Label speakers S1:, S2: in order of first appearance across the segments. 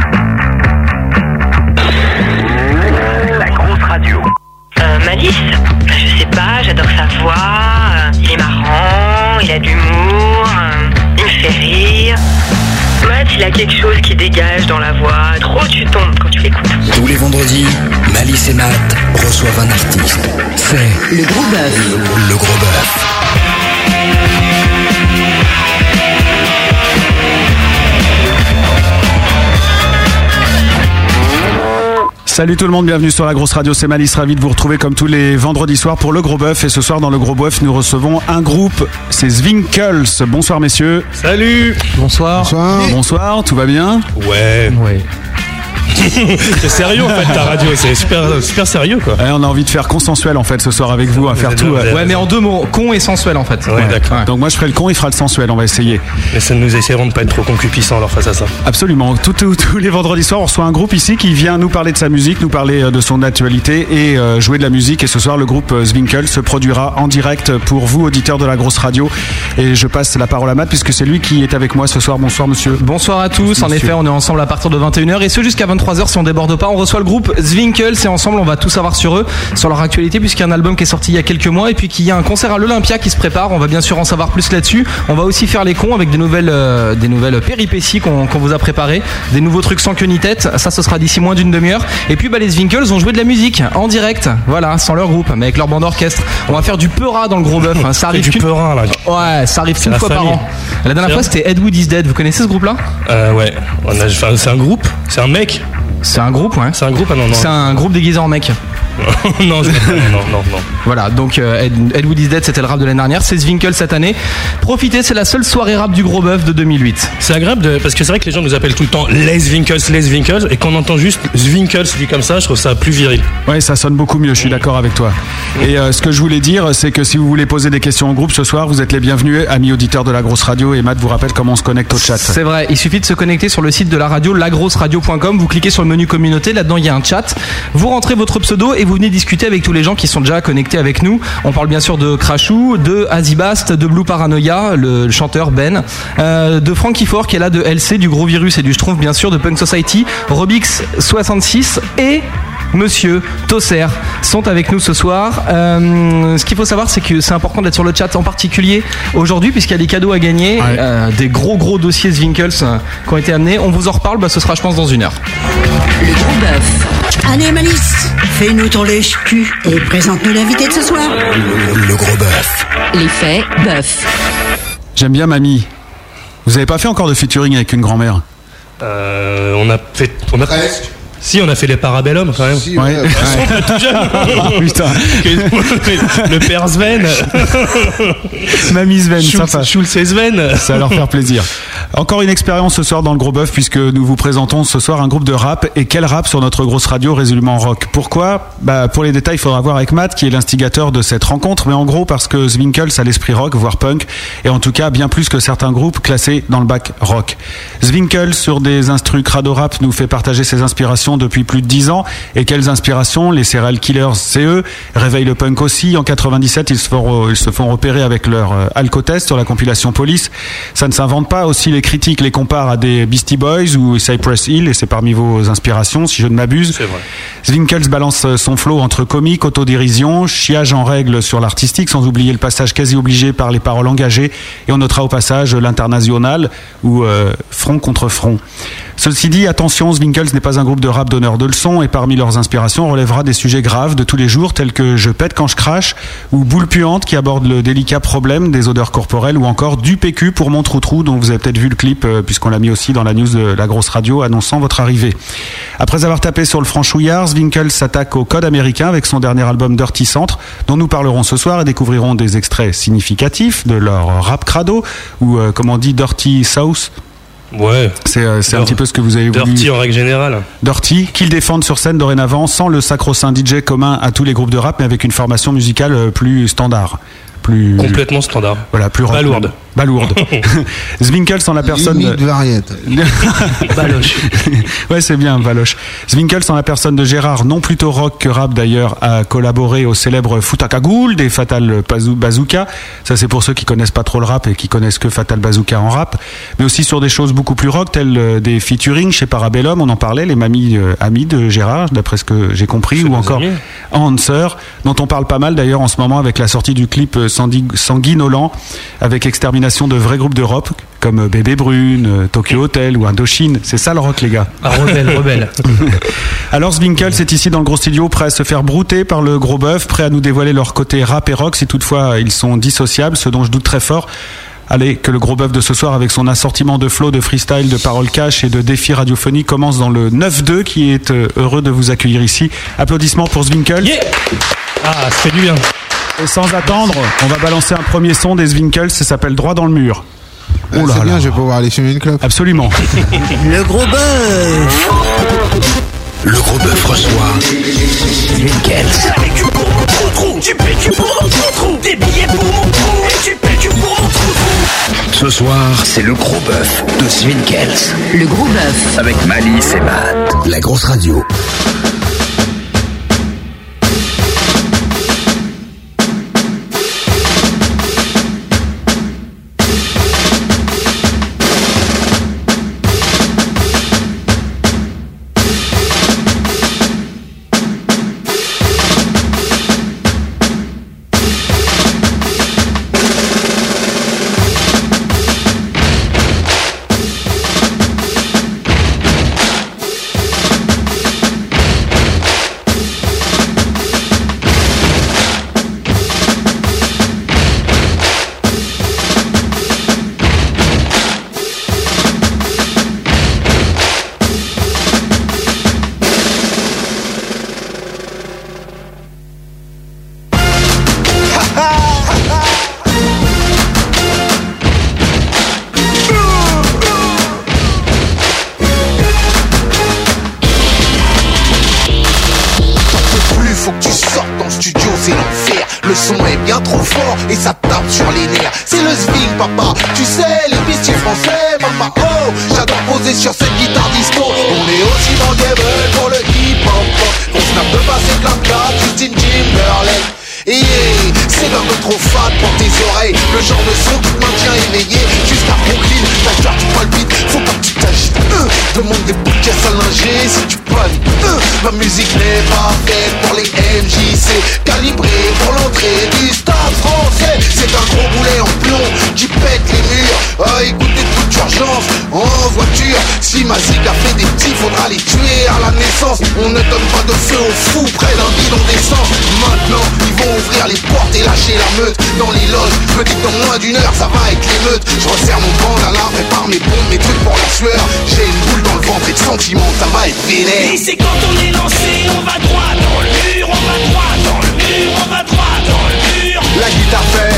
S1: Euh, euh, euh, il a quelque chose qui dégage dans la voix. Trop tu tombes quand tu l'écoutes.
S2: Tous les vendredis, Malice et Matt reçoivent un artiste. C'est
S3: Le gros bœuf.
S2: le gros bœuf.
S4: Salut tout le monde, bienvenue sur la grosse radio, c'est Malice, ravi de vous retrouver comme tous les vendredis soirs pour le gros bœuf. Et ce soir dans le gros bœuf, nous recevons un groupe, c'est Zwinkels. Bonsoir messieurs.
S5: Salut
S6: Bonsoir.
S4: Bonsoir, tout va bien
S5: Ouais
S6: Ouais.
S5: C'est sérieux en fait ta radio, c'est super, super sérieux quoi.
S4: Eh, On a envie de faire consensuel en fait ce soir avec vous, à faire tout. euh,
S6: Ouais, mais en deux mots, con et sensuel en fait.
S5: Ouais, d'accord.
S4: Donc moi je ferai le con, il fera le sensuel, on va essayer.
S5: Mais ça nous essayerons de pas être trop concupiscents alors face à ça.
S4: Absolument. Tout- tout- tous les vendredis soirs, on reçoit un groupe ici qui vient nous parler de sa musique, nous parler euh, de son actualité et euh, jouer de la musique. Et ce soir, le groupe euh, Zwinkels se produira en direct pour vous, auditeurs de la grosse radio. Et je passe la parole à Matt puisque c'est lui qui est avec moi ce soir. Bonsoir, monsieur.
S6: Bonsoir à tous. En effet, on est ensemble à partir de 21h et ce jusqu'à 23h si on déborde pas. On reçoit le groupe Zwinkels et ensemble on va tout savoir sur eux, sur leur actualité puisqu'il y a un album qui est sorti il y a quelques mois et puis qu'il y a un concert à l'Olympia qui se prépare. On va bien sûr en savoir plus là-dessus. On va aussi faire les cons avec des nouvelles, euh, des nouvelles péripéties qu'on qu'on vous a préparées, des nouveaux trucs sans queue ni tête. Ça, ce sera d'ici moins d'une demi-heure. Et puis, bah, les Zwinkels ont joué de la musique en direct. Voilà, sans leur groupe, mais avec leur bande orchestre. On va faire du peura dans le gros bœuf. hein. Ça
S5: Et
S6: arrive
S5: du
S6: qu'une-
S5: peurin là.
S6: Ouais, ça arrive une
S5: la
S6: fois
S5: famille.
S6: par an. La dernière
S5: C'est
S6: fois,
S5: vrai.
S6: c'était Ed Wood is Dead. Vous connaissez ce groupe-là
S5: Euh, ouais, On a- enfin, c'est un groupe, c'est un mec,
S6: C'est un groupe, ouais.
S5: c'est un groupe, ah non, non.
S6: C'est un groupe déguisé en mec.
S5: non, je- non, non, non.
S6: Voilà, donc euh, Ed, Ed Wood is Dead, c'était le rap de l'année dernière. C'est Zwinkle cette année. Profitez, c'est la seule soirée rap du gros bœuf de 2008.
S5: C'est agréable de- parce que c'est vrai que les gens nous appellent tout le temps les Winkles, les Winkles, et qu'on entend juste Winkles dit comme ça, je trouve ça plus viril.
S4: Ouais, ça sonne beaucoup mieux, je suis d'accord avec toi. Et euh, ce que je voulais dire, c'est que si vous voulez poser des questions en groupe ce soir, vous êtes les bienvenus, amis auditeurs de la grosse radio. Et Matt vous rappelle comment on se connecte au chat.
S6: C'est vrai, il suffit de se connecter sur le site de la radio, lagrosseradio.com. Vous cliquez sur le menu communauté, là-dedans il y a un chat. Vous rentrez votre pseudo et vous venez discuter avec tous les gens qui sont déjà connectés avec nous. On parle bien sûr de Crashou, de Azibast, de Blue Paranoia, le chanteur Ben, euh, de Frankie Fort qui est là, de LC, du Gros Virus et du Schtroumpf bien sûr, de Punk Society, Robix66 et Monsieur Tosser sont avec nous ce soir. Euh, ce qu'il faut savoir, c'est que c'est important d'être sur le chat en particulier aujourd'hui, puisqu'il y a des cadeaux à gagner, euh, des gros gros dossiers Zwinkels euh, qui ont été amenés. On vous en reparle, bah, ce sera je pense dans une heure.
S3: Le gros bœuf. Allez, Malice, fais-nous ton lèche-cul et présente-nous l'invité de ce soir.
S2: Le gros bœuf.
S7: L'effet bœuf.
S4: J'aime bien Mamie. Vous avez pas fait encore de featuring avec une grand-mère
S5: Euh, on a fait. On a...
S8: Presque.
S5: Si, on a fait les Parabellum quand même.
S8: Si,
S4: Ouais.
S8: ouais.
S4: Putain,
S5: le père Sven,
S4: Mamie Sven, sympa.
S5: Schulz Schulz et Sven.
S4: Ça va leur faire plaisir. Encore une expérience ce soir dans le gros bœuf puisque nous vous présentons ce soir un groupe de rap et quel rap sur notre grosse radio résolument rock. Pourquoi Bah pour les détails, il faudra voir avec Matt qui est l'instigateur de cette rencontre, mais en gros parce que Zwinkels a l'esprit rock, voire punk, et en tout cas bien plus que certains groupes classés dans le bac rock. Zwinkels sur des instrus crado rap nous fait partager ses inspirations depuis plus de 10 ans et quelles inspirations Les Serial Killers, c'est eux. Réveille le punk aussi. En 97, ils se font, ils se font repérer avec leur euh, Alcotest sur la compilation Police. Ça ne s'invente pas. Aussi, les critiques les comparent à des Beastie Boys ou Cypress Hill, et c'est parmi vos inspirations, si je ne m'abuse.
S5: C'est vrai.
S4: Zwinkels balance euh, son flot entre comique, autodérision, chiage en règle sur l'artistique, sans oublier le passage quasi obligé par les paroles engagées, et on notera au passage euh, l'international ou euh, front contre front. Ceci dit, attention, Zwinkels n'est pas un groupe de rap donneur de leçons, et parmi leurs inspirations, on relèvera des sujets graves de tous les jours, tels que Je pète quand je crache, ou Boule puante, qui aborde le délicat problème des odeurs corporelles, ou encore Du PQ pour Mon trou-trou, dont vous avez peut-être vu le clip, euh, puisqu'on l'a mis aussi dans la news de la grosse radio, annonçant votre arrivée. Après avoir tapé sur le franchouillard, Zwinkels s'attaque au code américain avec son dernier album Dirty Centre, dont nous parlerons ce soir et découvrirons des extraits significatifs de leur rap crado, ou euh, comme on dit Dirty South.
S5: Ouais.
S4: C'est euh, c'est un
S5: Dir-
S4: petit peu ce que vous avez voulu.
S5: Dirty en règle générale.
S4: Dirty, qu'ils défendent sur scène dorénavant sans le sacro-saint DJ commun à tous les groupes de rap, mais avec une formation musicale euh, plus standard. Plus,
S5: Complètement standard.
S4: voilà, plus rock.
S5: Balourde.
S4: Balourde. Zwinkels en la personne.
S8: Limite variette.
S5: Baloche.
S4: ouais, c'est bien, Valoche. Zwinkels, en la personne de Gérard, non plutôt rock que rap d'ailleurs, a collaboré au célèbre Futakagoul des Fatal Pazou- Bazooka. Ça, c'est pour ceux qui connaissent pas trop le rap et qui connaissent que Fatal Bazooka en rap. Mais aussi sur des choses beaucoup plus rock, telles euh, des featuring chez Parabellum, on en parlait, les mamies euh, amies de Gérard, d'après ce que j'ai compris,
S5: C'est
S4: ou
S5: nos
S4: encore
S5: amis.
S4: Answer, dont on parle pas mal d'ailleurs en ce moment avec la sortie du clip euh, sangui- sanguinolents avec extermination de vrais groupes de rock comme Bébé Brune, euh, Tokyo Hotel ou Indochine. C'est ça le rock, les gars.
S6: Ah, rebelle, rebelle.
S4: Alors Zwinkel, c'est ici dans le gros studio, prêt à se faire brouter par le gros bœuf, prêt à nous dévoiler leur côté rap et rock si toutefois ils sont dissociables, ce dont je doute très fort. Allez, que le gros bœuf de ce soir, avec son assortiment de flots, de freestyle, de paroles cash et de défis radiophoniques, commence dans le 9-2, qui est euh, heureux de vous accueillir ici. Applaudissements pour Zwinkel.
S5: Yeah Ah, ça fait du bien.
S4: Et sans attendre, on va balancer un premier son des Zwinkels, ça s'appelle Droit dans le mur.
S8: Ah,
S4: Oh là
S8: c'est bien,
S4: là.
S8: je vais pouvoir aller fumer une clope.
S4: Absolument.
S3: Le gros bœuf
S2: Le gros bœuf reçoit Zwinkels. Ce soir, c'est le gros bœuf de Zwinkels.
S7: Le gros bœuf.
S2: Avec Malice et Matt. La grosse radio.
S9: plus, faut que tu sortes dans le studio, c'est l'enfer. Le son est bien trop fort et ça tape sur les nerfs. C'est le swing, papa. Tu sais, les pistils français, papa. Oh, j'adore poser sur cette guitare disco. On est aussi dans le game pour le hip hop. On snap de passer plein de gars, Justin Timberlake. Yeah, c'est l'homme trop fat pour tes oreilles Le genre de son qui te maintient éveillé Jusqu'à Brooklyn, ta carte palpite Faut pas que tu t'agites euh, Demande des bouts de caisse à linger si tu paniques euh, Ma musique n'est pas faite pour les MJC Calibrée pour l'entrée du stade français C'est un gros boulet en plomb qui pète les murs Ah, Écoute des trucs d'urgence en voiture Si ma zig a fait des petits, faudra les tuer à la naissance On ne donne pas de feu aux fous près d'un bidon d'essence Maintenant, ils vont ouvrir les portes et lâcher la meute Dans les loges, je me dis que dans moins d'une heure, ça va être l'émeute Je resserre mon bandana, prépare mes bombes, mes trucs pour la sueur J'ai une boule dans le ventre et de sentiments, ça va être vénère
S10: Et c'est quand on est lancé, on va droit dans le mur, on va droit dans le mur, on va droit dans le mur.
S9: La guitare fait,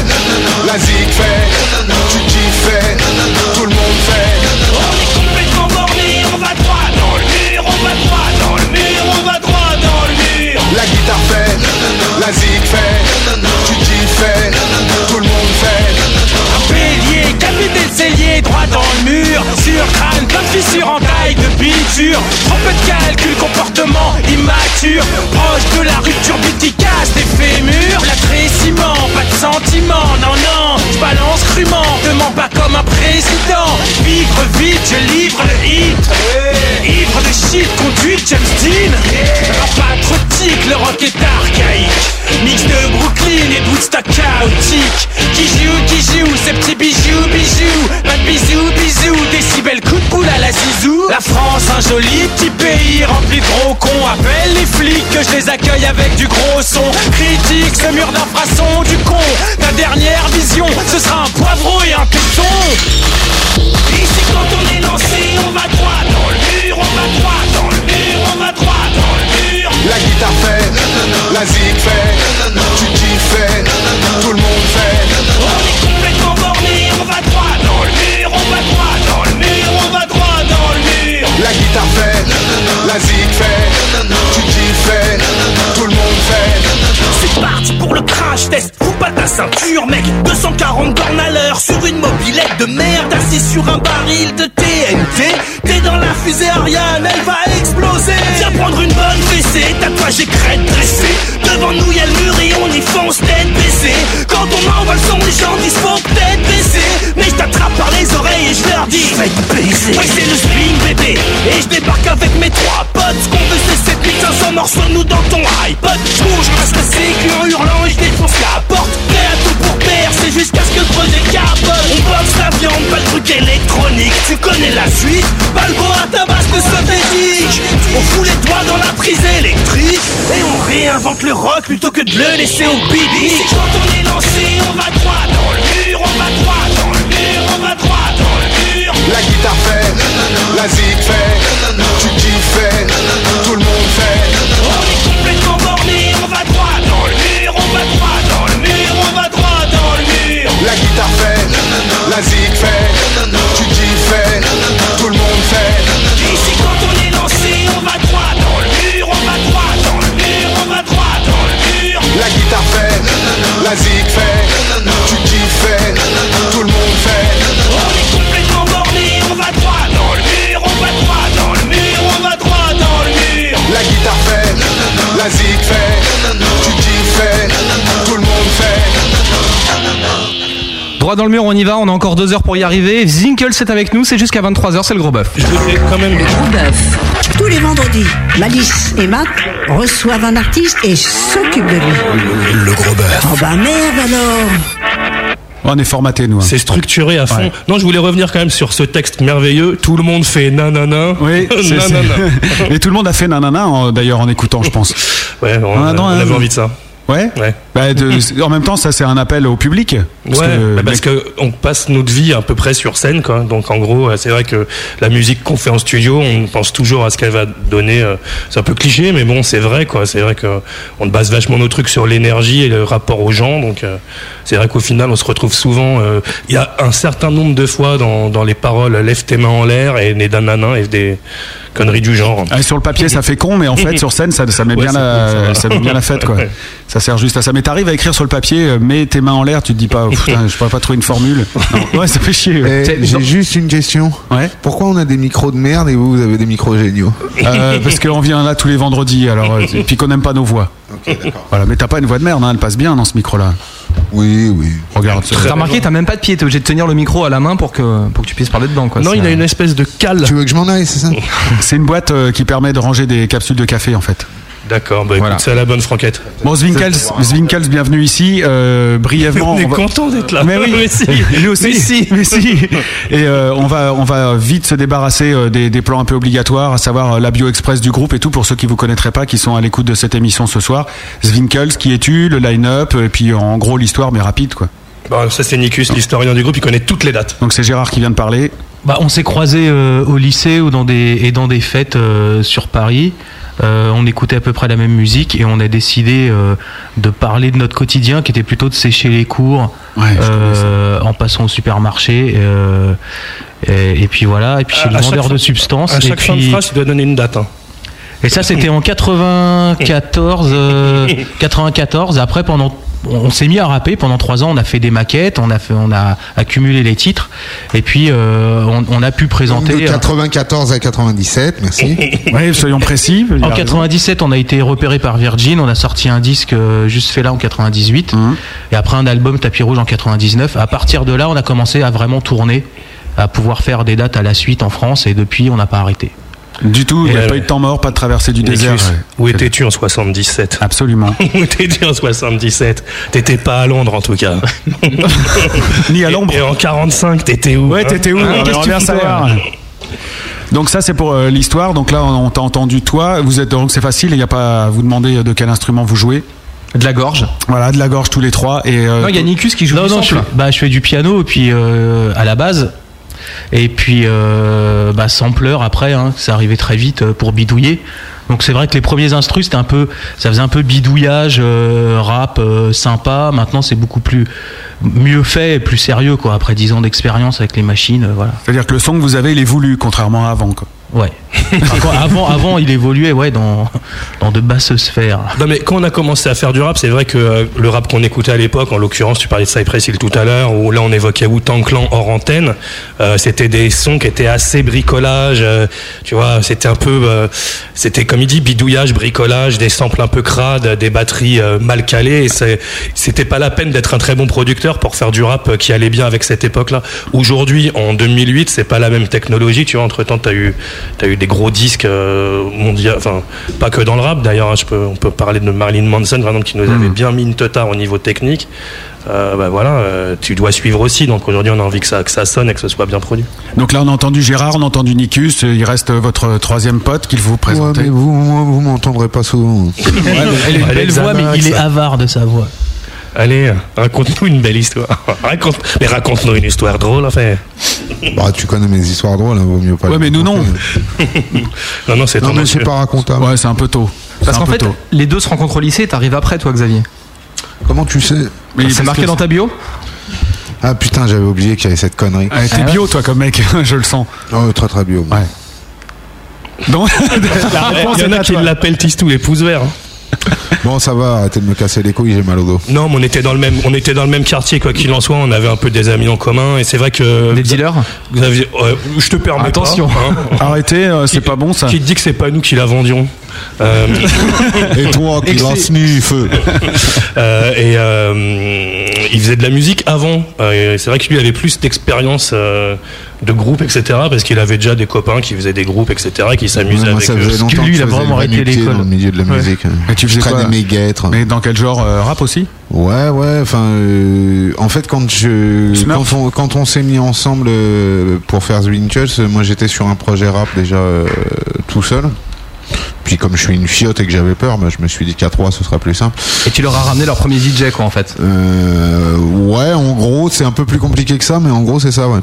S9: la zig fait, tu kiffes fait, tout le monde fait
S10: On est complètement borné, on va droit dans le mur, on va droit dans le mur, on va droit dans le mur.
S9: La guitare fait, la zig fait, tu kiffes fait, tout le monde fait
S10: Bélier, capitaine cellier, droit dans le mur, sur crâne, plein de fissures en taille de peinture. Trop peu de calcul, comportement immature, proche de la rupture casse des fémurs. La ciment, pas de sentiment, non, non, je balance crûment, demande pas comme un président. Vivre vite, je livre le hit. Ivre de shit, conduite, James Dean. Alors pas trop tic, le rock est archaïque. Mix de Brooklyn et de Woodstock chaotique. Qui joue, qui joue, ces petits bijoux, bijoux. Pas de bisous, bisous, décibels, coup de boule à la zizou. La France, un joli petit pays rempli de gros cons. Appelle les flics que je les accueille avec du gros son. Critique ce mur d'infrason du con. Ta dernière vision, ce sera un poivreau et un péton. Et c'est quand on est lancé, on va droit dans le mur, on va droit dans le mur, on va droit dans le mur.
S9: La guitare fait, la zig fait, tu kiffes fait, tout le monde fait
S10: On est complètement borné, on va droit dans le mur, on va droit dans le mur, on va droit dans le mur.
S9: La guitare fait, la zig fait, tu kiffes fait, tout le monde fait
S10: C'est parti pour le crash test. Fous pas ta ceinture, mec. 240 bornes à l'heure sur une mobilette de merde, assis sur un baril de TNT. T'es dans la fusée Ariane, elle va exploser. Viens prendre une bonne fessée, tatouage et crête dressée. Devant nous, y'a le mur et on y fonce tête baissée. Quand on envoie le son, les gens disent faut peut-être baisser. Mais je t'attrape par les oreilles et je leur dis Fais te baiser. Ouais, c'est le swing, bébé. Et je débarque avec mes trois potes. Ce qu'on veut, c'est 7500 morceaux, nous dans ton iPod. Je bouge, je reste sécu en hurlant et je défonce la porte. Prêt à tout pour péter réinvente le rock plutôt que de le laisser au bibi. Ici, quand on est lancé, on va droit dans le mur, on va droit dans le mur, on va droit dans le mur.
S9: La guitare fait, la zig fait, tu kiffes, tout le monde fait.
S10: On est complètement borné, on va droit dans le mur, on va droit dans le mur, on va droit dans le mur.
S9: La guitare fait, la zig fait, tu kiffes, tout le monde fait.
S10: Ici, quand on est lancé, on va droit dans le mur, on va droit dans le mur, on va droit dans le mur.
S9: La guitare fait, la zig fait, tu kiffes, tout le monde fait.
S10: On est complètement borné, on va droit dans le mur, on va droit dans le mur, on va droit dans le mur.
S9: La guitare fait, la zig fait, tu kiffes, tout le monde fait.
S6: Droit dans le mur, on y va, on a encore deux heures pour y arriver. Zinkels est avec nous, c'est jusqu'à 23h, c'est le gros bœuf.
S5: Je voulais quand même.
S7: gros bœuf,
S3: Tous les vendredis, Malice et Matt reçoivent un artiste et s'occupent de lui.
S2: Le gros bœuf.
S3: Oh bah merde alors
S4: On est formaté, nous. hein.
S5: C'est structuré à fond.
S4: Ouais.
S5: Non, je voulais revenir quand même sur ce texte merveilleux. Tout le monde fait nanana.
S4: Oui, c'est- c'est-
S5: nanana.
S4: Et tout le monde a fait nanana, en- d'ailleurs, en écoutant, je pense.
S5: Ouais, on,
S4: En attendant,
S5: on avait
S4: hein.
S5: envie de ça.
S4: Ouais.
S5: Ouais.
S4: Bah, de- en même temps, ça, c'est un appel au public.
S5: Parce ouais, que, parce que on passe notre vie à peu près sur scène, quoi. Donc en gros, euh, c'est vrai que la musique qu'on fait en studio, on pense toujours à ce qu'elle va donner. euh, C'est un peu cliché, mais bon, c'est vrai, quoi. C'est vrai que on base vachement nos trucs sur l'énergie et le rapport aux gens. Donc euh, c'est vrai qu'au final, on se retrouve souvent. euh, Il y a un certain nombre de fois dans, dans les paroles, lève tes mains en l'air et des nanana et des conneries du genre.
S4: Ah, sur le papier, ça fait con, mais en fait, sur scène, ça, ça met
S5: Ouais,
S4: bien
S5: c'est con,
S4: la,
S5: ça.
S4: ça met bien la fête, quoi.
S5: Ouais.
S4: Ça sert juste à ça. Mais t'arrives à écrire sur le papier, euh, mets tes mains en l'air, tu te dis pas, oh, putain, je pourrais pas trouver une formule. Non. Ouais, ça fait chier. ouais.
S6: C'est-
S8: J'ai juste une question.
S4: Ouais.
S8: Pourquoi on a des micros de merde et vous, vous avez des micros géniaux
S4: Euh, parce qu'on vient là tous les vendredis, alors, euh, et puis qu'on n'aime pas nos voix. Voilà, mais t'as pas une voix de merde, hein, elle passe bien dans ce micro-là.
S8: Oui, oui.
S4: Regarde.
S6: T'as remarqué, t'as même pas de pied, t'es obligé de tenir le micro à la main pour que, pour que tu puisses parler dedans. Quoi.
S5: Non,
S6: C'est
S5: il a
S6: un-
S5: une espèce de cale.
S8: Tu veux que je m'en aille, c'est ça
S4: C'est une boîte euh, qui permet de ranger des capsules de café, en fait.
S5: D'accord, bah
S6: Voilà.
S5: écoute, c'est à la bonne franquette.
S4: Bon, Zwinkels, Zwinkels bienvenue ici. Euh, brièvement,
S5: on est
S4: va-
S5: content d'être là.
S4: Mais oui,
S5: Mais si.
S4: lui aussi.
S5: Mais si.
S4: Mais si. Et euh, on va, on va vite se débarrasser euh, des, des plans un peu obligatoires, à savoir euh, la bio express du groupe et tout pour ceux qui vous connaîtraient pas, qui sont à l'écoute de cette émission ce soir. Zwinkels, qui es-tu, le line-up, et puis euh, en gros l'histoire, mais rapide quoi.
S5: Bon, Bah, ça c'est Nikus, l'historien du groupe,
S11: Ah,
S5: il connaît toutes les dates.
S4: Donc c'est Gérard qui vient de parler.
S11: Bah, on s'est croisés euh, au lycée ou dans des, et dans des fêtes euh, sur Paris. Euh, on écoutait à peu près la même musique et on a décidé euh, de parler de notre quotidien qui était plutôt de sécher les cours
S4: Ouais, je
S11: euh, en passant au supermarché. euh, et, et puis voilà, et puis
S5: À-
S11: chez le
S5: Ah, à chaque
S11: vendeur
S5: fois-
S11: de substances.
S5: À
S11: et,
S5: chaque fin de
S11: puis-
S5: phrase, tu dois donner une date. hein.
S11: et ça, c'était en 94. euh, 94. Après, pendant. On on s'est mis à rapper pendant trois ans. On a fait des maquettes, on a fait, on a accumulé les titres, et puis euh, on, on a pu
S8: Donc, De
S11: présenter.
S8: 94 à 97, merci.
S4: Oui, soyons précis. il a
S11: euh, En
S4: raison.
S11: 97, on a été repéré par Virgin. On a sorti un disque euh, juste fait là en 98. Et après un album Tapis Rouge en 99. À partir de là, on a commencé à vraiment tourner, à pouvoir faire des dates à la suite en France. Et depuis, on n'a pas arrêté.
S4: Du tout, il n'y a
S5: Ouais,
S4: pas
S5: ouais.
S4: eu de temps mort, pas de traversée du désert.
S5: Nikus,
S4: ouais.
S5: Où étais-tu en 77
S4: Absolument.
S5: Où étais-tu en 77 T'étais pas à Londres en tout cas.
S4: Ni à
S5: Et-
S4: l'ombre.
S5: Et, en 45, t'étais où
S4: Ouais,
S5: hein
S4: t'étais où
S5: Hein
S4: On
S5: Qu'est-ce que
S4: aimerait bien
S5: tu fais
S4: savoir. Donc ça c'est pour euh, l'histoire. Donc là on on t'a entendu toi. Vous êtes donc c'est facile. Il n'y a pas à vous demander euh, de quel instrument vous jouez.
S6: De la gorge.
S4: Voilà de la gorge tous les trois et euh,
S6: Non, il y a Nikus qui joue
S11: Non,
S6: du
S11: non, je,
S6: sample.
S11: fais- bah, je fais du piano et puis euh, à la base. Et puis, euh, bah, sampler après, hein, ça arrivait très vite euh, pour bidouiller. Donc c'est vrai que les premiers instrus, c'était un peu, ça faisait un peu bidouillage, euh, rap, euh, sympa. Maintenant, c'est beaucoup plus mieux fait et plus sérieux, quoi. Après 10 ans d'expérience avec les machines, euh, voilà.
S4: c'est-à-dire que le son que vous avez il est voulu contrairement à avant. quoi.
S11: Ouais. Enfin, quand- avant, avant, il évoluait, ouais, dans dans de basses sphères.
S5: Non mais quand on a commencé à faire du rap, c'est vrai que euh, le rap qu'on écoutait à l'époque, en l'occurrence tu parlais de Cypress Hill tout à l'heure, où là on évoquait Wu-Tang Clan hors antenne, euh, c'était des sons qui étaient assez bricolage, euh, tu vois, c'était un peu, euh, c'était comme il dit, bidouillage, bricolage, des samples un peu crades, des batteries euh, mal calées, et c'est- c'était pas la peine d'être un très bon producteur pour faire du rap euh, qui allait bien avec cette époque-là. Aujourd'hui, en 2008, c'est pas la même technologie, tu vois, entre-temps t'as eu, t'as eu des gros disques euh, mondiaux, enfin, pas que dans le rap d'ailleurs, hein, je peux, on peut parler de Marilyn Manson, par exemple, qui nous avait bien mis une teta au niveau tota technique. euh, bah voilà, euh, tu dois suivre aussi. Donc aujourd'hui, on a envie que ça, que ça sonne et que ce soit bien produit.
S4: Donc là, on a entendu Gérard, on a entendu Nicus. Il reste euh, votre troisième pote qu'il faut vous
S8: Ouais,
S4: présenter.
S8: mais vous, moi, vous m'entendrez pas souvent.
S11: Elle a une
S5: Allez,
S11: belle voix, mais
S5: Xanax.
S11: il est avare de sa voix.
S5: Allez, euh, raconte-nous une belle histoire. Raconte, mais raconte-nous une histoire drôle, enfin.
S8: Bah, tu connais mes histoires drôles, hein, vaut mieux pas.
S4: Ouais, mais
S8: les
S4: nous,
S8: raconter.
S4: non.
S5: Non, non, c'est
S8: Non,
S5: ton
S8: mais
S5: monsieur.
S8: c'est pas racontable.
S4: Ouais, c'est un peu tôt.
S6: Parce
S4: C'est un
S6: qu'en
S4: peu
S6: fait,
S4: tôt.
S6: les deux se rencontrent au lycée et t'arrives après, toi, Xavier.
S8: Comment tu sais
S4: Mais
S6: C'est
S4: parce
S6: marqué
S4: que-
S6: dans ta bio
S8: Ah putain, j'avais oublié qu'il y avait cette connerie.
S4: Ouais, Ah, T'es bio, toi, comme mec. Je le sens.
S8: Oh, très très bio. moi.
S4: Ouais. Donc, la réponse
S5: Il y en
S4: est
S5: a
S4: à
S5: qui
S4: toi.
S5: l'appellent Tistou les pouces verts. hein.
S8: Bon, ça va, arrêtez de me casser les couilles, j'ai mal au dos.
S5: Non, mais on était dans le même, on était dans le même quartier, quoi qu'il en soit. On avait un peu des amis en commun, et c'est vrai que.
S6: Des dealers
S5: Xavier, euh, je te permets
S6: Attention.
S5: pas, hein.
S4: Arrêtez, euh, c'est
S5: Qui-
S4: pas bon ça.
S5: Qui te dit que c'est pas nous qui la vendions Euh,
S8: Et toi qui l'en sniff
S5: euh, Et euh, il faisait de la musique avant. Euh, et c'est vrai que lui avait plus d'expérience euh, de groupe, etc. Parce qu'il avait déjà des copains qui faisaient des groupes, etc. Qui s'amusaient
S8: Moi,
S5: avec
S8: ça
S6: euh,
S5: eux.
S8: faisait longtemps
S11: lui,
S8: que
S11: il
S8: je
S11: a
S8: faisais le
S11: vraiment arrêté
S8: métier
S11: l'école.
S8: dans le milieu de la
S4: Ouais.
S8: musique.
S4: Et tu
S8: Je
S4: faisais
S8: traînais
S4: quoi
S8: mes guêtres.
S4: Mais dans quel genre euh, Rap aussi
S8: Ouais, ouais, enfin, euh, en fait, quand je,
S4: Smurf.
S8: quand on, quand on s'est mis ensemble euh, pour faire The Winkles, euh, moi j'étais sur un projet rap déjà euh, tout seul. Puis comme je suis une fiotte et que j'avais peur, bah, je me suis dit qu'à trois ce sera plus simple.
S6: Et tu leur as ramené leur premier DJ, quoi, en fait.
S8: Euh, ouais, en gros, c'est un peu plus compliqué que ça, mais en gros, c'est ça, ouais.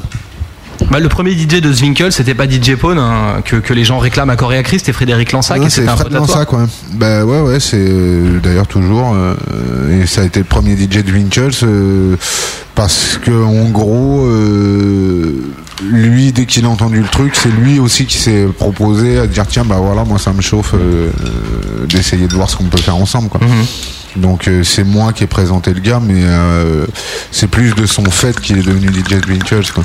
S6: Bah, le premier DJ de Zwinkel, c'était pas DJ Pone, hein, que, que les gens réclament à Corée à Christ, c'était Frédéric Lansac,
S8: Ouais,
S6: et c'était un pote à toi.
S8: ça quoi. Bah ouais ouais c'est euh, d'ailleurs toujours euh, et ça a été le premier DJ de Winchels euh, parce que en gros euh, lui dès qu'il a entendu le truc c'est lui aussi qui s'est proposé à dire tiens bah voilà moi ça me chauffe euh, euh, d'essayer de voir ce qu'on peut faire ensemble quoi. Donc euh, c'est moi qui ai présenté le gars mais euh, c'est plus de son fait qu'il est devenu DJ de Winchels quoi.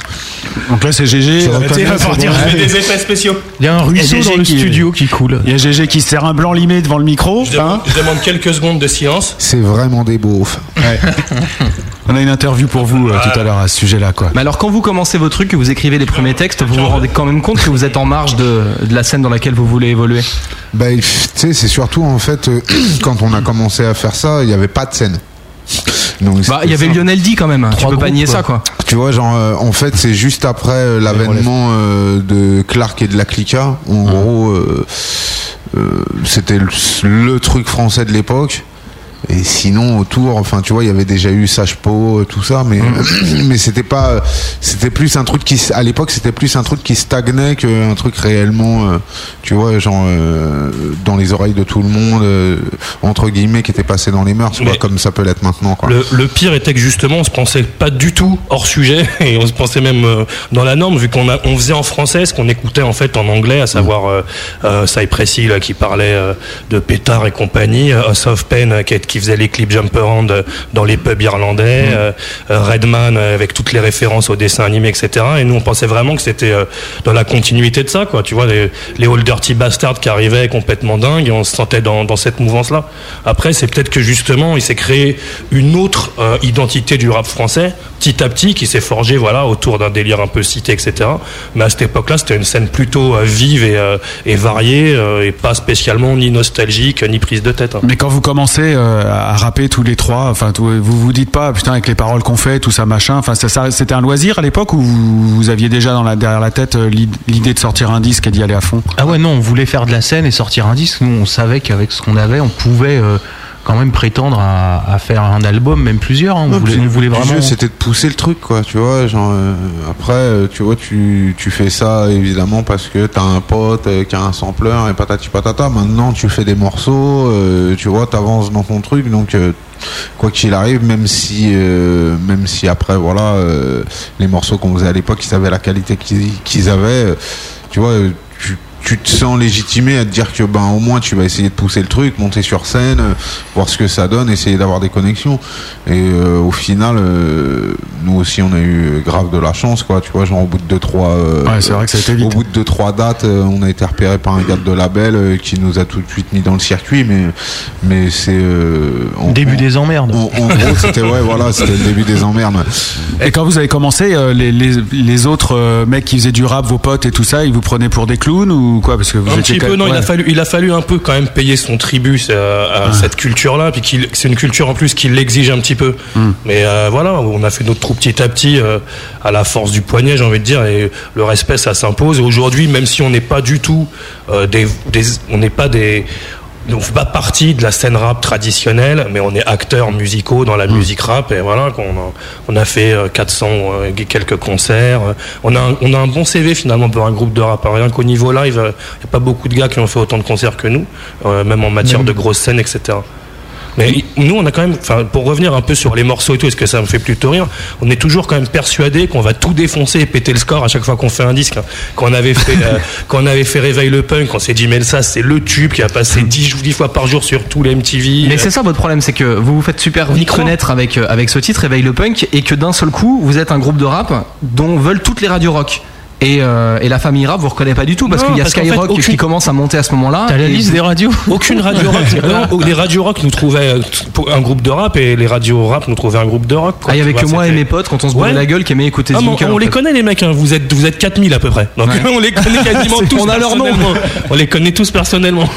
S4: Donc là, c'est GG.
S8: Je reconnais,
S4: Tiens,
S8: c'est
S4: partir.
S8: bon.
S5: des effets spéciaux.
S11: Il y a un ruisseau
S4: GG
S11: dans le
S4: qui-
S11: studio qui coule.
S4: Il y a GG qui se sert un blanc limé devant le micro.
S5: Je
S4: hein.
S5: demande, je demande quelques secondes de silence.
S8: C'est vraiment des beaufs.
S4: On a une interview pour vous euh, tout à l'heure à ce sujet-là, quoi.
S6: Mais alors, quand vous commencez vos trucs, que vous écrivez les premiers textes, vous vous rendez quand même compte que vous êtes en marge de, de la scène dans laquelle vous voulez évoluer.
S8: Bah, il- tu sais, c'est surtout en fait euh, quand on a commencé à faire ça, il n'y avait pas de scène. Donc,
S6: Bah,
S8: c'était
S6: il y avait
S8: ça.
S6: Lionel D quand même, hein. tu peux pas nier ça, quoi.
S8: Tu vois, genre, euh, en fait, c'est juste après euh, l'avènement euh, de Clark et de la Clica. En gros, euh, euh, c'était le, le truc français de l'époque. Et sinon, autour, enfin, tu vois, il y avait déjà eu Sage Po, euh, tout ça, mais, mais c'était pas, euh, c'était plus un truc qui, s- à l'époque, c'était plus un truc qui stagnait qu'un truc réellement, euh, tu vois, genre, euh, dans les oreilles de tout le monde, euh, entre guillemets, qui était passé dans les mœurs, tu vois,
S5: Mais-
S8: comme ça peut l'être maintenant, quoi.
S5: Le, le pire était que justement, on se pensait pas du tout hors sujet et on se pensait même euh, dans la norme vu qu'on a- on faisait en français ce qu'on écoutait en fait en anglais, à savoir euh, euh, Cypress Hill, euh, qui parlait euh, de pétard et compagnie, euh, House of Pain euh, qui, qui faisait les clips Jump Around euh, dans les pubs irlandais, euh, euh, Redman euh, avec toutes les références aux dessins animés, etc. Et nous, on pensait vraiment que c'était euh, dans la continuité de ça, quoi. Tu vois, les, les Old Dirty Bastards qui arrivaient complètement dingues et on se sentait dans, dans cette mouvance-là. Après, c'est peut-être que justement, il s'est créé une autre euh, identité du rap français, petit à petit, qui s'est forgée, voilà, autour d'un délire un peu cité, etc. Mais à cette époque-là, c'était une scène plutôt euh, vive et, euh, et variée euh, et pas spécialement ni nostalgique ni prise de tête. hein.
S4: Mais quand vous commencez euh, à rapper tous les trois, enfin, tout- vous vous dites pas, putain, avec les paroles qu'on fait, tout ça, machin. Enfin, ça, ça- c'était un loisir à l'époque ou vous, vous aviez déjà dans la, derrière la tête euh, l'id- l'idée de sortir un disque et d'y aller à fond
S11: Ah ouais, non, on voulait faire de la scène et sortir un disque. Nous, on savait qu'avec ce qu'on avait, on pouvait euh, quand même prétendre à, à faire un album, même plusieurs. hein. On,
S8: Non,
S11: voulait,
S8: puis
S11: on
S8: le
S11: voulait
S8: but du
S11: vraiment.
S8: jeu, c'était de pousser le truc, quoi. Tu vois, genre euh, après, euh, tu vois, tu, tu fais ça évidemment parce que t'as un pote euh, qui a un sampleur et patati patata. Maintenant, tu fais des morceaux, euh, tu vois, t'avances dans ton truc, donc. euh, Quoi qu'il arrive, même si, euh, même si après, voilà, euh, les morceaux qu'on faisait à l'époque, ils savaient la qualité qu'ils qu'ils avaient, euh, tu vois, euh, tu, tu te sens légitimé à te dire que ben au moins tu vas essayer de pousser le truc, monter sur scène, euh, voir ce que ça donne, essayer d'avoir des connexions. Et euh, au final, euh, nous aussi on a eu grave de la chance, quoi. Tu vois, genre au bout de deux trois, euh,
S4: Ouais, c'est vrai que ça a été vite.
S8: au bout de deux trois dates, euh, on a été repéré par un gars de label euh, qui nous a tout de suite mis dans le circuit, mais mais c'est euh, en-
S11: Début
S8: en-
S11: des emmerdes.
S8: en, en gros, c'était ouais, voilà, c'était le début des emmerdes.
S4: Et quand vous avez commencé, euh, les, les, les autres euh, mecs qui faisaient du rap, vos potes et tout ça, ils vous prenaient pour des clowns ou ou quoi Parce que vous
S5: un
S4: étiez
S5: petit
S4: quand
S5: peu,
S4: même-
S5: non, il,
S4: ouais.
S5: a fallu, il a fallu un peu quand même payer son tribut euh, à cette culture-là, puis qu'il- c'est une culture en plus qui l'exige un petit peu.
S4: Hmm.
S5: Mais euh, voilà, on a fait notre trou petit à petit, euh, à la force du poignet, j'ai envie de dire, et le respect, ça s'impose. Et Aujourd'hui, même si on n'est pas du tout euh, des, des- on n'est pas des, on fait pas partie de la scène rap traditionnelle, mais on est acteurs musicaux dans la musique rap et voilà qu'on a, on a fait euh, 400 euh, et quelques concerts. Euh, On a, un, on a un bon CV finalement pour un groupe de rap. Rien qu'au niveau live, il n'y a pas beaucoup de gars qui ont fait autant de concerts que nous, euh, même en matière
S12: Même.
S5: de grosses scènes, etc. Mais i- nous, on a quand même, enfin, pour revenir un peu sur les morceaux et tout, est-ce que ça me fait plutôt rire On est toujours quand même persuadé qu'on va tout défoncer et péter le score à chaque fois qu'on fait un disque. hein. Quand on avait fait, euh, quand on avait fait Réveil le Punk, on s'est dit, mais ça, c'est le tube qui a passé 10, jou- 10 fois par jour sur tous les MTV.
S6: Mais c'est ça votre problème, c'est que vous vous faites super vite connaître avec, euh, avec ce titre, Réveille le punk, et que d'un seul coup, vous êtes un groupe de rap dont veulent toutes les radios rock. Et, euh, et la famille rap vous reconnaît pas du tout parce
S5: Non,
S6: qu'il y a
S5: parce qu'en fait,
S6: Skyrock
S5: aucune-
S6: qui commence à monter à ce moment-là.
S5: T'as la
S6: Hein, et
S5: liste
S6: vous-
S5: des radios Aucune radio rock.
S6: Ah
S5: Non, les radios rock nous trouvaient euh, pour un groupe de rap et les radios rap nous trouvaient un groupe de rock.
S6: Ah, il y avait
S5: avait
S6: que moi et mes potes quand on se brûlait la gueule qui aimaient écouter
S5: Ah, mais on-
S6: Zinkel,
S5: on
S6: en
S5: les
S6: fait.
S5: connaît les mecs, hein. vous êtes vous êtes 4000 à peu près. Donc
S6: Ouais.
S5: on les connaît quasiment
S6: C'est-
S5: tous.
S6: on a leur nom.
S5: personnellement. On les connaît tous personnellement.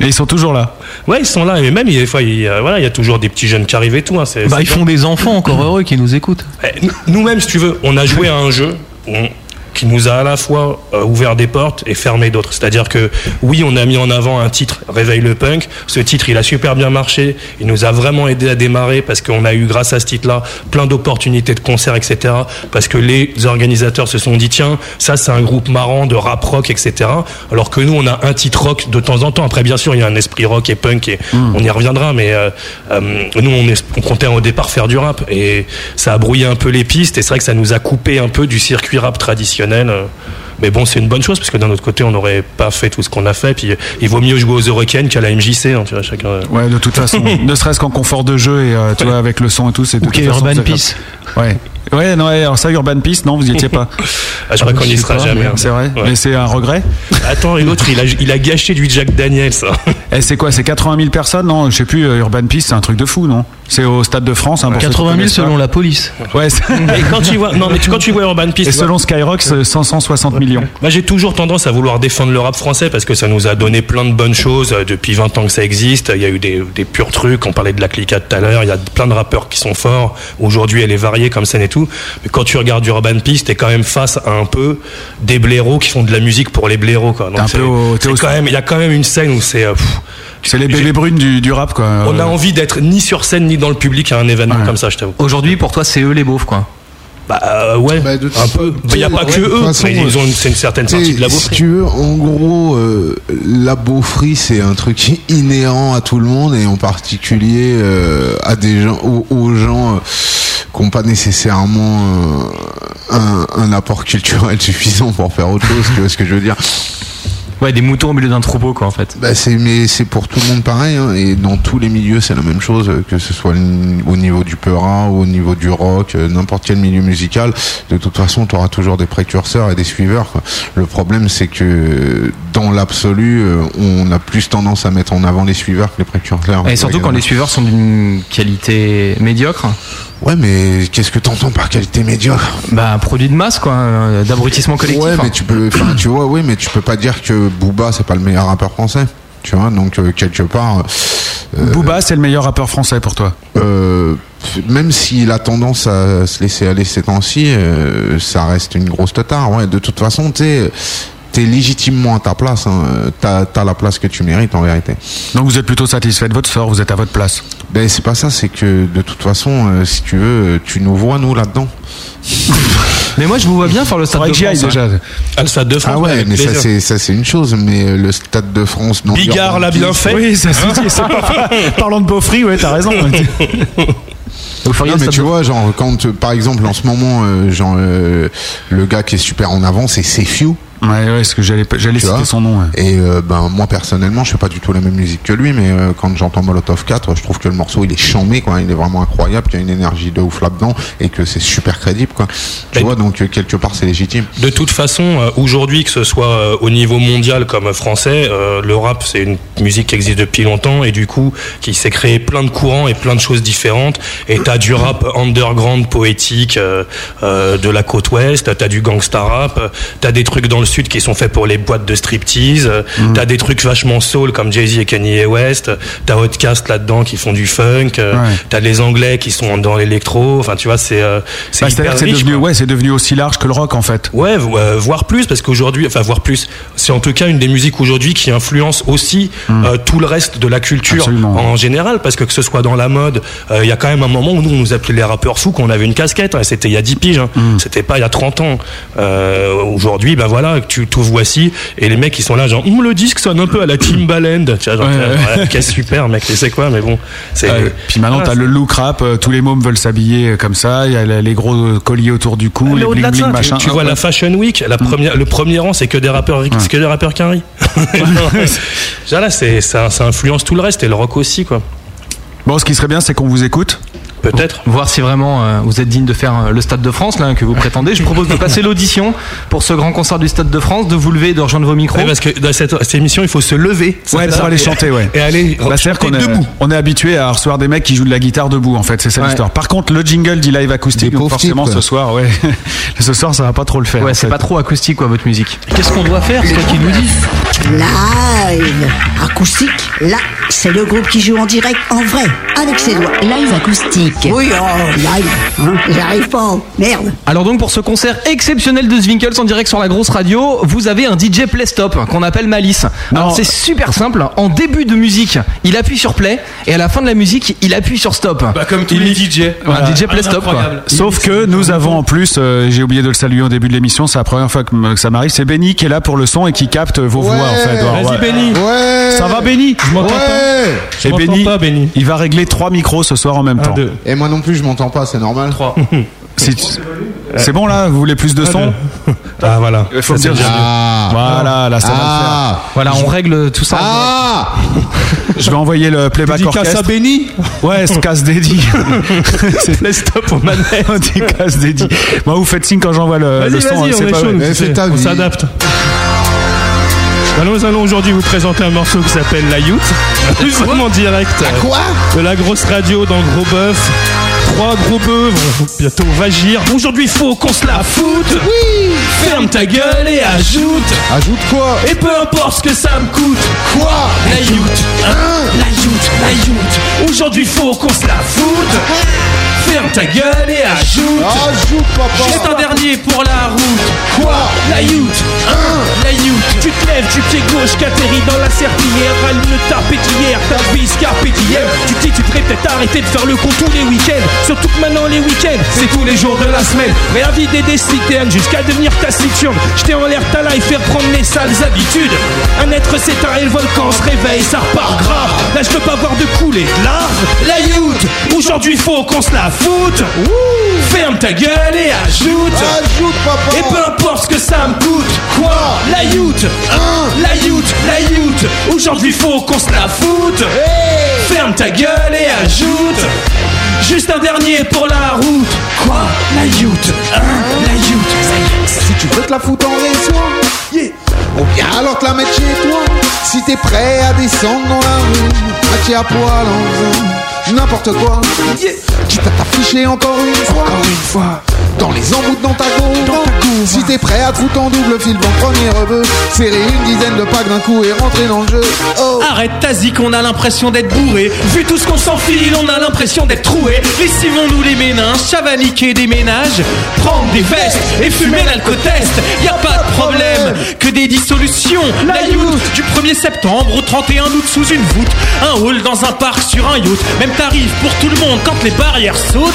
S4: Et ils sont toujours là.
S5: Ouais, ils sont là et même il y a des fois il, euh, voilà, il y a toujours des petits jeunes qui arrivent et tout hein, c'est-
S11: Bah,
S5: c'est
S11: ils font des enfants, encore heureux, qui nous écoutent.
S5: eh, nous- Nous-mêmes, si tu veux, on a joué à un jeu on- qui nous a à la fois euh, ouvert des portes et fermé d'autres. C'est-à-dire que oui, on a mis en avant un titre, Réveille le punk. Ce titre, il a super bien marché. Il nous a vraiment aidé à démarrer parce qu'on a eu, grâce à ce titre-là, plein d'opportunités de concerts, etc. Parce que les organisateurs se sont dit, tiens, ça, c'est un groupe marrant de rap rock, etc. Alors que nous, on a un titre rock de temps en temps. Après, bien sûr, il y a un esprit rock et punk et on y reviendra, mais euh, euh, nous, on, est- on comptait au départ faire du rap et ça a brouillé un peu les pistes et c'est vrai que ça nous a coupé un peu du circuit rap traditionnel. euh. Mais bon, c'est une bonne chose parce que d'un autre côté, on n'aurait pas fait tout ce qu'on a fait. Puis euh, il vaut mieux jouer aux Hurricanes qu'à la MJC, hein, tu vois, chacun. euh.
S4: Ouais, de toute façon, ne serait-ce qu'en confort de jeu et euh, tu vois avec le son et tout, c'est de
S5: Ok,
S4: toute façon,
S5: Urban
S4: c'est-
S5: Peace.
S4: Ouais. Ouais, non, ouais, alors ça, Urban Peace, non, vous y étiez pas.
S5: Ah, je crois qu'on y sera jamais. hein.
S4: C'est vrai,
S5: Ouais.
S4: mais c'est un regret.
S5: Attends, et l'autre, il a, il a gâché du Jack hein. Daniel, ça.
S4: Et Eh, c'est quoi, c'est 80 000 personnes, non Je sais plus, euh, Urban Peace, c'est un truc de fou, non C'est au Stade de France, hein, pour ceux qui
S11: 80 000
S4: connaissent pas.
S11: selon la police.
S4: Ouais, c'est-
S5: Et quand tu vois, non, mais tu- quand tu vois Urban Peace.
S4: Et
S5: tu vois-
S4: selon Skyrock, c'est 160 millions.
S5: Moi, Bah, j'ai toujours tendance à vouloir défendre le rap français parce que ça nous a donné plein de bonnes choses euh, depuis 20 ans que ça existe. Il y a eu des, des purs trucs. On parlait de la clica tout à l'heure. Il y a plein de rappeurs qui sont forts. Aujourd'hui, elle est variée comme scène et tout. Mais quand tu regardes Urban Peace, t'es quand même face à un peu des blaireaux qui font de la musique pour les blaireaux, quoi. Donc,
S4: T'es un
S5: c'est-
S4: peu au-
S5: c'est quand même, il y a quand même une scène où c'est, euh, pff,
S4: C'est les bébés brunes du, du rap, quoi. Euh.
S5: on a envie d'être ni sur scène ni dans le public à un événement comme ça, je t'avoue.
S6: Aujourd'hui, pour toi, c'est eux les beaufs, quoi.
S5: Bah euh, ouais, un peu. Bah, Il n'y a pas que
S8: Ah Ouais, de
S5: eux,
S8: toute façon, euh,
S5: mais ils ont une, c'est une certaine sortie
S8: Et
S5: de la
S8: Si
S5: beauté.
S8: tu veux, en gros, euh, la beaufrie, c'est un truc inhérent à tout le monde et en particulier euh, à des gens, aux, aux gens euh, qui n'ont pas nécessairement euh, un, un apport culturel suffisant pour faire autre chose. tu vois ce que je veux dire
S6: Ouais, des moutons au milieu d'un troupeau, quoi, en fait.
S8: bah c'est mais c'est pour tout le monde pareil hein, et dans tous les milieux c'est la même chose euh, que ce soit le- au niveau du peurin au niveau du rock euh, n'importe quel milieu musical de toute façon tu auras toujours des précurseurs et des suiveurs quoi. le problème c'est que euh, dans l'absolu euh, on a plus tendance à mettre en avant les suiveurs que les précurseurs
S6: Et surtout quand les suiveurs sont d'une qualité médiocre.
S8: Ouais, mais qu'est-ce que t'entends par qualité médiocre
S6: Bah, un produit de masse, quoi, euh, d'abrutissement collectif.
S8: Ouais,
S6: hein.
S8: mais tu peux, enfin, tu vois, oui, mais tu peux pas dire que Booba c'est pas le meilleur rappeur français. Tu vois, donc euh, quelque part. euh,
S4: Booba, c'est le meilleur rappeur français pour toi
S8: euh, Même s'il a tendance à se laisser aller ces temps-ci, euh, ça reste une grosse tare. Ouais, de toute façon, t'es t'es légitimement à ta place. Hein. Euh, T'as t'as la place que tu mérites en vérité.
S4: Donc vous êtes plutôt satisfait de votre sort, vous êtes à votre place.
S8: Ben c'est pas ça, c'est que de toute façon, euh, si tu veux, euh, tu nous vois nous là-dedans.
S6: Mais moi, je vous vois bien faire le stade
S4: Faudrait
S6: de
S4: que j'y aille
S6: France, hein.
S4: déjà.
S5: Ah, le Stade de France.
S8: Ah ouais,
S5: avec
S8: mais ça
S5: plaisir.
S8: c'est ça c'est une chose, mais euh, le Stade de France non.
S5: Bigard l'a bien fait. Hein
S4: Oui, ça se dit, c'est pas Parlant de Beaufry, ouais, t'as raison.
S8: Non, mais tu vois, genre, quand, euh, par exemple, en ce moment, euh, genre, euh, le gars qui est super en avance, c'est Sefiu.
S4: Ouais, ouais, ce que j'allais, j'allais
S8: Tu
S4: citer
S8: vois
S4: son nom.
S5: hein.
S4: ouais.
S8: Et euh, ben moi personnellement, je fais pas du tout la même musique que lui, mais euh, quand j'entends Molotov 4, je trouve que le morceau il est chambé, quoi. Il est vraiment incroyable, qu'il y a une énergie de ouf là-dedans et que c'est super crédible, quoi.
S5: Ben,
S8: Tu vois, donc euh, quelque part c'est légitime.
S5: De toute façon, euh, aujourd'hui, que ce soit euh, au niveau mondial comme français, euh, le rap, c'est une musique qui existe depuis longtemps et du coup, qui s'est créé plein de courants et plein de choses différentes. Et t'as du rap underground poétique euh, euh, de la côte ouest, t'as du gangsta rap, t'as des trucs dans le Sud qui sont faits pour les boîtes de striptease. Euh,
S4: Mm.
S5: T'as des trucs vachement soul comme Jay-Z et Kanye West. T'as Outcast là-dedans qui font du funk. Euh,
S4: Ouais.
S5: T'as les Anglais qui sont dans l'électro. Enfin, tu vois, c'est euh, c'est
S4: Bah,
S5: hyper
S4: C'est-à-dire que c'est
S5: riche,
S4: devenu, ouais, c'est devenu aussi large que le rock en fait.
S5: Ouais, vo- euh, voire plus, parce qu'aujourd'hui, enfin, voire plus, c'est en tout cas une des musiques aujourd'hui qui influence aussi euh, tout le reste de la culture
S4: Hmm. Absolument.
S5: en général, parce que que ce soit dans la mode, euh, il y a quand même un moment où nous, on nous appelait les rappeurs fous, qu'on avait une casquette, hein, et c'était il y a 10 piges, hein.
S4: Hmm.
S5: c'était pas il y a 30 ans. Euh, aujourd'hui, ben voilà, tu tout voici, et les mecs, ils sont là, genre, Hum, le disque sonne un peu à la Timbaland, tu vois, genre,
S4: Ouais.
S5: ouais, qu'est-ce super, mec, tu sais quoi, mais bon, c'est.
S4: Ouais, Euh, puis maintenant,
S5: Ah,
S4: t'as
S5: c'est-
S4: le look rap, euh, tous les mômes veulent s'habiller euh, comme ça, il y a les les gros euh, colliers autour du cou,
S5: Ah, Mais
S4: les
S5: au-delà
S4: bling
S5: de
S4: bling
S5: ça, tu-
S4: machin. Hmm.
S5: tu, vois la Fashion Week, la première, le premier rang, c'est que des rappeurs, c'est que des rappeurs quinri. Genre là, c'est ça, ça influence tout le reste et le rock aussi, quoi.
S4: Bon, ce qui serait bien, c'est qu'on vous écoute.
S5: Peut-être.
S6: Voir si vraiment euh, vous êtes digne de faire euh, le Stade de France, là, que vous prétendez. Je propose de passer l'audition pour ce grand concert du Stade de France, de vous lever, et de rejoindre vos micros.
S5: Ouais, parce que dans cette, cette émission, il faut se lever.
S4: Ouais,
S5: c'est
S4: pour
S5: ça,
S4: aller
S5: et-
S4: chanter, ouais.
S5: Et aller
S4: Bah, c'est-à-dire
S5: chanter
S4: qu'on est,
S5: debout.
S4: on est habitué à recevoir des mecs qui jouent de la guitare debout, en fait, c'est ça
S6: Ouais.
S4: l'histoire. Par contre, le jingle dit live acoustique,
S8: Des
S4: donc
S8: pauvres
S4: forcément
S8: types,
S4: ce
S8: quoi.
S4: soir, ouais, ce soir, ça va pas trop le faire.
S6: Ouais,
S4: en
S6: c'est
S4: fait.
S6: pas trop acoustique, quoi, votre musique.
S11: Qu'est-ce qu'on doit faire C'est toi qui nous dis.
S3: Live acoustique. Là, c'est le groupe qui joue en direct, en vrai, avec ses doigts.
S7: Live acoustique.
S3: Oui, oh, live. hein, J'arrive pas. Merde.
S6: Alors donc pour ce concert exceptionnel de Zwinkels en direct sur la grosse radio, vous avez un DJ Play Stop qu'on appelle Malice. Alors c'est super simple, en début de musique, il appuie sur play et à la fin de la musique, il appuie sur stop.
S5: Bah,
S12: comme tous les DJ.
S6: Un DJ Play Stop quoi.
S4: Sauf que nous avons en plus, euh, j'ai oublié de le saluer au début de l'émission, c'est la première fois que, m- que ça m'arrive, c'est Benny qui est là pour le son et qui capte vos voix en fait. Alors, ouais.
S5: Benny.
S8: Ouais
S4: Ça va Benny
S5: Je m'entends
S8: Ouais
S5: Je m'entends pas, Benny.
S4: il va régler trois micros ce soir en même temps.
S5: deux.
S8: Et moi non plus, je m'entends pas, c'est normal.
S4: Si tu- C'est bon là, vous voulez plus de son
S5: Ah, voilà.
S4: Il faut me
S5: Ça,
S4: dire.
S5: c'est déjà-
S8: Ah
S4: Voilà, là ça va
S8: Ah
S6: Voilà, on
S5: Bah,
S6: règle tout ça.
S8: Ah
S4: le faire. Je vais envoyer le playback orchestre.
S8: Benny
S4: Ouais, se casse dédié.
S5: Play Stop aux manettes.
S4: On dit casse dédié. Moi, vous faites signe quand j'envoie le, le
S5: Vas-y,
S4: son. hein,
S5: vas-y, on
S4: c'est
S5: est
S4: pas-
S5: chaud, nous,
S8: Mais
S5: tu
S8: fais
S5: sais,
S8: ta
S5: on
S8: vie.
S5: s'adapte. Alors, nous allons aujourd'hui vous présenter un morceau qui s'appelle La Youth. Nous sommes en direct.
S8: Quoi
S5: de la grosse radio dans Gros Bœuf. Trois gros bœufs vont bientôt vagir. Aujourd'hui, faut qu'on se la foute. Oui Ferme ta gueule et ajoute.
S8: Ajoute quoi
S5: Et peu importe ce que ça me coûte.
S8: Quoi
S5: La youth, hein La youth, la youth. Aujourd'hui, faut qu'on se la foute. Ferme ta gueule et ajoute.
S8: Ajoute
S5: C'est
S8: papa
S5: un dernier pour la route. Quoi La youth, hein La youth. Tu te lèves du pied gauche, qu'atterrit dans la serpillière. Rallume le tarpétière, ta vie scarpé Tu te dis, tu devrais peut-être arrêter de faire le con tous les week-ends. Surtout que maintenant, les week-ends, c'est tous les jours de la semaine. Réinvite des décidernes jusqu'à devenir taciturne. J't'ai en l'air ta life, faire prendre les sales habitudes. Un être s'éteint et le volcan se réveille, ça repart grave. Là, je veux pas voir de couler de larves. La youth, aujourd'hui, faut qu'on se la foute. Ferme ta gueule et ajoute.
S8: Ajoute papa
S5: Et peu importe ce que ça me coûte Quoi La youth hein La youth La youth Aujourd'hui faut qu'on se la foute Ferme ta gueule et ajoute Juste un dernier pour la route Quoi La youth hein La youth Ça y est.
S8: Si tu veux te la foutre en réseau, yeah. ou bien alors te la mettre chez toi. Si t'es prêt à descendre dans la rue, à pied à poil en faisant n'importe quoi, yeah. tu t'as t'afficher encore une fois. Dans les embouts dans ta cour, si t'es prêt à te foutre en double fil en premier rebeu, serrer une dizaine de packs d'un coup et rentrer dans le jeu. Oh.
S12: Arrête ta zik, on a l'impression d'être bourré. Vu tout ce qu'on s'enfile, on a l'impression d'être troué. Lessivons-nous les méninges, chavaliquer des ménages, prendre des vestes et fumer l'alcotest. Y a pas de problème que des dissolutions. La youth du 1er septembre au 31 août sous une voûte. Un hall dans un parc sur un yacht. Même tarif pour tout le monde quand les barrières sautent.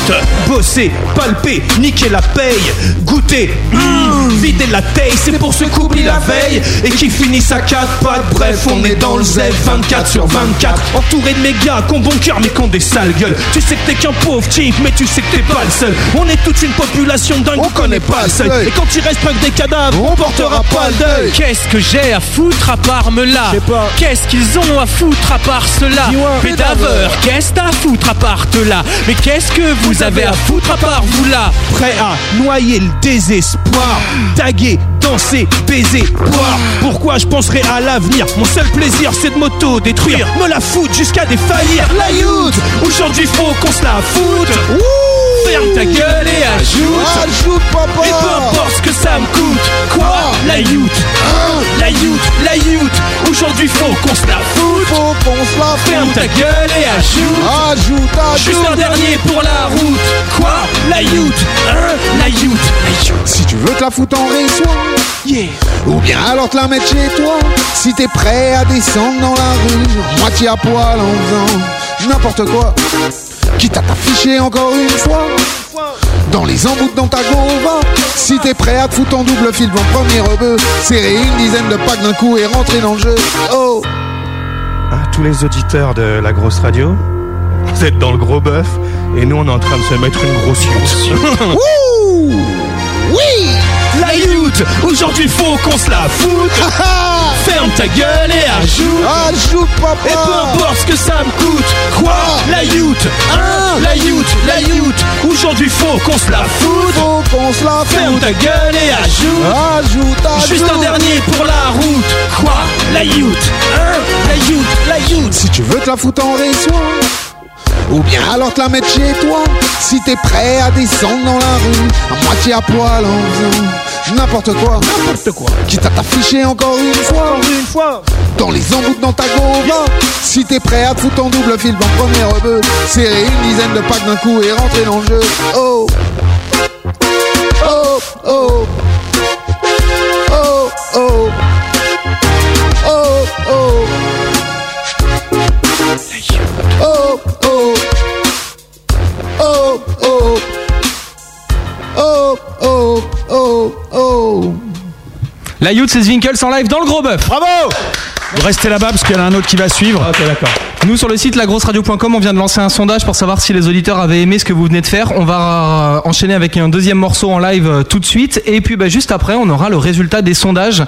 S12: Bosser, palper, niquer la paye, goûter, hum, vider la taille. C'est pour ceux qu'oublie la veille et qui finissent à quatre pattes. Bref, on est dans le zèle 24 sur 24. Entouré de méga, qu'on bon cœur mais qu'on des sales gueules. Tu sais que t'es qu'un pauvre type, mais tu sais que t'es pas le seul. On est toute une population dingue, on connaît pas le seul. Et quand il reste pas que des cadavres, on portera pas le deuil. Qu'est-ce que j'ai à foutre à part me là Qu'est-ce qu'ils ont à foutre à part cela Pédaveur, qu'est-ce t'as à foutre à part te là Mais qu'est-ce que vous, avez à foutre à part vous là Prêt à noyer le désespoir, taguer, danser, baiser, boire. Pourquoi je penserai à l'avenir Mon seul plaisir c'est de m'auto-détruire, me la foutre jusqu'à défaillir. La youth, aujourd'hui faut qu'on se la foute. Ouh Ferme ta gueule et ajoute.
S9: Ajoute, papa.
S12: Et peu importe ce que ça me coûte. Quoi La youth. La youth, la youth. Aujourd'hui, faut qu'on se la foute.
S9: Faut qu'on se la
S12: Ferme ta gueule et ajoute.
S9: Ajoute, ajoute.
S12: Juste un dernier pour la route. Quoi La youth. Hein La youth. La youth.
S9: Si tu veux te la foutre en réseau, yeah. ou bien alors te la mettre chez toi. Si t'es prêt à descendre dans la rue, moitié à poil en faisant n'importe quoi. Quitte à t'afficher encore une fois. Dans les embouts dans ta gova Si t'es prêt à te foutre en double fil devant le premier rebeu Serrer une dizaine de packs d'un coup et rentrer dans le jeu Oh
S13: à Ah, tous les auditeurs de la grosse radio. Vous êtes dans le gros bœuf et nous on est en train de se mettre une grosse youth.
S9: Ouh Oui
S12: La youth Aujourd'hui faut qu'on se la foute
S9: Ah,
S12: Ferme ta gueule et ajoute
S9: Ajoute Ah, papa Ah.
S12: Et peu importe ce que ça me coûte Quoi La youth Hein La youth La youth Aujourd'hui faut qu'on se la foute
S9: Faut qu'on se la
S12: Ferme
S9: foute
S12: ta gueule et ajoute
S9: Ajoute, ajoute
S12: Juste un dernier pour la route Quoi La youth Hein La youth La youth
S9: Si tu veux te la foutre en réseau ou bien alors te la mettre chez toi Si t'es prêt à descendre dans la rue À moitié à poil en faisant N'importe quoi
S12: N'importe quoi
S9: Quitte à t'afficher encore une fois
S12: Une fois
S9: Dans les embouts dans ta gova Si t'es prêt à te foutre en double fil en premier rebeu Serrer une dizaine de packs d'un coup et rentrer dans le jeu Oh Oh Oh Oh Oh Oh Oh Oh Oh Oh Oh Oh Oh Oh Oh
S6: La Youth, c'est Zwinkels en live dans le gros bœuf.
S13: Bravo
S4: Restez là-bas parce qu'il y en a un autre qui va suivre.
S5: Ok, d'accord.
S6: Nous sur le site lagrosseradio.com, on vient de lancer un sondage pour savoir si les auditeurs avaient aimé ce que vous venez de faire. On va euh, enchaîner avec un deuxième morceau en live euh, tout de suite et puis bah, juste après, on aura le résultat des sondages.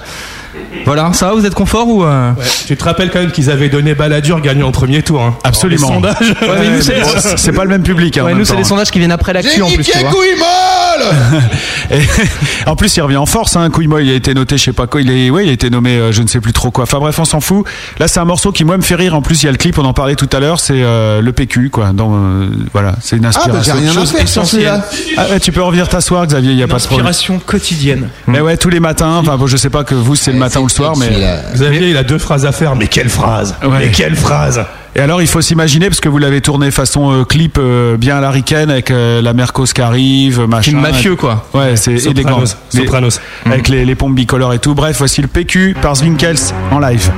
S6: Voilà, ça va, vous êtes confort ou euh
S5: Ouais, Tu te rappelles quand même qu'ils avaient donné Balladur gagnant en premier tour. hein.
S4: Absolument.
S5: Les sondages.
S6: Ouais, mais nous, c'est-
S4: C'est pas le même public. hein, en
S6: Ouais,
S4: même
S6: nous c'est
S4: temps.
S6: les sondages qui viennent après l'actu en plus, tu vois.
S9: couilles molles
S4: Et en plus, il revient en force. Hein. Couille-moi, il a été noté, je sais pas quoi. Il, est, ouais, il a été nommé, euh, je ne sais plus trop quoi. Enfin bref, on s'en fout. Là, c'est un morceau qui, moi, me fait rire. En plus, il y a le clip, on en parlait tout à l'heure. C'est euh, le PQ, quoi. Dans, euh, voilà, c'est une
S9: Ah
S4: inspiration.
S9: bah j'ai rien à
S13: chose
S9: faire sur
S13: essentielle.
S9: celui-là
S4: Ah, ouais, tu peux revenir t'asseoir, Xavier, il n'y a pas de problème.
S13: Inspiration quotidienne.
S4: Mais ouais, tous les matins. Enfin, bon, je sais pas que vous, c'est le matin ou le soir, mais.
S5: Xavier, il a deux phrases à faire. Mais quelle phrase
S4: Ouais.
S5: Mais quelle phrase
S4: Et alors, il faut s'imaginer, parce que vous l'avez tourné façon euh, clip euh, bien à la ricaine, avec euh, la Mercos qui arrive, machin.
S6: Film mafieux quoi.
S4: Ouais, c'est élégant.
S5: Sopranos.
S4: Les-
S5: Sopranos.
S4: Avec les, les pompes bicolores et tout. Bref, voici le PQ par Zwinkels en live.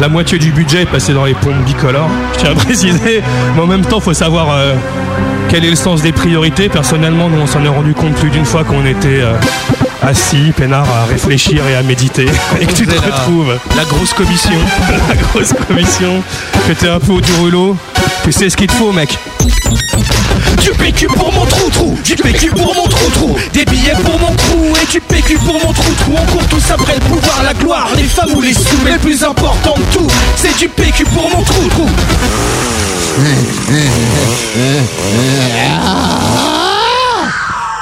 S5: La moitié du budget est passé dans les pompes bicolores, je tiens à préciser. Mais en même temps, faut savoir euh, quel est le sens des priorités. Personnellement, nous, on s'en est rendu compte plus d'une fois qu'on était euh, assis, peinard, à réfléchir et à méditer. Et que tu te
S11: faisait la-
S5: retrouves.
S11: La grosse commission.
S5: La grosse commission, que t'es un peu autour du rouleau. Tu sais ce qu'il te faut, mec.
S12: Du PQ pour mon trou-trou, du PQ pour mon trou-trou, des billets pour mon crew et du PQ pour mon trou-trou. On court tous après le pouvoir, la gloire, les femmes ou les sous, mais le plus important de tout, c'est du PQ pour mon trou-trou.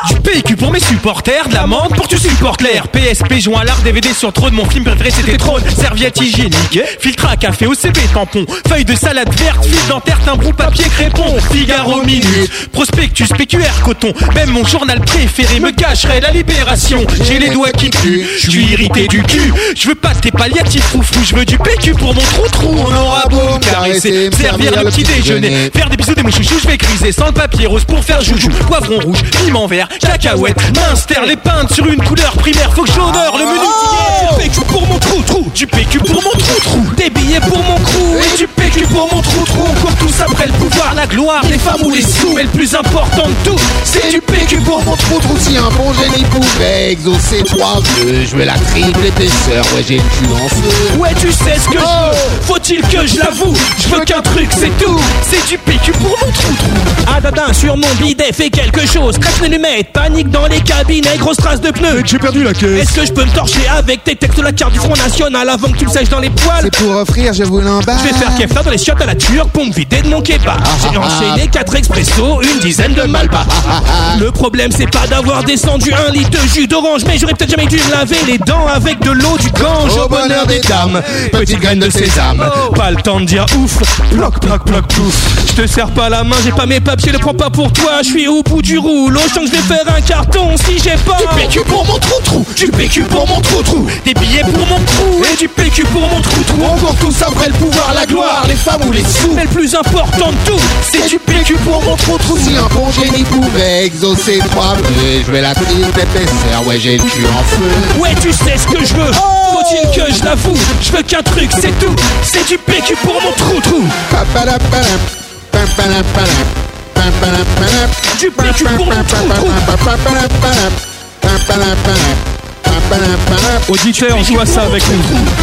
S12: Du PQ pour mes supporters, de l'amende pour que tu supportes l'air. PSP joint à l'art DVD sur trône, mon film préféré c'était trône. Serviette hygiénique, filtre à café, OCB tampon, feuille de salade verte, fil dentaire, timbrou, papier crépon, Figaro minute, prospectus, PQR coton. Même mon journal préféré me cacherait la libération. J'ai les doigts qui puent, je suis irrité du cul. Je veux pas de tes palliatifs foufou, je veux du PQ pour mon trou-trou. On aura beau me caresser, me servir le petit déjeuner, faire des bisous des mouches je vais griser sans le papier rose pour faire joujou. Poivron rouge, piment vert, cacahuète, minster, les peintes sur une couleur primaire. Faut que j'honore le menu d'hier. Du PQ pour mon trou trou, du PQ pour mon trou trou, des billets pour mon crew et du PQ pour mon trou trou. On court tous après le pouvoir, la gloire, les femmes ou les sous. Mais le plus important de tout, c'est du PQ pour mon
S9: Mon trou trou si un bon génie pouvait exaucer trois vœux Je veux la triple épaisseur, ouais j'ai le cul en feu
S12: Ouais, tu sais ce que je
S13: Oh.
S12: veux. Faut-il que je l'avoue Je veux qu'un truc, c'est tout. C'est du PQ pour mon trou trou. Ah dada, sur mon bidet, fais quelque chose. Crache les lumettes, panique dans les cabinets, grosse trace de pneus.
S13: J'ai perdu la caisse.
S12: Est-ce que je peux me torcher avec tes textes de la carte du Front National avant que tu me sèches dans les poils
S9: C'est pour offrir, je vous l'emballe Ah,
S12: je vais faire kefta dans les chiottes à la turque pour me vider de mon kebab. J'ai
S10: Enchaîné quatre expresso, une dizaine de malbas. Le problème c'est pas d'avoir descendu un litre de jus d'orange, mais j'aurais peut-être jamais dû me laver les dents avec de l'eau du Gange au bonheur des dames. Petite graine de sésame, pas le temps de dire ouf. Ploc, ploc, ploc, plouf. Je te serre pas la main, j'ai pas mes papiers, le prends pas pour toi. Je suis au bout du rouleau, je sens que je vais faire un carton si j'ai pas. Du PQ pour mon trou trou, du PQ pour mon trou trou, des billets pour mon trou et du PQ pour mon trou trou. Encore tous après le pouvoir, la gloire, les femmes ou les sous. Mais le plus important de tout, c'est du PQ pour mon trou trou.
S9: Si un bon génie pouvait exaucer trois blés, je vais la triple épaisseur, ouais j'ai le cul en feu.
S10: Ouais, tu sais ce que je veux.
S12: Oh
S10: Faut-il que je l'avoue Je veux qu'un truc, c'est tout. C'est du PQ pour mon trou trou. Du PQ pour mon trou trou. Auditeur, joue à ça avec nous.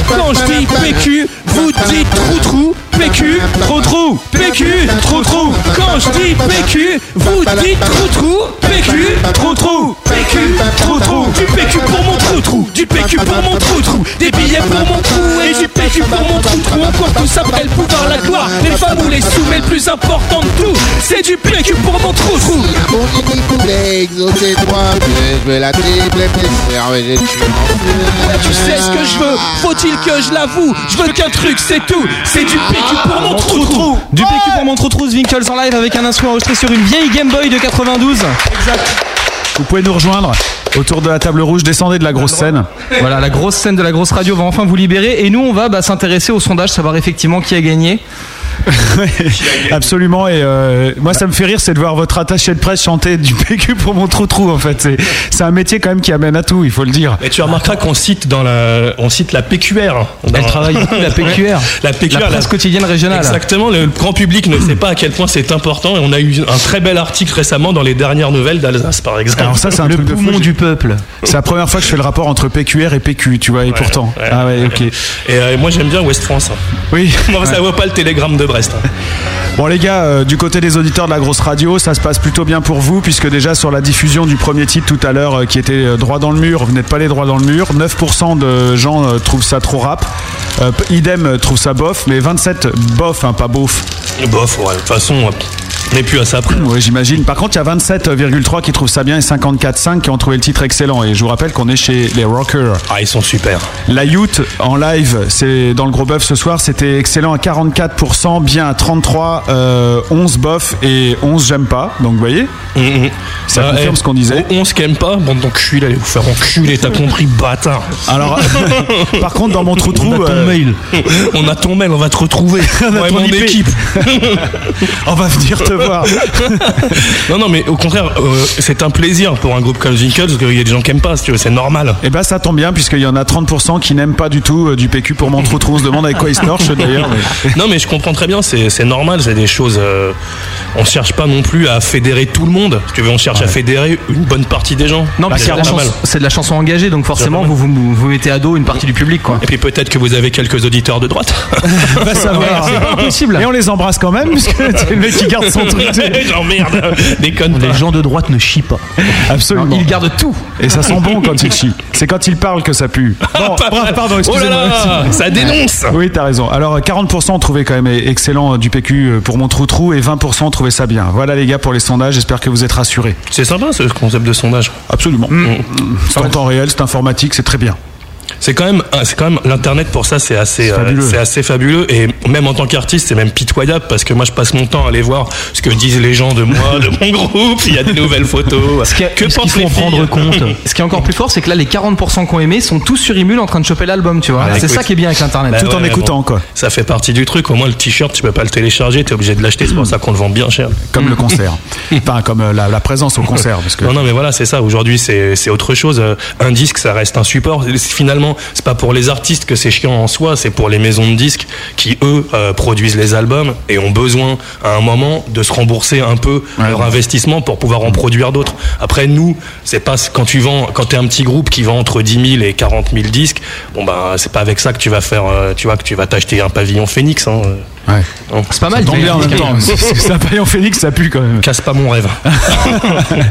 S10: Quand je dis PQ, vous dites trou trou, PQ, trou trou, PQ, trou trou. Quand je dis PQ, vous dites trou trou, PQ, trou trou, PQ, trou trou. Du PQ pour mon trou trou, du PQ pour mon trou trou, des billets pour mon trou et du PQ pour mon trou trou. Encore tout ça après le pouvoir, la gloire, les femmes ou les sous, mais le plus important de tout, c'est du PQ pour mon trou trou.
S9: Bon génie pouvait exaucer trois blés, je vais la triple épaisseur, ouais j'ai le cul en feu.
S10: Ouais, tu sais ce que je veux, faut-il que je l'avoue Je veux qu'un truc, c'est tout, c'est du PQ pour mon trou trou.
S6: Du PQ pour mon trou trou, Zwinkels en live avec un instrument enregistré sur une vieille Game Boy de 92.
S4: Vous pouvez nous rejoindre autour de la table rouge, descendez de la grosse scène.
S6: Voilà, la grosse scène de la grosse radio va enfin vous libérer et nous on va bah, s'intéresser au sondage, savoir effectivement qui a gagné.
S4: Absolument. Et euh, moi, ça me fait rire, c'est de voir votre attaché de presse chanter du PQ pour mon trou-trou. En fait, c'est c'est un métier quand même qui amène à tout, il faut le dire.
S5: Mais tu remarqueras qu'on cite dans la, on cite la PQR. Dans-
S6: Elle travaille beaucoup, la PQR.
S5: la PQR,
S6: La presse quotidienne régionale.
S5: Exactement. Le grand public ne sait pas à quel point c'est important et on a eu un très bel article récemment dans les dernières nouvelles d'Alsace, par exemple.
S4: Alors ça, c'est un truc de fou.
S6: du peuple.
S4: C'est la première fois que je fais le rapport entre PQR et PQ, tu vois. Et pourtant, ah ouais, ok.
S5: Et euh, moi, j'aime bien Ouest France.
S4: Oui.
S5: Moi, ça vaut pas le télégramme de Brest. hein.
S4: Bon les gars, euh, du côté des auditeurs de la grosse radio, ça se passe plutôt bien pour vous puisque déjà sur la diffusion du premier titre tout à l'heure euh, qui était euh, droit dans le mur, vous n'êtes pas les droits dans le mur, 9% de gens euh, trouvent ça trop rap, Euh, p- idem euh, trouve ça bof, mais 27 bof, hein, pas beauf.
S5: Bof, ouais. De toute façon, on n'est plus à ça après.
S4: Ouais, j'imagine. Par contre, il y a 27,3 qui trouvent ça bien et 54,5 qui ont trouvé le titre excellent. Et je vous rappelle qu'on est chez les Rockers.
S5: Ah, ils sont super.
S4: La Youth en live, c'est dans le gros bœuf ce soir, c'était excellent à 44%, bien à 33, euh, 11 bof et 11 j'aime pas. Donc vous voyez, ça
S5: Ah,
S4: confirme
S5: Mmh, eh,
S4: ce qu'on disait.
S5: On se qu'aime pas, bande d'enculés, allez vous faire enculer, t'as compris, bâtard.
S4: Alors, par contre, dans mon trou-trou.
S5: On a ton
S4: mail.
S5: On a ton mail, on va te retrouver.
S4: a
S5: Ouais,
S4: ton
S5: mon
S4: IP.
S5: équipe.
S4: on va venir te voir.
S5: non, non, mais au contraire, euh, c'est un plaisir pour un groupe comme Zinkels, parce qu'il y a des gens qui aiment pas, si tu veux, c'est normal.
S6: Eh
S4: Et
S6: ben,
S4: bah ça tombe bien puisqu'il y en a 30% qui n'aiment pas du tout euh, du PQ pour mon trou-trou. On se demande avec quoi ils se torchent d'ailleurs. mais-
S5: non, mais je comprends très bien, c'est c'est normal, c'est des choses. euh, on cherche pas non plus à fédérer tout le monde. Si Tu veux, on cherche à fédérer une bonne partie des gens. Bah,
S6: Non,
S4: bah,
S6: parce que
S5: c'est
S6: c'est de la chanson- c'est de la chanson engagée, donc forcément vous, vous, vous mettez à dos une partie du public. quoi.
S5: Et puis peut-être que vous avez quelques auditeurs de droite.
S4: Va savoir.
S5: Ouais, Bah, c'est pas
S4: Et on les embrasse quand même, puisque c'est le mec qui garde son truc.
S5: Genre merde, déconne
S4: Les gens
S11: de droite ne chient pas.
S4: Absolument.
S6: Non, ils gardent tout.
S4: Et ça sent bon quand ils chient. C'est quand ils parlent que ça pue.
S10: Ah,
S4: Bon,
S5: Pas
S4: bref,
S5: mal.
S4: pardon,
S5: Oh
S4: excusez-moi.
S5: là là, ça dénonce.
S4: Oui, t'as raison. Alors, euh, 40% trouvaient quand même excellent euh, du PQ euh, pour mon trou-trou et 20% trouvaient ça bien. Voilà les gars pour les sondages, j'espère que vous êtes rassurés.
S5: C'est sympa ce concept de sondage. Mm.
S4: Absolument. C'est en temps réel, c'est informatique, c'est très bien.
S5: C'est quand même, ah, c'est quand même l'internet pour ça, c'est assez, euh,
S4: fabuleux.
S5: c'est assez fabuleux. Et même en tant qu'artiste, c'est même pitoyable parce que moi, je passe mon temps à aller voir ce que disent les gens de moi, de mon groupe. Il y a des nouvelles photos. que pensent les filles
S6: Ce qui est encore plus fort, c'est que là, les 40% qu'on aimé sont tous sur Imul en train de choper l'album, tu vois.
S5: Ah,
S6: c'est
S5: écoute.
S6: ça qui est bien avec Internet.
S5: Bah ouais, mais bon, Ça fait partie du truc. Au moins, le t-shirt, tu peux pas le télécharger. T'es obligé de l'acheter. C'est pour
S6: Hmm.
S5: ça qu'on le vend bien cher. Hmm.
S4: Comme le concert. Enfin, comme euh, la, la présence au concert. Parce que...
S5: Non, non, mais voilà, c'est ça. Aujourd'hui, c'est c'est autre chose. Euh, Un disque, ça reste un support. Et c'est- Finalement, c'est pas pour les artistes que c'est chiant en soi, c'est pour les maisons de disques qui, eux, euh, produisent les albums et ont besoin, à un moment, de se rembourser un peu leur investissement pour pouvoir en produire d'autres. Après, nous, c'est pas quand tu vends, quand t'es un petit groupe qui vend entre 10 000 et 40 000 disques, bon, bah, c'est pas avec ça que tu vas faire, euh, tu vois, que tu vas t'acheter un pavillon Phoenix. hein. Non.
S6: C'est pas
S4: mal, Ça tombe bien en même
S5: hein.
S4: temps. C'est un paillon Phoenix, ça pue quand même.
S5: Casse pas mon rêve.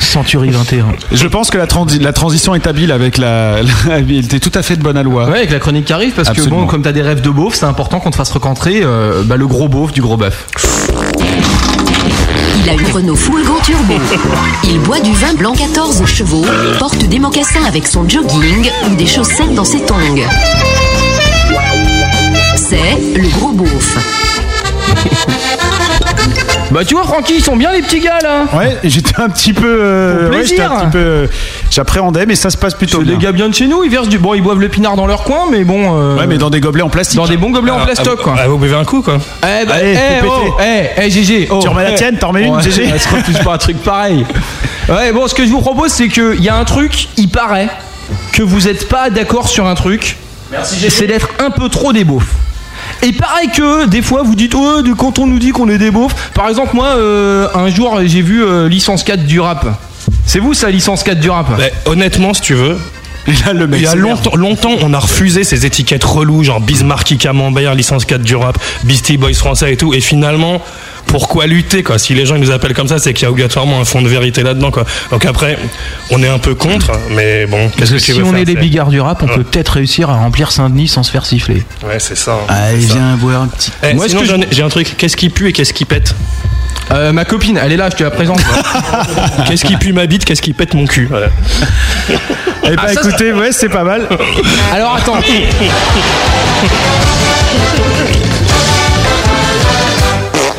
S11: Century 21.
S4: Je pense que la, transi- la transition est habile avec la. la- elle était tout à fait de bonne loi.
S6: Ouais, avec la chronique qui arrive, parce que bon, comme t'as des rêves de beauf, c'est important qu'on te fasse recontrer euh, bah, le gros beauf du gros bœuf.
S7: Il a une Renault Fulgo Turbo. Il boit du vin blanc 14 chevaux, porte des mocassins avec son jogging ou des chaussettes dans ses tongs. C'est le gros beauf.
S6: Bah tu vois Francky, ils sont bien les petits gars là.
S4: Ouais, j'étais un petit peu. euh,
S6: Pour
S4: ouais, j'étais un
S6: plaisir.
S4: petit peu, euh, J'appréhendais, mais ça se passe plutôt
S6: Les
S4: bien.
S6: gars bien de chez nous, ils versent du bon, ils boivent le pinard dans leur coin, mais bon. euh,
S4: Ouais, mais dans des gobelets en plastique.
S6: Dans des bons gobelets en plastoc, quoi.
S5: Ah, vous buvez un coup, quoi.
S6: Eh bah,
S4: Allez,
S6: eh,
S4: fais
S6: oh, eh, eh, GG. oh,
S4: Tu remets la
S6: eh.
S4: tienne, t'en remets une,
S6: Ouais,
S4: GG.
S6: elle se refuse pas un truc pareil. Ouais, bon, ce que je vous propose, c'est qu'il y a un truc, il paraît que vous n'êtes pas d'accord sur un truc. C'est d'être un peu trop des beaufs. Et pareil que des fois vous dites ouais de- quand on nous dit qu'on est des beaufs. Par exemple moi euh, un jour j'ai vu euh, licence 4 du rap. C'est vous ça licence 4 du rap
S5: Bah, honnêtement, si tu veux. Il y a longtemps, longtemps, on a refusé ces étiquettes reloues, genre Bismarcky Camembert, licence 4 du rap, Beastie Boys français et tout. Et finalement, pourquoi lutter quoi Si les gens ils nous appellent comme ça, c'est qu'il y a obligatoirement un fond de vérité là-dedans. quoi. Donc après, on est un peu contre, mais bon, qu'est-ce que tu
S11: si
S5: veux
S11: on
S5: faire,
S11: est des
S5: c'est-
S11: bigards du rap, on
S5: Ouais.
S11: peut peut-être réussir à remplir Saint-Denis sans se faire siffler.
S5: Ouais, c'est ça. hein.
S11: Allez, viens boire un petit.
S5: Eh, sinon, j'en ai- j'ai un truc. Qu'est-ce qui pue et qu'est-ce qui pète
S6: Euh, ma copine, elle est là, je te la présente.
S5: Qu'est-ce qui pue ma bite Qu'est-ce qui pète mon cul Voilà. ben,
S4: Eh bah écoutez, ouais, c'est pas mal.
S6: Alors attends.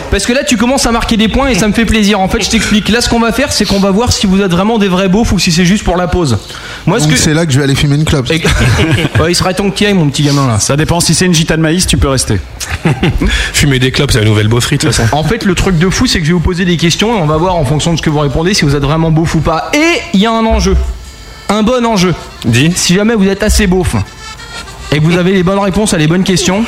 S6: Parce que là, tu commences à marquer des points et ça me fait plaisir. En fait, je t'explique. Là, ce qu'on va faire, c'est qu'on va voir si vous êtes vraiment des vrais beaufs ou si c'est juste pour la pause. Moi, ce
S8: Donc
S6: que.
S8: c'est là que je vais aller fumer une clope.
S6: Ouais, il serait temps qu'il y aille, mon petit gamin là.
S4: Ça dépend si c'est une gitane maïs, tu peux rester.
S5: Fumer des clopes, c'est la nouvelle beaufrie de toute façon.
S6: En fait, le truc de fou, c'est que je vais vous poser des questions et on va voir en fonction de ce que vous répondez si vous êtes vraiment beauf ou pas. Et il y a un enjeu. Un bon enjeu.
S5: Dis.
S6: Si jamais vous êtes assez beauf et que vous avez les bonnes réponses à les bonnes questions,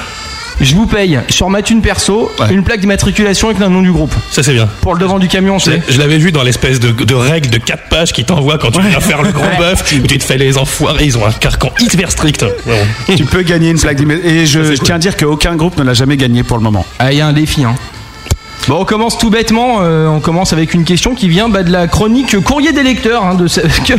S6: je vous paye sur ma thune perso une plaque d'immatriculation avec le nom du groupe.
S5: Ça c'est bien.
S6: Pour le devant du camion,
S5: Je
S6: c'est.
S5: l'ai- je l'avais vu dans l'espèce de, de règle de 4 pages qui t'envoie quand tu viens faire le grand bœuf, où tu te fais les enfoirés, ils ont un carcan hyper strict. Ouais.
S4: tu peux gagner une plaque d'image. Et je, je tiens à dire qu'aucun groupe ne l'a jamais gagné pour le moment.
S6: Ah, il y a un défi, hein. Bon, on commence tout bêtement. euh, on commence avec une question qui vient bah, de la chronique courrier des lecteurs. hein, de ce- que-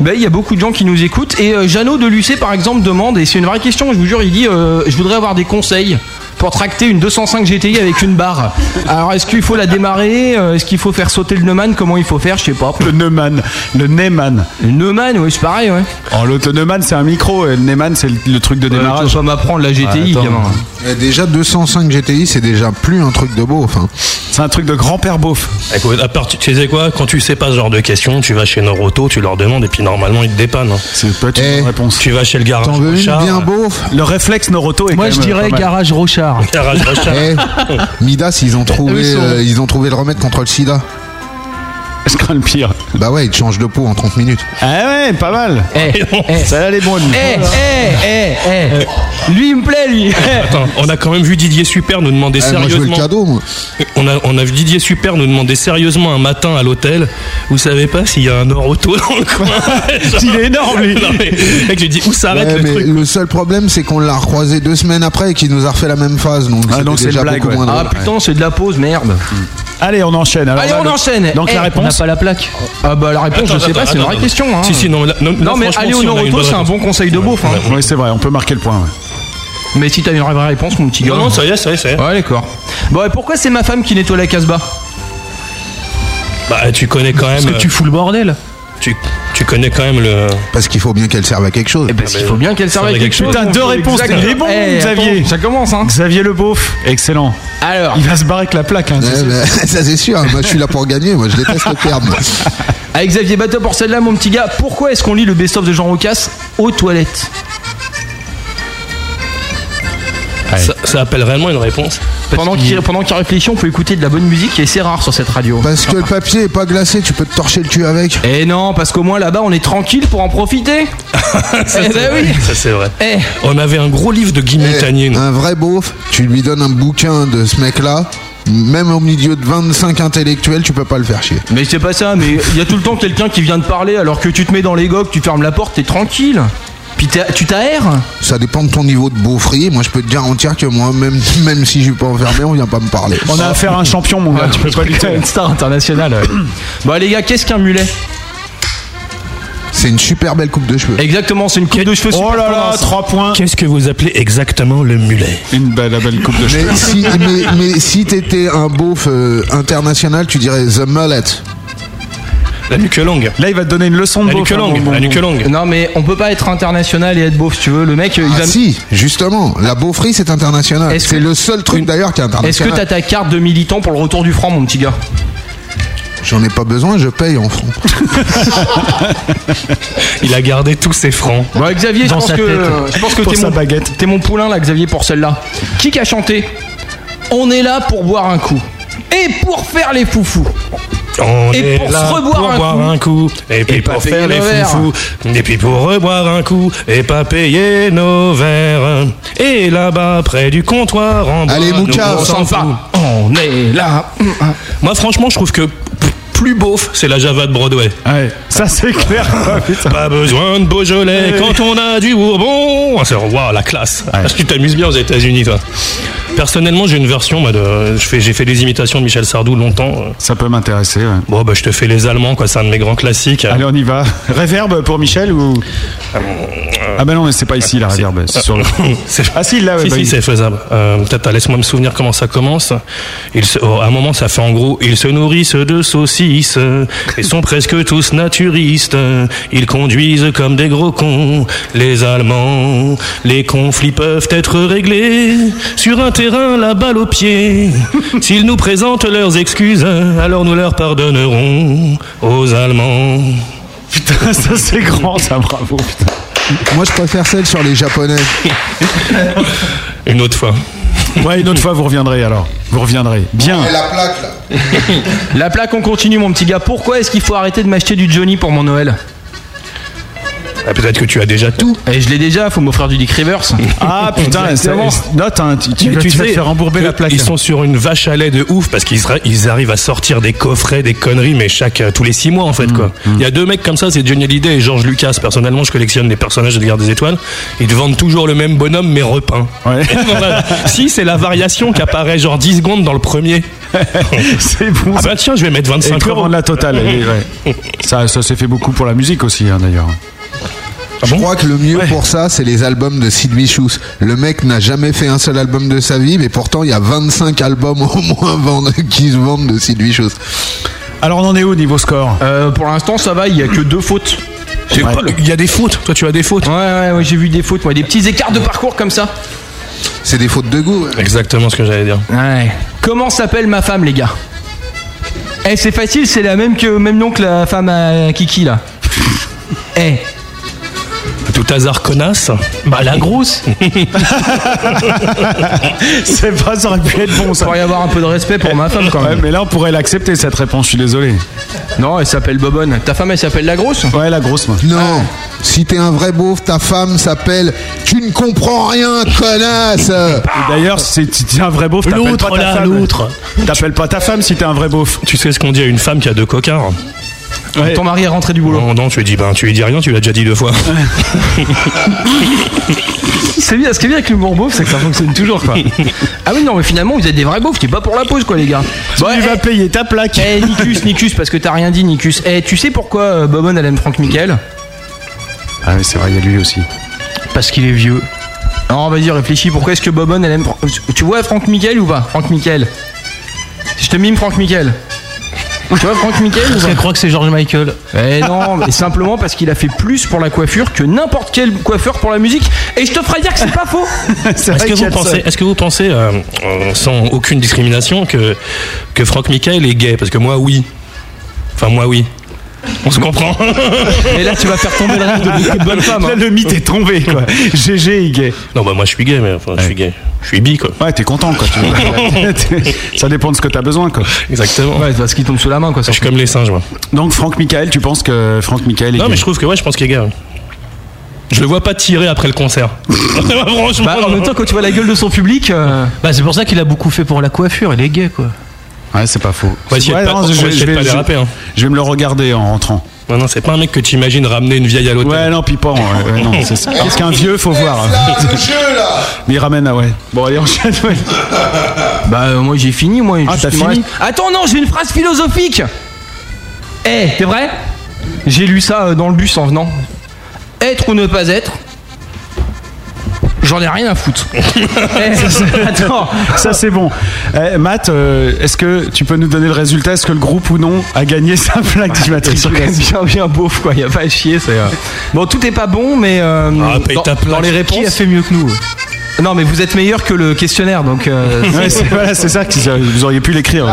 S6: bah, il y a beaucoup de gens qui nous écoutent. Et euh, Jeannot de Lucé, par exemple, demande, et c'est une vraie question, je vous jure, il dit euh, Je voudrais avoir des conseils pour tracter une 205 GTI avec une barre. Alors, est-ce qu'il faut la démarrer Euh, Est-ce qu'il faut faire sauter le Neumann Comment il faut faire Je sais pas.
S4: Le Neumann, le Neyman.
S6: Le Neumann, oui, c'est pareil, ouais.
S4: Oh, l'autre le Neumann, c'est un micro, et le Neyman, c'est le, le truc de
S6: tu
S4: démarrage.
S6: vas pas m'apprendre la GTI,
S4: Ah, attends.
S6: gamin.
S8: Et Eh, déjà 205 GTI, c'est déjà plus un truc de hein. beau. Enfin,
S4: C'est un truc de grand-père beauf.
S5: Écoute, à part, tu tu sais quoi, quand tu sais pas ce genre de questions, tu vas chez Noroto, tu leur demandes et puis normalement ils te dépannent. hein.
S4: C'est peut-être une
S8: Eh.
S4: bonne réponse.
S5: Tu vas chez le garage
S8: t'en veux une
S5: Rochard,
S8: bien
S5: euh,
S8: beauf
S4: Le réflexe Noroto est
S11: Moi,
S4: quand
S11: je
S4: même
S11: dirais
S4: pas mal.
S11: garage Rochard.
S5: garage Rochard.
S8: Eh, Midas, ils ont
S11: Eux, ils
S8: trouvé,
S11: sont-
S8: euh, ils ont trouvé le remède contre le sida.
S4: Je crains le pire.
S8: Bah ouais, ils te changent de peau en 30 minutes.
S4: Ah ouais, pas mal.
S6: Eh, eh,
S4: Ça, elle est bonne.
S6: eh, eh, eh, eh. Lui, il me plaît, lui.
S5: Attends, on a quand même vu Didier Super nous demander
S8: Eh, moi, je veux le
S5: sérieusement.
S8: cadeau, moi.
S5: On a, on a vu Didier Super nous demander sérieusement un matin à l'hôtel. Vous savez pas s'il y a un Noroto dans le coin
S4: Il est énorme, lui.
S5: Non, mais, mec, je lui dis où s'arrête
S8: Ouais,
S5: le
S8: mais
S5: truc
S8: le seul problème, c'est qu'on l'a recroisé deux semaines après et qu'il nous a refait la même phase. Donc,
S4: Ah,
S8: c'était
S4: donc c'est
S8: déjà
S4: une blague,
S8: beaucoup
S4: ouais.
S8: moins
S6: Ah
S8: drôle. Hmm.
S6: putain, c'est de la pause, merde.
S4: Allez, on enchaîne. Alors
S6: Allez,
S4: là,
S6: on
S4: le-
S6: enchaîne.
S4: Donc la
S11: On
S6: Eh,
S11: n'a
S4: réponse
S11: pas la plaque.
S6: Ah bah la réponse,
S5: Attends,
S6: je sais
S5: attends,
S6: pas, c'est une
S5: attends,
S6: vraie
S5: attends.
S6: question. hein.
S5: Si, si, non, là, non,
S6: Non, mais aller au Noroto, c'est un bon conseil de beauf. hein.
S4: Oui, c'est vrai, on peut marquer le point. ouais.
S6: Mais si t'as une vraie réponse, mon petit gars.
S5: Non, non, ça y est, ça y est, ça y est.
S6: Ouais, d'accord. Bon, et pourquoi c'est ma femme qui nettoie la casbah
S5: Bah, tu connais quand même.
S11: Parce que
S5: euh,
S11: tu fous le bordel.
S5: tu, tu connais quand même le.
S8: Parce qu'il faut bien qu'elle serve à quelque chose.
S6: Eh ben, il faut bien qu'elle serve à
S5: faudrait
S6: quelque
S5: quelque
S6: chose.
S5: chose.
S4: Putain, deux réponses,
S6: Exactement.
S4: t'es bon,
S6: Eh,
S4: Xavier.
S6: attends, Ça commence, hein.
S4: Xavier Le Beauf, excellent.
S6: Alors,
S4: Il va se barrer avec la plaque. hein,
S8: Eh
S4: c'est sûr.
S8: ben, ça c'est sûr, moi je suis là pour gagner, moi je déteste perdre. moi.
S6: avec Ah, Xavier Bateau pour celle-là, mon petit gars, pourquoi est-ce qu'on lit le best-of de Jean Rocasse aux toilettes
S5: Ça, ça appelle réellement une réponse
S6: Pendant qu'il pendant qu'il réfléchit, on peut écouter de la bonne musique et c'est rare sur cette radio.
S8: Parce que le papier est pas glacé, tu peux te torcher le cul avec.
S6: Eh non, parce qu'au moins là-bas, on est tranquille pour en profiter. eh bah oui.
S5: Ça, c'est vrai.
S6: Eh,
S5: On avait un gros livre de Guy
S8: Eh,
S5: Montagnier, nous.
S8: un vrai beauf, tu lui donnes un bouquin de ce mec-là, même au milieu de 25 intellectuels, tu peux pas le faire chier.
S6: mais c'est pas ça, mais il y a tout le temps quelqu'un qui vient de parler alors que tu te mets dans les gogues, tu fermes la porte, t'es tranquille. Puis t'as- tu t'aères
S8: Ça dépend de ton niveau de beaufrier, moi je peux te garantir que moi, même, même si je suis pas enfermé, on vient pas me parler.
S4: On a affaire à un champion, mon
S6: Ah,
S4: gars, tu peux pas lutter.
S6: Une star internationale. ouais. bon les gars, qu'est-ce qu'un mulet
S8: C'est une super belle coupe de cheveux.
S6: Exactement, c'est une coupe de cheveux
S8: Oh là là,
S4: trois points.
S5: Qu'est-ce que vous appelez exactement le mulet
S4: Une belle, belle coupe de
S8: Mais si, mais, mais si t'étais un beauf euh, international, tu dirais The Mullet.
S5: La nuque longue.
S4: Là, il va te donner une leçon
S5: de La beauf, nuque hein, longue, bon, bon, la bon. nuque longue.
S6: Non, mais on peut pas être international et être beauf, si tu veux. Le mec, il
S8: Ah
S6: va.
S8: si, justement, la beaufrie c'est international.
S6: Est-ce
S8: C'est
S6: que-
S8: le seul truc d'ailleurs qui est international.
S6: Est-ce que t'as ta carte de militant pour le retour du franc, mon petit gars
S8: J'en ai pas besoin, je paye en francs.
S5: Il a gardé tous ses francs.
S6: Bon, Bah, Xavier, je
S5: Dans
S6: pense,
S5: sa
S6: que,
S5: tête.
S6: je pense que
S5: Pour
S6: t'es
S5: sa
S6: mon, t'es mon poulain là, Xavier, pour celle-là. Qui qu'a chanté On est là pour boire un coup. Et pour faire les foufous.
S5: On
S6: Et
S5: est
S6: pour se
S5: là
S6: reboire
S5: pour
S6: un
S5: boire
S6: coup.
S5: un coup, et puis
S6: Et pas
S5: pour
S6: payer
S5: faire les
S6: nos verres.
S5: foufous, et puis pour reboire un coup, et pas payer nos verres. Et là-bas, près du comptoir, en bas,
S8: Allez,
S5: nous,
S8: Mouka,
S5: on s'en
S8: on s'en
S5: fout. On est là. Moi, franchement, je trouve que p- plus beauf, c'est la Java de Broadway.
S4: ça c'est clair.
S5: Pas besoin de Beaujolais
S4: Ouais.
S5: quand on a du Bourbon. Ah, c'est- Waouh, la classe. Tu t'amuses bien aux États-Unis, toi. Personnellement, j'ai une version. moi, de- je fais- J'ai fait des imitations de Michel Sardou longtemps. euh.
S4: Ça peut m'intéresser.
S5: Bon, bah, je te fais les Allemands, quoi. C'est un de mes grands classiques.
S4: Allez, on y va. Réverbe pour Michel ou
S5: Euh,
S4: Ah ben non, mais c'est pas ici la réverbe. C'est sur le. Ah si, là, ouais,
S5: Si,
S4: bah,
S5: si,
S4: il-
S5: c'est faisable. Euh, Tata, laisse-moi me souvenir comment ça commence. Ils se- oh, à un moment, ça fait en gros ils se nourrissent de saucisses et sont presque tous naturistes. Ils conduisent comme des gros cons, les Allemands. Les conflits peuvent être réglés sur un terrain, la balle au pied. S'ils nous présentent leurs excuses, alors nous leur pardonnerons aux Allemands.
S4: Putain, ça c'est grand, ça, bravo. Putain.
S8: Moi, je préfère celle sur les Japonais.
S5: Une autre fois.
S4: Ouais, une autre fois, vous reviendrez alors. Vous reviendrez. Bien.
S8: plaque là.
S6: La plaque, on continue, mon petit gars. Pourquoi est-ce qu'il faut arrêter de m'acheter du Johnny pour mon Noël
S5: Ah, Peut-être que tu as déjà tout.
S6: Et je l'ai déjà, faut m'offrir du Dick Rivers.
S4: Ah putain, c'est
S6: Exactement.
S4: note, hein, tu, tu,
S5: Mais
S4: tu vas
S5: sais
S4: te faire rembourber
S5: que
S4: la hein. plaque.
S5: Ils sont sur une vache à lait de ouf parce qu'ils ra- ils arrivent à sortir des coffrets, des conneries, mais chaque euh, tous les six mois en
S4: Mm.
S5: fait quoi. Il y a deux mecs comme ça, c'est Johnny Hallyday et George Lucas. Personnellement, je collectionne les personnages de la Guerre des Étoiles. Ils te vendent toujours le même bonhomme mais repeint. Voilà. si c'est la variation qui apparaît genre 10 secondes dans le premier.
S4: c'est bon.
S5: Ah bah tiens, je vais mettre
S4: Et
S5: 25
S4: tu
S5: euros.
S4: rends la totale. et ouais. Ça, ça s'est fait beaucoup pour la musique aussi, hein, d'ailleurs.
S5: Ah
S8: Je crois que le mieux pour ça, c'est les albums de Sid Vicious. Le mec n'a jamais fait un seul album de sa vie, mais pourtant, il y a 25 albums au moins vendus- qui se vendent de Sid Vicious.
S4: Alors, on en est où niveau score
S6: Euh, Pour l'instant, ça va, il y a que deux fautes.
S5: C'est pas le- Il y a des fautes. Toi, tu as des fautes.
S6: Ouais, ouais, ouais, j'ai vu des fautes, moi, des petits écarts de parcours comme ça.
S8: C'est des fautes de goût. hein.
S5: Exactement ce que j'allais dire.
S6: Ouais. Comment s'appelle ma femme, les gars Eh, c'est facile, c'est la même que même nom que la femme à Kiki là. Eh,
S5: Tout hasard connasse.
S11: Bah, la grosse.
S4: C'est pas, Ah, ça aurait pu être bon ça.
S6: pour y avoir un peu de respect pour ma femme quand
S4: Ouais,
S6: même.
S4: mais là, on pourrait l'accepter cette réponse, je suis désolé.
S6: Non, elle s'appelle Bobonne. Ta femme, elle s'appelle la grosse
S4: Ouais, la grosse, moi.
S8: Non, si t'es un vrai beauf, ta femme s'appelle Tu ne comprends rien, connasse
S4: Et D'ailleurs, si tu es un vrai beauf, t'appelles pas
S11: L'autre,
S4: ta
S11: là,
S4: femme.
S11: l'autre.
S4: T'appelles pas ta femme si t'es un vrai beauf.
S5: Tu sais ce qu'on dit à une femme qui a deux coquards
S4: Ouais.
S6: Ton mari est rentré du boulot.
S5: Non, non, tu lui dis ben tu lui dis rien, tu l'as déjà dit deux fois.
S6: C'est bien, ce qui est bien avec l'humour beauf, c'est que ça fonctionne toujours quoi. ah oui, non, mais finalement, vous êtes des vrais beaufs, t'es pas pour la pause quoi, les gars.
S4: Tu
S6: Bon, eh,
S4: vas payer ta plaque.
S6: Eh Nicus, Nicus, parce que t'as rien dit, Nicus. Eh, tu sais pourquoi euh, Bobonne elle aime Franck Michael
S4: Ah, mais c'est vrai, il y a lui aussi.
S11: Parce qu'il est vieux.
S6: Non, vas-y, réfléchis. Pourquoi est-ce que Bobonne elle aime. Fran- euh, Tu- Tu vois Franck Michael ou pas Franck Michael Je te mime Franck Michael. Tu vois Franck Michael ou
S11: Parce qu'elle
S6: pas
S11: croit que c'est George Michael.
S6: Eh non, mais simplement parce qu'il a fait plus pour la coiffure que n'importe quel coiffeur pour la musique. Et je te ferai dire que c'est pas faux
S5: Est-ce que,
S4: qu'il y a
S5: vous
S4: de ça.
S5: pensez, est-ce que vous pensez, euh, euh, sans aucune discrimination, que, que Franck Michael est gay Parce que moi, oui. Enfin, moi, oui. On se comprend.
S6: Et là, tu vas faire tomber le rêve de beaucoup de bonnes femmes.
S4: Là,
S6: hein.
S4: le mythe est tombé, quoi. GG, il gay.
S5: non, bah moi, je suis gay, mais enfin, je suis gay. Je suis bi, quoi.
S4: Ouais, t'es content, quoi. tu vois. ça dépend de ce que t'as besoin, quoi.
S5: Exactement.
S6: Ouais, c'est parce qu'il tombe sous la main quoi.
S5: Je
S6: surtout.
S5: suis comme les singes, moi.
S4: Donc, Franck Michael, tu penses que Franck Michael est
S5: Non,
S4: gay
S5: mais je trouve que ouais, je pense qu'il est gay. ouais. Je le vois pas tirer après le concert. Franchement.
S6: Bah, en même temps, quand tu vois la gueule de son public. euh,
S11: Bah, c'est pour ça qu'il a beaucoup fait pour la coiffure. Il est gay, quoi.
S4: Ouais, c'est pas faux.
S5: Faut essayer de
S4: Ouais,
S5: pas-
S4: non,
S5: faut
S4: je-
S5: essayer
S4: je
S5: de
S4: vais-
S5: pas
S4: je-
S5: déraper, hein.
S4: Je vais me le regarder en rentrant.
S5: non, non, c'est pas un mec que tu imagines ramener une vieille à l'hôtel.
S4: Ouais, non, pipant. ouais, ouais, non, c'est ça. Parce qu'un vieux, faut voir.
S8: Ah,
S4: Mais il ramène, ah ouais. Bon, allez, enchaîne, ouais.
S6: Bah euh, moi j'ai fini moi.
S4: Ah,
S6: Juste,
S4: t'as
S6: il me
S4: fini
S6: reste- Attends non j'ai une phrase philosophique. Eh t'es vrai J'ai lu ça euh, dans le bus en venant. Être ou ne pas être J'en ai rien à foutre. Eh,
S4: Ça, c'est- Attends, ça c'est bon. Eh, Matt, euh, est-ce que tu peux nous donner le résultat Est-ce que le groupe ou non a gagné sa plaque
S6: C'est quand même
S4: d'immatriculation
S6: bien, bien beauf, quoi. Y a pas à chier. C'est euh, bon, tout est pas bon, mais euh,
S5: paye
S6: dans,
S5: ta plaque.
S6: dans les réponses,
S5: Qui a fait
S6: mieux que nous Non, mais vous êtes meilleur que le questionnaire, donc. euh,
S4: Ouais, c'est- voilà, c'est ça que vous auriez pu l'écrire.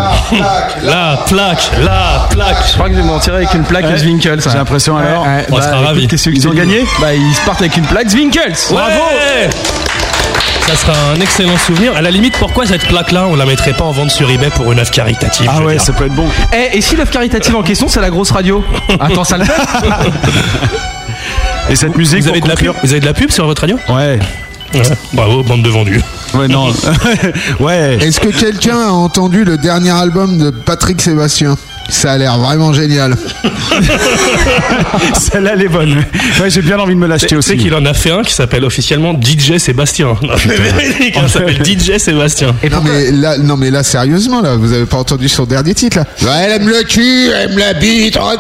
S5: La plaque, la plaque.
S6: Je crois que je vais m'en tirer avec une plaque hein.
S4: Ouais.
S6: Zwinkels.
S4: J'ai l'impression, alors. On sera ravis.
S6: Bah, Qu'est-ce
S4: Ils ont gagné
S6: Bah, ils se partent avec une plaque Zwinkels. Bravo.
S5: Ça sera un excellent souvenir. À la limite, pourquoi cette plaque-là, on la mettrait pas en vente sur eBay pour une œuvre caritative Ah ouais, ça
S4: peut être bon.
S6: Eh, et si l'œuvre caritative en question, c'est la grosse radio Attends, ça le fait
S4: Ah, Et cette musique,
S5: vous avez, de la pub, vous avez de la pub sur votre radio
S4: Ouais.
S5: Bravo, bande de vendus.
S4: Ouais, non. ouais.
S8: Est-ce que quelqu'un a entendu le dernier album de Patrick Sébastien Ça a l'air vraiment génial.
S4: Celle-là, elle est bonne. Ouais, j'ai bien envie de me l'acheter Ah,
S5: aussi. Tu sais qu'il en a fait un qui s'appelle officiellement DJ Sébastien. Non, mais véridique, hein, ça s'appelle DJ Sébastien.
S8: non, mais là, non mais là sérieusement là, vous avez pas entendu son dernier titre là Ouais, Elle aime le cul, elle aime la bite. oh.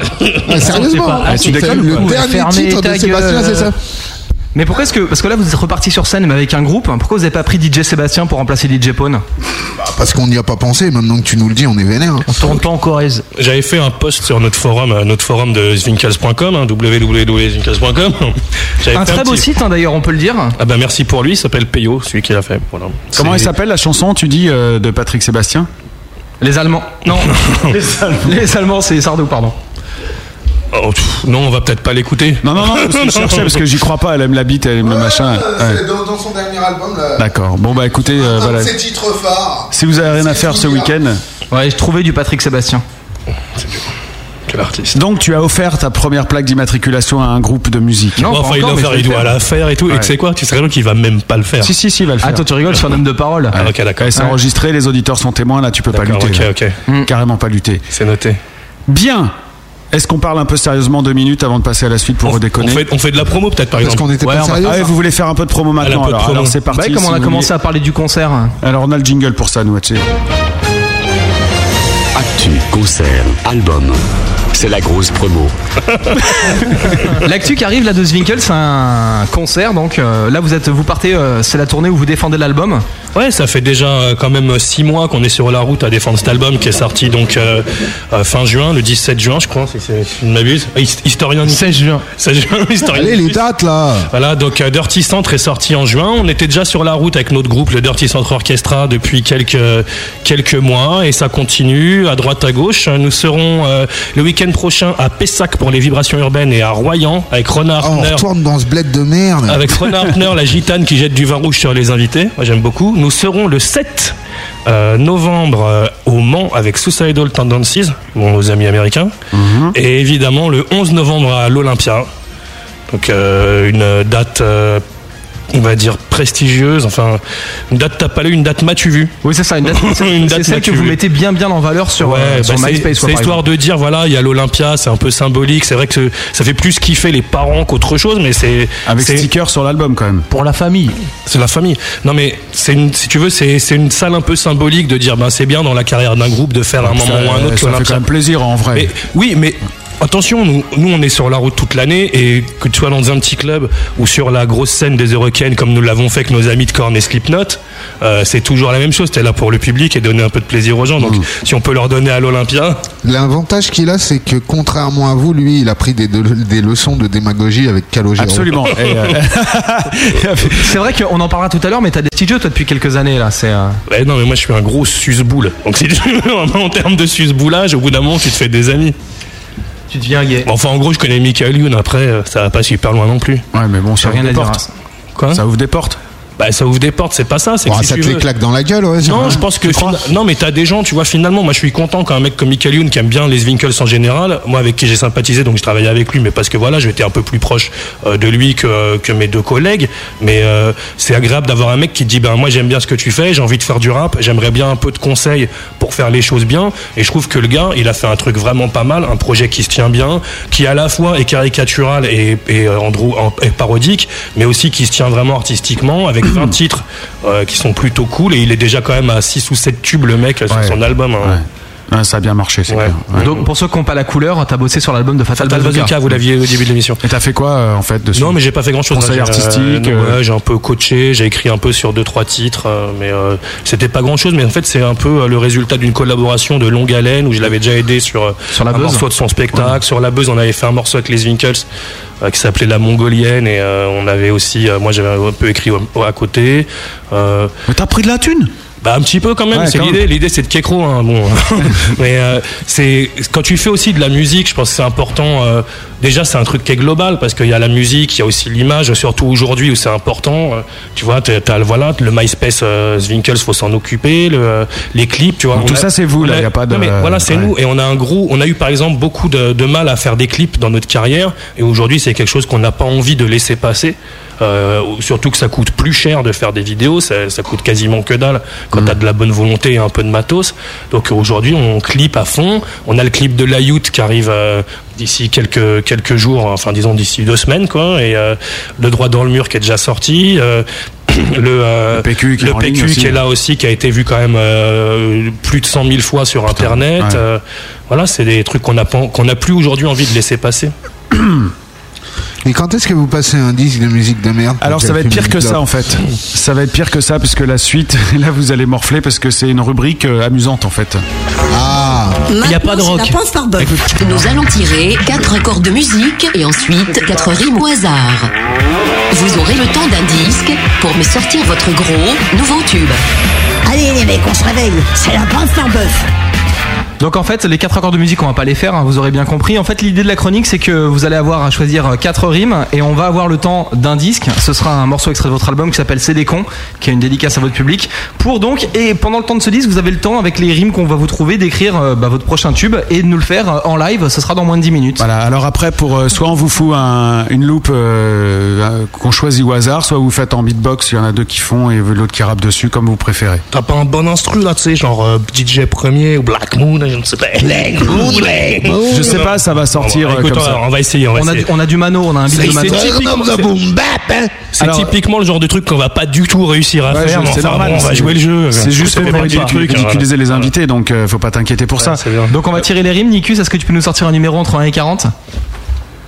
S8: Ah, sérieusement, C'est le dernier titre de Sébastien, c'est ça
S6: Mais pourquoi est-ce que. Parce que là, vous êtes reparti sur scène, mais avec un groupe. Pourquoi vous n'avez pas pris DJ Sébastien pour remplacer DJ Pone
S8: Bah, Parce qu'on n'y a pas pensé, maintenant que tu nous le dis, on est vénère. hein. On
S11: tourne pas en Corrèze.
S5: J'avais fait un post sur notre forum, euh, notre forum de zwinkels.com, hein, www.zwinkels.com. J'avais
S6: Un
S5: fait
S6: très beau
S5: petit-
S6: site, hein, d'ailleurs, on peut le dire.
S5: Ah ben merci pour lui, il s'appelle Peyo, celui qui l'a fait. Voilà.
S4: Comment elle
S5: C'est-
S4: s'appelle la chanson, tu dis, euh, de Patrick Sébastien
S6: Les Allemands. Non.
S4: Les Allemands.
S6: c'est Sardou, pardon.
S5: Oh, pff, non, on va peut-être pas l'écouter.
S4: Non, non, non, parce que je cherchais, parce que j'y crois pas, elle aime la bite, elle aime le machin. Ouais.
S8: Dans, son dernier album,
S4: D'accord. Bon, bah écoutez, euh, voilà.
S8: titres phares.
S4: Si vous avez rien à faire ce week-end.
S6: Ouais, je trouvais du Patrick Sébastien.
S5: Quel artiste.
S4: Donc, tu as offert ta première plaque d'immatriculation à un groupe de musique.
S5: Bon, enfin, il doit faire, il doit la faire et tout. Et tu sais quoi Tu sais rien qu'il va même pas le faire.
S4: Si, si, si, il va le faire.
S6: Attends, tu rigoles, je suis un homme de parole.
S5: Ah, ok, d'accord.
S4: Ouais, c'est enregistré, les auditeurs sont témoins, là tu peux pas
S5: D'accord,
S4: lutter.
S5: ok,
S4: là. Carrément pas lutter.
S5: C'est noté.
S4: Bien Est-ce qu'on parle un peu sérieusement deux minutes avant de passer à la suite pour
S5: On
S4: redéconner
S5: fait, on fait de la promo peut-être par exemple.
S4: Ouais, on va- Ah ouais, vous voulez faire un peu de promo
S5: Allez, un
S4: maintenant
S5: peu de
S4: alors,
S5: promo.
S4: Alors, c'est parti.
S6: Ouais, comme Bah, on
S4: si
S6: a
S4: vous
S6: commencé
S4: voulez.
S6: à parler du concert.
S4: Alors on a le jingle pour ça, nous, tu sais.
S14: Actu, concert, album. C'est la grosse promo.
S6: L'actu qui arrive là de Zwinkel, c'est un concert. Donc euh, là, vous êtes, vous partez, euh, c'est la tournée où vous défendez l'album.
S5: Ouais, ça fait déjà euh, quand même 6 mois qu'on est sur la route à défendre cet album qui est sorti donc euh, euh, fin juin, le 17 juin je crois, si c'est- si je ne m'abuse. Ah, his- Historien 16
S11: juin.
S5: 16 juin, historien.
S8: Allez, les dates là
S5: Voilà, donc euh, Dirty Centre est sorti en juin. On était déjà sur la route avec notre groupe, le Dirty Centre Orchestra, depuis quelques, quelques mois et ça continue à droite à gauche. Nous serons euh, le week-end prochain à Pessac pour les vibrations urbaines et à Royan avec Renard
S8: On retourne dans ce bled de merde.
S5: avec Ron Hartner, la gitane qui jette du vin rouge sur les invités. Moi, j'aime beaucoup. Nous serons le 7 euh, novembre euh, au Mans avec Suicidal Tendencies, nos amis américains.
S6: Mhm.
S5: Et évidemment, le 11 novembre à l'Olympia. Donc, euh, une date. euh, on va dire prestigieuse, enfin une date t'as pas lu, une date m'as-tu vu
S6: Oui c'est ça, une date, c'est celle que vous mettez bien bien en valeur sur,
S5: Ouais,
S6: euh,
S5: bah,
S6: sur
S5: c'est-
S6: MySpace. quoi,
S5: C'est
S6: par
S5: histoire de dire, voilà, il y a l'Olympia, c'est un peu symbolique. C'est vrai que ce- ça fait plus kiffer les parents qu'autre chose, mais c'est.
S4: Avec
S5: c'est-
S4: sticker sur l'album quand même.
S11: Pour la famille.
S5: C'est la famille. Non, mais c'est une- si tu veux, c'est c'est une salle un peu symbolique de dire, ben, c'est bien dans la carrière d'un groupe de faire un moment
S4: Ça-
S5: ou un
S4: ça
S5: autre
S4: fait
S5: l'Olympia.
S4: quand même plaisir en vrai.
S5: Mais- oui, mais attention, nous, nous, on est sur la route toute l'année et que tu sois dans un petit club ou sur la grosse scène des Eurocaines comme nous l'avons fait avec nos amis de Korn et Slipknot, euh, c'est toujours la même chose. T'es là pour le public et donner un peu de plaisir aux gens. Donc,
S4: Mm.
S5: si on peut leur donner à l'Olympia,
S8: L'avantage qu'il a, c'est que contrairement à vous, lui, il a pris des, de- des leçons de démagogie avec Calogero.
S4: Absolument. Et, euh,
S6: exemple. c'est vrai qu'on en parlera tout à l'heure, mais t'as des petits jeux toi depuis quelques années là. C'est euh,
S5: Ouais, Eh non, mais moi je suis un gros suce-boule. Donc si tu veux, vraiment, en termes de suce-boulage, au bout d'un moment, tu te fais des amis.
S6: Tu deviens gay.
S5: Enfin, en gros, je connais Michael Youn, après, euh, ça va pas super loin non plus.
S4: Ouais, mais bon, ça
S5: rien
S4: ouvre des
S5: à dire,
S4: portes.
S5: Quoi
S4: Ça ouvre des portes.
S5: Bah, ça ouvre des portes, c'est pas ça, c'est
S8: Bon,
S5: que si
S8: Oh, ça
S5: tu
S8: te les
S5: veux-
S8: claque dans la gueule, ouais. c'est
S5: Non,
S8: vrai.
S5: je pense que fina- non, mais t'as des gens, tu vois. Finalement, moi, je suis content quand un mec comme Michael Youn qui aime bien les Winkles en général. Moi, avec qui j'ai sympathisé, donc je travaillais avec lui, mais parce que voilà, j'étais un peu plus proche euh, de lui que, que mes deux collègues. Mais euh, c'est agréable d'avoir un mec qui te dit, ben moi, j'aime bien ce que tu fais, j'ai envie de faire du rap, j'aimerais bien un peu de conseils pour faire les choses bien. Et je trouve que le gars, il a fait un truc vraiment pas mal, un projet qui se tient bien, qui à la fois est caricatural et, et, euh, Andrew- en- et parodique, mais aussi qui se tient vraiment artistiquement avec 20 titres euh, qui sont plutôt cool et il est déjà quand même à 6 ou 7 tubes le mec sur son album. hein.
S4: Ah, ça a bien marché, c'est clair. Ouais.
S6: Donc pour ceux qui n'ont pas la couleur, t'as bossé sur l'album de Fatal,
S5: Fatal Bazooka, vous l'aviez au début de l'émission.
S4: Et t'as fait quoi euh, en fait dessus
S5: Non, mais j'ai pas fait hein. grand chose.
S4: Conseil artistique. euh,
S5: j'ai un peu coaché, j'ai écrit un peu sur deux trois titres, euh, mais euh, c'était pas grand chose. Mais en fait, c'est un peu euh, le résultat d'une collaboration de longue haleine où je l'avais déjà aidé sur euh,
S6: Sur la
S5: un
S6: Buzz.
S5: morceau de son spectacle, sur la buzz. On avait fait un morceau avec les Winkles euh, qui s'appelait La Mongolienne et euh, on avait aussi, euh, moi j'avais un peu écrit au- à côté. Euh,
S4: mais t'as pris de la thune
S5: bah un petit peu quand même,
S4: Ouais,
S5: c'est
S4: quand même.
S5: l'idée. L'idée c'est de Kekro, hein, bon. Mais euh, c'est quand tu fais aussi de la musique, je pense que c'est important. euh, déjà c'est un truc qui est global parce qu'il y a la musique, il y a aussi l'image, surtout aujourd'hui où c'est important. euh, tu vois, t'as t'as le voilà, le MySpace, euh, Zwinkels, faut s'en occuper. le, euh, les clips, tu vois.
S4: Donc
S5: on
S4: tout ça, c'est vous,
S5: on
S4: là, y a pas de-
S5: Non, mais voilà, c'est
S4: ouais.
S5: nous et on a un gros, on a eu par exemple beaucoup de, de mal à faire des clips dans notre carrière et aujourd'hui c'est quelque chose qu'on n'a pas envie de laisser passer. Euh, surtout que ça coûte plus cher de faire des vidéos, ça, ça coûte quasiment que dalle quand
S4: Mm.
S5: t'as de la bonne volonté et un peu de matos. Donc aujourd'hui on clip à fond. On a le clip de la Youth qui arrive euh, d'ici quelques quelques jours, enfin disons d'ici deux semaines quoi. Et euh, le droit dans le mur qui est déjà sorti. euh, le, euh,
S4: Le PQ qui est
S5: le
S4: en ligne
S5: PQ
S4: aussi.
S5: qui est là aussi, qui a été vu quand même euh, plus de 100 000 fois sur Internet.
S4: ouais.
S5: Euh, voilà, c'est des trucs qu'on n'a pas- qu'on n'a plus aujourd'hui envie de laisser passer.
S8: Et quand est-ce que vous passez un disque de musique de merde
S4: Alors ça va être pire que ça en fait. Ça va être pire que ça puisque la suite, là vous allez morfler parce que c'est une rubrique euh, amusante en fait.
S8: Ah
S7: Il n'y a pas de rock. Nous allons tirer quatre accords de musique et ensuite quatre rimes au hasard. Vous aurez le temps d'un disque pour me sortir votre gros nouveau tube.
S3: Allez les mecs, on se réveille. C'est la bande par bœuf.
S6: Donc en fait, les quatre accords de musique, on va pas les faire, hein, vous aurez bien compris. En fait, l'idée de la chronique, c'est que vous allez avoir à choisir euh, quatre rimes et on va avoir le temps d'un disque. Ce sera un morceau extrait de votre album qui s'appelle C'est des cons, qui est une dédicace à votre public. Pour donc, et pendant le temps de ce disque, vous avez le temps, avec les rimes qu'on va vous trouver, d'écrire euh, bah, votre prochain tube et de nous le faire euh, en live. Ce sera dans moins de 10 minutes.
S4: Voilà, alors après pour euh, soit on vous fout un- une loupe euh, euh, qu'on choisit au hasard, soit vous faites en beatbox, il y en a deux qui font et l'autre qui rappe dessus comme vous préférez.
S5: T'as pas un bon instru là, tu sais, genre euh, DJ Premier ou Black Moon, je ne sais pas. Black
S4: Moon, Black Moon. Je sais pas, ça va sortir,
S5: Bon, bah,
S4: euh,
S5: écoute,
S4: comme
S5: on,
S4: ça.
S5: va- on va essayer. On, va
S6: On a,
S5: essayer.
S6: on a du mano, on a un beat
S5: C'est
S6: de mano.
S5: c'est typiquement, c'est-
S4: hein.
S5: c'est
S4: Alors-
S5: typiquement le genre de truc qu'on va pas du tout réussir à
S4: Ouais, je-
S5: faire. mais
S4: c'est
S5: enfin,
S4: normal,
S5: bon, on va
S4: c'est-
S5: jouer le jeu.
S4: C'est juste
S5: Ça
S4: fait
S5: fait
S4: pour
S5: partie du truc, hein,
S4: ridiculiser
S5: voilà.
S4: les invités, donc euh, faut pas t'inquiéter pour ça.
S6: Donc on va tirer les rimes. Nicus, est-ce que tu peux nous sortir un numéro entre 1 et 40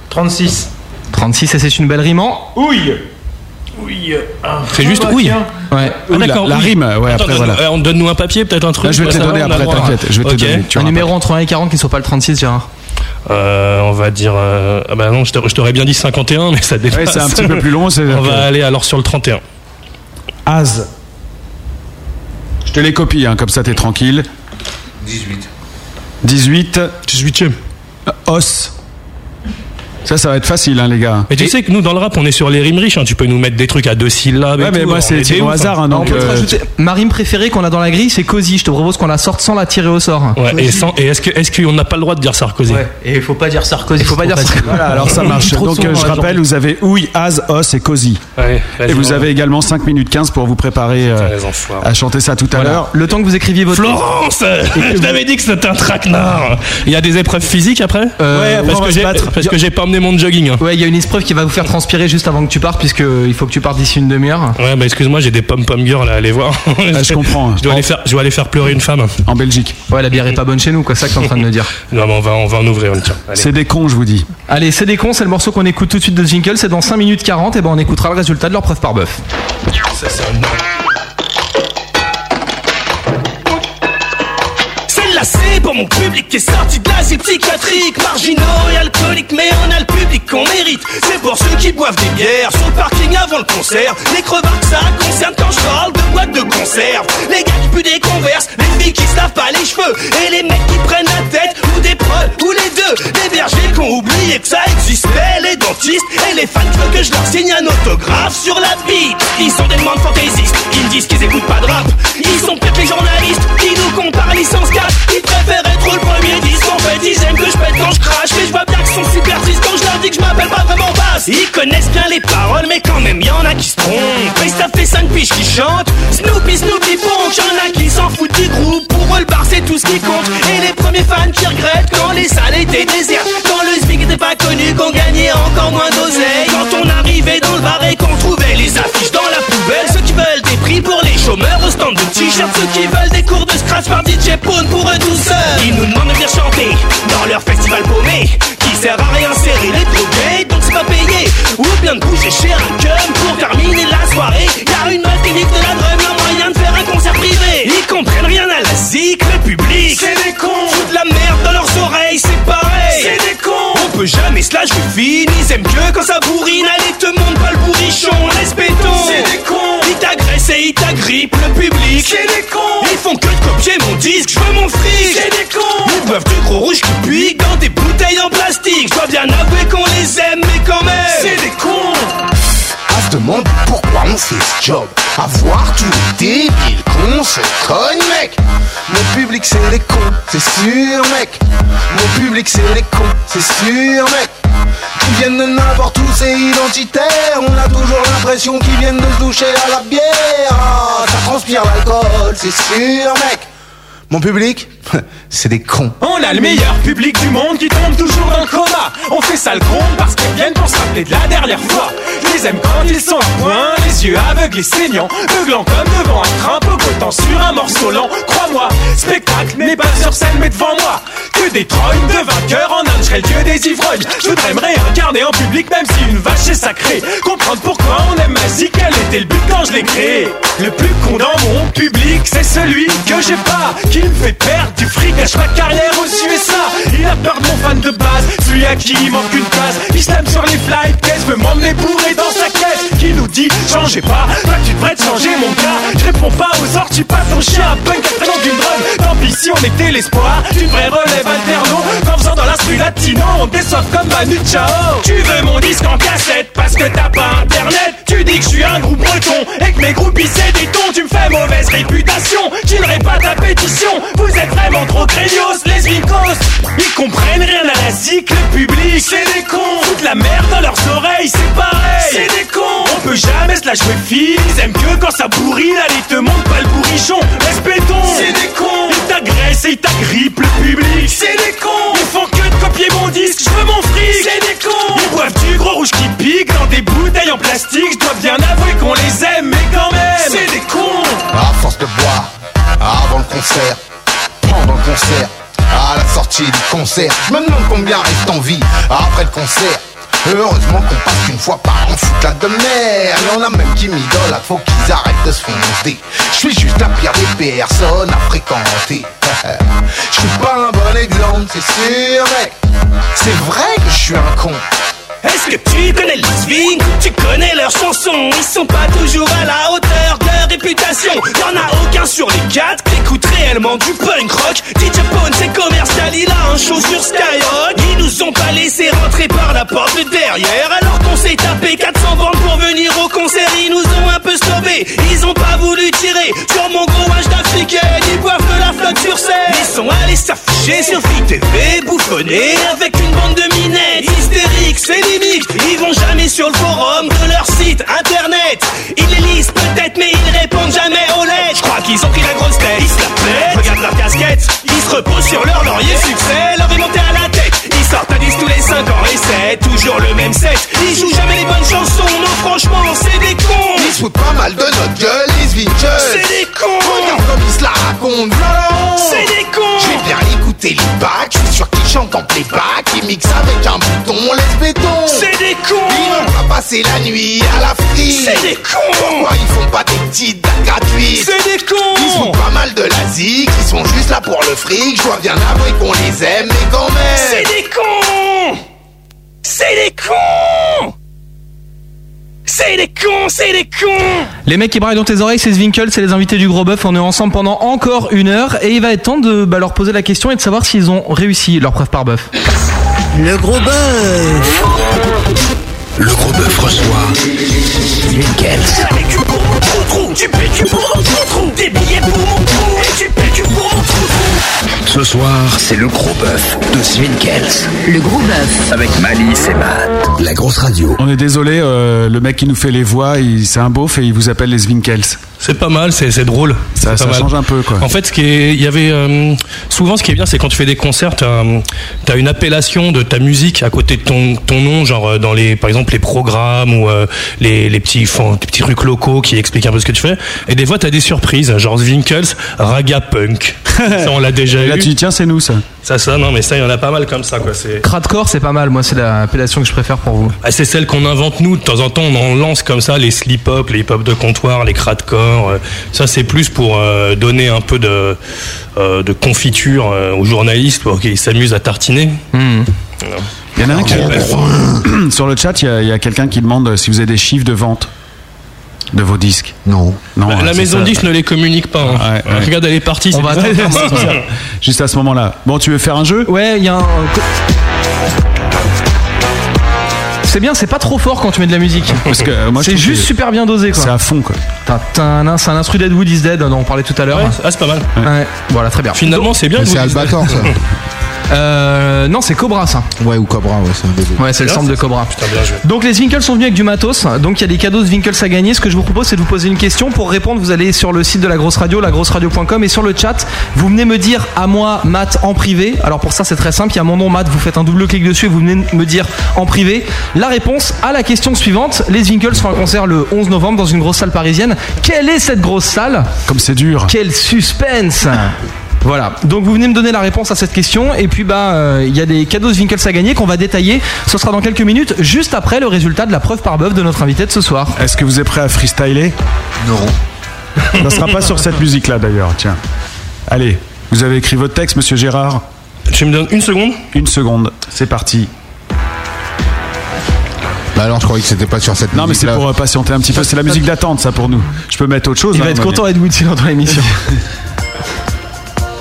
S6: 36. 36, et c'est une belle rime hein. en
S5: Ouille Ouille C'est juste
S4: bah,
S5: ouille
S6: Ouais.
S5: Ah, d'accord,
S4: la
S5: oui.
S4: rime, ouais,
S5: Attends,
S4: après,
S5: donne-
S4: voilà.
S5: euh, on te donne-nous un papier, peut-être un truc.
S4: Là, je vais te
S5: ça
S4: les donner
S5: va, on a
S4: après,
S5: le droit.
S4: t'inquiète, je vais te
S5: Ok. Ah,
S4: donner, tu
S6: un
S4: auras
S6: numéro entre 1 et 40 qui ne soit pas le 36, Gérard.
S5: Euh, on va dire. euh, ah bah non, je t'aurais- je t'aurais bien dit 51, mais ça dépasse.
S4: Ouais, c'est un petit peu plus long, c'est-
S5: On va aller alors sur le 31.
S4: Az. Je te les copie, hein, comme ça t'es tranquille.
S8: 18.
S4: 18.
S5: 18 e
S4: Os. Ça, ça va être facile, hein, les gars.
S5: Mais tu sais que nous, dans le rap, on est sur les rimes riches. hein, Tu peux nous mettre des trucs à deux syllabes. et
S4: Ouais, mais
S5: tout,
S4: moi,
S5: alors
S4: c'est
S5: on est
S4: tiré
S5: des
S4: au
S5: ouf,
S4: hasard,
S5: hein.
S4: hein, donc, euh,
S6: Ma rime préférée qu'on a dans la grille, c'est Cozy. Je te propose qu'on la sorte sans la tirer au sort.
S5: Ouais, et, sans- et est-ce que- est-ce qu'on n'a pas le droit de dire Sarkozy
S11: Et il faut pas dire Sarkozy.
S6: Il faut pas dire
S11: Sarkozy.
S4: Voilà, alors ça marche.
S6: Trop de
S4: Donc
S6: son
S4: euh,
S6: dans
S4: je
S6: la
S4: rappelle, vous avez Ouï, Az, Os et Cozy.
S5: Ouais, vas-y,
S4: Et vous
S5: on-
S4: avez également 5 minutes 15 pour vous préparer euh,
S5: les enfoirés.
S4: à chanter ça tout à l'heure.
S6: Le temps que vous écriviez votre.
S5: Florence Je t'avais dit que c'était un traquenard Il y a des épreuves physiques après
S6: Euh,
S5: Ouais, parce
S6: on va
S5: que
S6: se
S5: j'ai-
S6: battre.
S5: parce que j'ai pas emmené mon jogging. hein.
S6: Ouais, il y a une épreuve qui va vous faire transpirer juste avant que tu partes, puisque il faut que tu partes d'ici une demi-heure.
S5: Ouais, bah excuse-moi, j'ai des pom-pom girls à aller voir.
S4: Ah, je comprends.
S5: Je dois, aller faire, je dois aller faire pleurer une femme.
S4: En Belgique.
S6: Ouais, la bière est pas bonne chez nous, quoi, c'est ça que t'es en train de me dire.
S5: Non, mais on va, on va en ouvrir une, tiens. Allez.
S4: C'est des cons, je vous dis.
S6: Allez, c'est des cons, c'est le morceau qu'on écoute tout de suite de Jingle, c'est dans 5 minutes 40, et ben on écoutera le résultat de leur preuve par bœuf.
S10: Celle-là c'est pour mon public qui est sorti de l'asile psychiatrique Marginaux et alcooliques mais on a le public qu'on mérite C'est pour ceux qui boivent des bières sur le parking avant le concert Les crevards que ça concerne quand je parle de boîte de conserve Les gars qui puent des converses, les filles qui se lavent pas les cheveux Et les mecs qui prennent la tête ou des preuves ou les deux Les bergers qui ont oublié que ça existait Les dentistes et les fans qui veulent que je leur signe un autographe sur la bite Ils sont des demandes fantaisistes, ils disent qu'ils écoutent pas de rap Ils sont peut-être les journalistes qui nous comparent à licence 4 Ils préfèrent être le premier disque En fait ils aiment que je pète quand je crache Mais je vois bien qu'ils sont super tristes quand je leur dis que je m'appelle pas vraiment basse Ils connaissent bien les paroles mais quand même y'en a qui se trompent Et ça fait 5 piges qui chantent Snoopy Snoopy Bonk Y'en a qui s'en foutent du groupe Pour eux le bar c'est tout ce qui compte Et les premiers fans qui regrettent quand les salles étaient désertes Quand le SMIC était pas connu qu'on gagnait encore moins d'oseille Quand on arrivait dans le bar et qu'on trouvait les affiches dans la poubelle Ceux qui veulent des prix pour les chômeurs au stand de t-shirts Ceux qui veulent des cours de scratch par DJ Pone pour eux tout seuls. Ils nous demandent de venir chanter dans leur festival paumé qui sert à réinsérer les progrès, donc c'est pas payé. Ou bien de bouger chez un cum pour terminer la soirée. Car une meuf qui nique de la drum, y a moyen de faire un concert privé. Ils comprennent rien à la zik, le public. C'est des cons. Foutent de la merde dans leurs oreilles, c'est pareil. C'est des cons. On peut jamais se lâcher fine, ils aiment que quand ça bourrine. Allez, te montre pas le bourrichon, laisse béton. C'est des cons. Ils t'agressent et ils t'agrippent le public. C'est des cons. Ils font que de copier mon disque, je veux mon fric. C'est des cons. Ils peuvent du gros rouge qui pique dans des bouteilles en plastique. Je dois bien avouer qu'on les aime, mais quand même. C'est des cons.
S9: On se demande pourquoi on fait ce job. À voir tous les débiles qu'on se cogne, mec. Mon public, c'est les cons, c'est sûr, mec. Mon public, c'est les cons, c'est sûr, mec. Qui viennent de n'importe où, c'est identitaire. On a toujours l'impression qu'ils viennent de se toucher à la bière. Ah, ça transpire l'alcool, c'est sûr, mec. Mon public, c'est des cons.
S10: On a le meilleur public du monde qui tombe toujours dans le coma. On fait ça le con parce qu'ils viennent pour se rappeler de la dernière fois. Je les aime quand ils sont à point, les yeux aveugles et saignants, beuglant comme devant un train, pogotant sur un morceau lent. Crois-moi, spectacle n'est pas sur scène mais devant moi. Que des trognes de vainqueurs en un, je serai le dieu des ivrognes. Je voudrais me réincarner en public même si une vache est sacrée. Comprendre pourquoi on aime ma zik, quel était le but quand je l'ai créé. Le plus con dans mon public, c'est celui que j'ai pas, qui me fait perdre du fric, gâche ma carrière aux USA. Il a peur de mon fan de base, celui à qui il manque une place. Il se lame sur les flights, qu'est-ce veut m'emmener bourré dans sa caisse. Qui nous dit, changez pas, toi tu devrais te changer mon gars. Je réponds pas aux ordres, tu passes ton chien à punk attendant d'une drogue. Tant pis si on était l'espoir, tu vraie relève alterno. Qu'en faisant dans l'instru latino, on déçoit comme Manu Chao. Tu veux mon disque en cassette parce que t'as pas internet. Tu dis que je suis un groupe breton et que mes groupies c'est des tons. Tu me fais mauvaise réputation, tu pas ta pétition. Vous êtes vraiment trop craignos, les vicos. Ils comprennent rien à la zik, le public. C'est des cons. Foutent la merde dans leurs oreilles, c'est pareil. C'est des cons. On peut jamais se la jouer fine. Ils aiment que quand ça bourrine. Allez, te montre pas le bourrichon. Respectons. C'est des cons. Ils t'agressent et ils t'agrippent, le public. C'est des cons. Ils font que de copier mon disque. Je veux mon fric. C'est des cons. Ils boivent du gros rouge qui pique dans des bouteilles en plastique. Je dois bien avouer qu'on les aime, mais quand même. C'est des cons.
S9: À force de boire, avant le concert, pendant le concert, à la sortie du concert. Je me demande combien reste en vie après le concert. Heureusement qu'on passe qu'une fois par an, foutre la de mer. Y'en a même qui m'idolâtrent, faut qu'ils arrêtent de se fonder. Je suis juste la pire des personnes à fréquenter. Je suis pas un bon exemple, c'est sûr, mec. C'est vrai que je suis un con.
S10: Est-ce que tu connais le swing Tu connais leurs chansons Ils sont pas toujours à la hauteur de leur réputation Y'en a aucun sur les quatre qui écoute réellement du punk rock DJ Pone c'est commercial, il a un show sur Skyrock Ils nous ont pas laissé rentrer par la porte de derrière Alors qu'on s'est tapé 400 bandes pour venir au concert Ils nous ont un peu sauvés, ils ont pas voulu tirer Sur mon gros âge d'africaine, ils boivent de la flotte sur scène Ils sont allés s'afficher sur VTV, bouffonner Avec une bande de minettes hystériques, c'est limite Ils vont jamais sur le forum de leur site internet Ils les lisent peut-être mais ils répondent jamais aux lettres Je crois qu'ils ont pris la grosse tête, ils se la pètent Regarde leur casquette, ils se reposent sur leur laurier Succès leur est monté à la tête Ils sortent à 10 tous les 5 ans et c'est toujours le même set Ils jouent jamais les bonnes chansons, non franchement c'est des cons
S9: Ils se foutent pas mal de notre gueule, ils se vingent.
S10: C'est des cons
S9: Regarde comme ils se la racontent, voilà.
S10: C'est des cons
S9: Je vais bien écouter les bacs, je suis sûr qu'ils chantent en playback Ils mixent avec un bouton, laisse béton
S10: C'est des cons
S9: Ils vont pas passer la nuit à la frite
S10: C'est des cons
S9: Pourquoi ils font pas des petites dates gratuites
S10: C'est des cons
S9: Ils sont pas mal de la zik, ils sont juste là pour le fric Je dois bien avouer qu'on les aime, mais quand même
S10: C'est des cons C'est des cons C'est des cons, c'est des cons
S6: Les mecs qui braillent dans tes oreilles, c'est Zwinkle, c'est les invités du gros bœuf. On est ensemble pendant encore une heure et il va être temps de bah, leur poser la question et de savoir s'ils ont réussi leur preuve par bœuf.
S3: Le gros bœuf
S2: Le gros bœuf reçoit. Zwinkels.
S10: Avec du pour mon trou trou Tu pètes du pour mon trou trou Des billets pour mon trou Et tu pètes du pour mon trou trou
S2: Ce soir, c'est le gros bœuf de Zwinkels.
S7: Le gros bœuf.
S2: Avec Malice et Matt. La grosse radio.
S4: On est désolé, euh, le mec qui nous fait les voix, il- c'est un beauf et il vous appelle les Zwinkels.
S5: C'est pas mal, c'est c'est drôle.
S4: Ça-
S5: C'est
S4: Ah, ça
S5: pas mal.
S4: change un peu, quoi.
S5: En fait, ce qui est- il y avait euh, souvent ce qui est bien, c'est quand tu fais des concerts, t'as euh, t'as une appellation de ta musique à côté de ton ton nom, genre euh, dans les par exemple les programmes ou euh, les les petits font- les petits trucs locaux qui expliquent un peu ce que tu fais. Et des fois, t'as des surprises, genre Winkles, Raga Punk. ça, on l'a déjà eu.
S4: Là, tu dis, tiens, c'est nous, ça.
S5: Ça, ça, non, mais ça, il y en a pas mal comme ça, quoi. C'est
S6: Cradcore, c'est pas mal. Moi, c'est l'appellation que je préfère pour vous.
S5: ah, c'est celle qu'on invente nous. De temps en temps, on en lance comme ça les slip hop, les hip hop de comptoir, les cradcore. euh, Ça, c'est plus pour euh, donner un peu de, euh, de confiture euh, aux journalistes pour qu'ils s'amusent à tartiner. Hmm. Ah,
S4: Il y en a un qui- Sur le chat, il y a- il y a, quelqu'un qui demande si vous avez des chiffres de vente de vos disques.
S8: Non.
S4: non
S5: Bah,
S4: ouais,
S5: la
S4: c'est
S5: maison
S4: ça.
S5: 10 ne les communique pas. hein.
S4: Ouais, ouais.
S5: Regarde, elle est partie. c'est bizarre.
S4: Juste à ce moment-là. Bon, tu veux faire un jeu
S6: Ouais, il y a un. C'est bien, c'est pas trop fort quand tu mets de la musique.
S4: Parce que, euh, moi, je
S6: c'est
S4: trouve
S6: juste
S4: que
S6: super bien dosé, quoi.
S4: c'est à fond, quoi.
S6: Tin, tin, nin, C'est un instru d'Ed Wood is Dead dont on parlait tout à l'heure.
S5: Ah, c'est pas mal.
S6: Ouais, Voilà, très bien.
S5: Finalement, c'est bien.
S8: Mais
S5: que
S8: c'est
S5: vous dites-
S8: Albator, ça.
S6: Euh, non, c'est Cobra, ça.
S8: Ouais, ou Cobra, ouais, c'est un bébé.
S6: Ouais, c'est le centre de Cobra.
S5: Putain, bien joué.
S6: Donc les Winkles sont venus avec du matos, donc il y a des cadeaux de Winkles à gagner. Ce que je vous propose, c'est de vous poser une question. Pour répondre, vous allez sur le site de la grosse radio, lagrosseradio.com, et sur le chat, vous venez me dire à moi, Matt, en privé. Alors pour ça, c'est très simple, il y a mon nom, Matt, vous faites un double clic dessus et vous venez me dire en privé la réponse à la question suivante. Les Winkles font un concert le 11 novembre dans une grosse salle parisienne. Quelle est cette grosse salle
S4: Comme c'est dur.
S6: Quel suspense Voilà, donc vous venez me donner la réponse à cette question et puis bah euh, il y a des cadeaux de Winkles à gagner qu'on va détailler. Ce sera dans quelques minutes, juste après le résultat de la preuve par bœuf de notre invité de ce soir.
S4: Est-ce que vous êtes prêt à freestyler
S8: Non.
S4: Ça sera pas sur cette musique-là, d'ailleurs, tiens. Allez, vous avez écrit votre texte, monsieur Gérard
S5: Tu me donnes une seconde
S4: Une seconde, c'est parti.
S8: Bah alors, je croyais que c'était pas sur cette
S4: Non, mais c'est
S8: musique-là.
S4: pour euh, patienter un petit peu. C'est la musique d'attente, ça, pour nous. Je peux mettre autre chose.
S6: Il
S4: hein,
S6: va être
S4: moi,
S6: content Ed Wood s'il entend l'émission.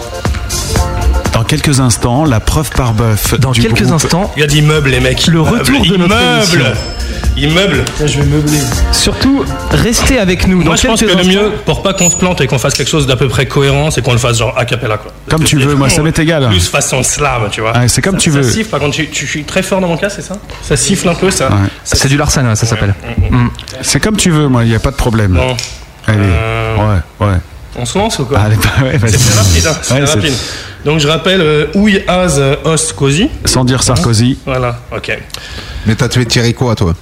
S4: mais- Dans quelques instants, la preuve par bœuf.
S6: Dans
S4: du
S6: quelques
S4: groupe-
S6: instants,
S5: Regarde, immeuble, les mecs.
S6: le
S5: Immeuble,
S6: retour de notre émission.
S5: Immeuble. Immeuble.
S6: Surtout restez avec nous.
S5: Moi,
S6: Dans
S5: je pense que
S6: quelques
S5: le
S6: instants-
S5: mieux, pour pas qu'on se plante et qu'on fasse quelque chose d'à peu près cohérent, c'est qu'on le fasse genre a cappella, quoi.
S4: Comme tu veux, moi, ça m'est égal.
S5: Plus façon slam, tu vois.
S4: Ouais, c'est comme
S5: Ça-
S4: tu veux.
S5: Ça siffle, par contre, tu, tu- je suis très fort dans mon cas, c'est ça Ça siffle un peu, ça.
S4: Ouais. Mm.
S5: ça Mm,
S6: C'est du Larsen, ouais, ça s'appelle.
S4: C'est comme tu veux, moi, il n'y a pas de problème.
S5: Bon,
S4: Allez,
S5: Euh,
S4: ouais, ouais.
S5: on se lance ou quoi
S4: Allez, bah, ouais, vas-y.
S5: C'est très rapide, hein, c'est
S4: Ouais,
S5: très
S4: c'est-
S5: rapide. Donc, je rappelle euh, Ouille As euh, Host Cozy.
S4: Sans dire Sarkozy.
S5: Voilà, ok.
S8: Mais t'as tué Thierry quoi, toi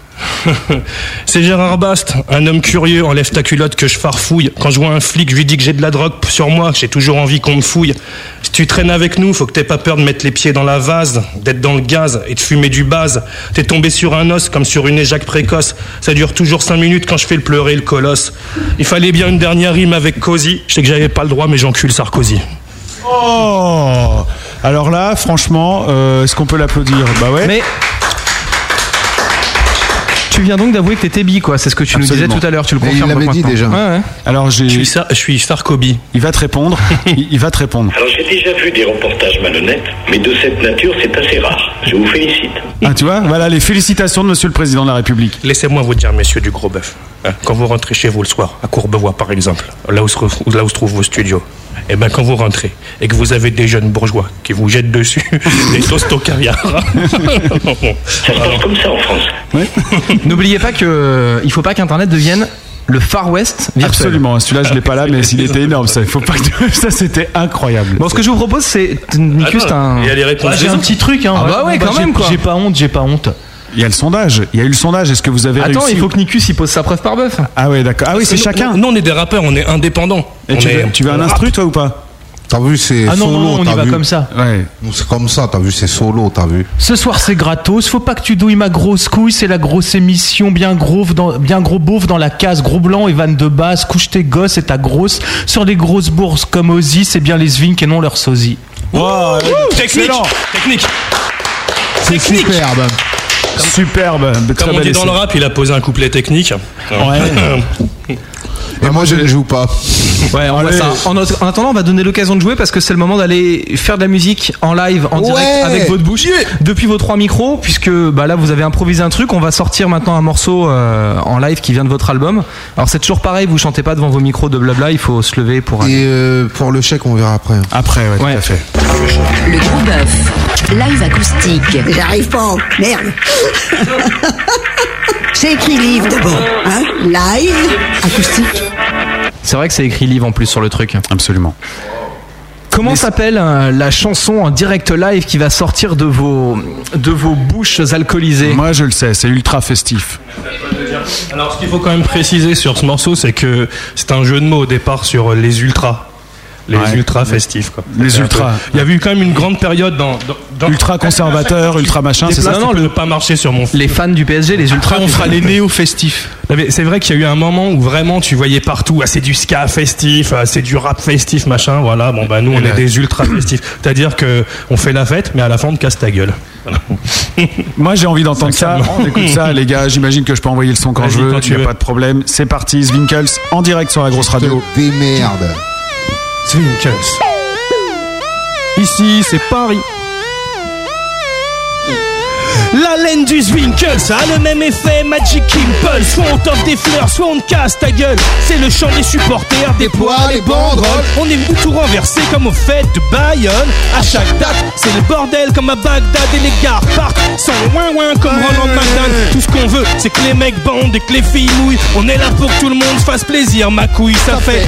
S5: C'est Gérard Bast, un homme curieux, enlève ta culotte que je farfouille. Quand je vois un flic, je lui dis que j'ai de la drogue sur moi, j'ai toujours envie qu'on me fouille. Si tu traînes avec nous, faut que t'aies pas peur de mettre les pieds dans la vase, d'être dans le gaz et de fumer du base. T'es tombé sur un os comme sur une éjac précoce. Ça dure toujours 5 minutes quand je fais le pleurer le colosse. Il fallait bien une dernière rime avec Cozy. Je sais que j'avais pas le droit, mais j'encule Sarkozy.
S4: Oh Alors là, franchement, euh, est-ce qu'on peut l'applaudir Bah ouais.
S6: Mais tu viens donc d'avouer que t'étais bi quoi, c'est ce que tu nous
S4: Absolument.
S6: disais tout à l'heure, tu le
S8: Mais il
S6: confirmes
S8: l'avait
S6: donc
S8: dit
S6: maintenant.
S8: déjà.
S6: Ouais, ouais.
S4: Alors,
S5: Je
S4: j'ai...
S5: suis, Sar- je suis Sarkozy.
S4: il va te répondre. il, il va te répondre.
S15: Alors j'ai déjà vu des reportages malhonnêtes, mais de cette nature, c'est assez rare. Je vous félicite.
S4: Ah, tu vois Voilà, les félicitations de monsieur le président de la République.
S5: Laissez-moi vous dire, messieurs du gros bœuf, hein, quand vous rentrez chez vous le soir, à Courbevoie par exemple, là où se, re- là où se trouvent vos studios, et ben quand vous rentrez et que vous avez des jeunes bourgeois qui vous jettent dessus des toasts au caviar,
S15: Ça se passe comme ça en France.
S6: N'oubliez pas que euh, il faut pas qu'internet devienne le Far West virtuel.
S4: Absolument. Celui-là, je l'ai pas là, mais il était énorme. Ça, il faut pas que... ça c'était incroyable.
S6: Bon, ce que je vous propose, c'est Nikus, t'as un.
S5: il y a les réponses
S11: Bah,
S5: des
S11: j'ai un
S5: autres.
S11: petit truc, hein.
S6: Ah bah ouais, quand
S11: j'ai-
S6: même, quoi.
S11: J'ai pas honte, j'ai pas honte.
S4: Il y a le sondage. Il y a eu le sondage. Est-ce que vous avez
S6: Attends,
S4: réussi
S6: il faut que Nikus il pose sa preuve par bœuf.
S4: Ah ouais, d'accord. Ah oui, c'est
S5: Nous-
S4: chacun.
S5: Nous, nous, on est des rappeurs, on est indépendants.
S4: Et
S5: On
S4: tu,
S5: est-
S4: veux, tu veux un
S5: on
S4: instru, toi, ou pas
S8: T'as vu, c'est
S11: Ah non,
S8: solo,
S11: non, non, on
S8: t'as
S11: y va
S8: vu
S11: comme ça.
S4: Ouais.
S8: C'est comme ça, t'as vu, c'est solo, t'as vu
S11: Ce soir, c'est gratos. Faut pas que tu douilles ma grosse couille. C'est la grosse émission. Bien gros, dans, bien gros beauf dans la case. Gros blanc et vanne de basse. Couche tes gosses et ta grosse. Sur les grosses bourses comme Ozzy, c'est bien les Zvink et non leurs sosies.
S4: Wow,
S5: rappe. Technique,
S4: excellent.
S5: technique.
S8: C'est
S5: Technique.
S8: superbe
S4: Superbe. Très
S5: Comme on
S4: bel
S5: dit dans
S4: essai.
S5: le rap, il a posé un couplet technique.
S8: Et moi, je ne joue pas.
S6: Ouais, on voit
S4: Allez.
S6: ça. En, autre- en attendant, on va donner l'occasion de jouer parce que c'est le moment d'aller faire de la musique en live, en direct,
S8: Ouais.
S6: avec votre bouche, depuis vos trois micros, puisque bah, là vous avez improvisé un truc. On va sortir maintenant un morceau euh, en live qui vient de votre album. Alors c'est toujours pareil, vous chantez pas devant vos micros de blabla, il faut se lever pour. aller-
S8: Et euh, pour le chèque, on verra après.
S4: Après, ouais,
S6: Ouais.
S4: tout à fait.
S7: Le gros bœuf, live acoustique.
S3: J'arrive pas, merde. C'est écrit livre d'abord, hein Live, acoustique.
S6: C'est vrai que c'est écrit livre en plus sur le truc.
S4: Absolument.
S6: Comment s'appelle euh, la chanson en direct live qui va sortir de vos, de vos bouches alcoolisées
S4: Moi, je le sais, c'est ultra festif.
S5: Alors, ce qu'il faut quand même préciser sur ce morceau, c'est que c'est un jeu de mots au départ sur les ultras. Les
S4: Ouais.
S5: ultras festifs, quoi.
S4: Les
S5: C'est-à-dire
S4: ultras.
S5: que Il y a eu quand même une grande période dans.
S4: ultra conservateur, ultra machin, c'est ça
S5: Non, non, le pas marcher sur mon
S6: Les fans du PSG, les ultras.
S5: on fera les
S6: néo-festifs.
S5: C'est vrai qu'il y a eu un moment où vraiment tu voyais partout, ah, c'est du ska festif, ah, c'est du rap festif, machin, voilà. Bon, bah nous, on
S16: Et
S5: est
S16: là-
S5: des ultras festifs. C'est-à-dire que on fait la fête, mais à la fin, on te casse ta gueule.
S4: Moi, j'ai envie d'entendre ça. On écoute ça, les gars. J'imagine que je peux envoyer le son quand
S5: Vas-y,
S4: je veux.
S5: quand
S4: Il
S5: tu
S4: n'y
S5: veux.
S4: a pas de problème. C'est parti, Zwinkels, en direct sur la grosse radio.
S17: Des merdes.
S5: Zwinkels.
S10: Ici, c'est Paris. La laine du Zwinkels ça a le même effet Magic Impulse Soit on t'offre des fleurs, soit on te casse ta gueule C'est le chant des supporters, des poids, des banderoles On est venu tout renverser comme au fait de Bayonne À chaque date, c'est le bordel comme à Bagdad Et les gars partent sans ouin ouin comme Roland McDan Tout ce qu'on veut, c'est que les mecs bandent et que les filles mouillent On est là pour que tout le monde se fasse plaisir Ma couille, ça, fait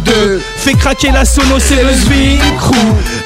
S10: 1, 2 Fais craquer la sono, c'est le Zwing crew.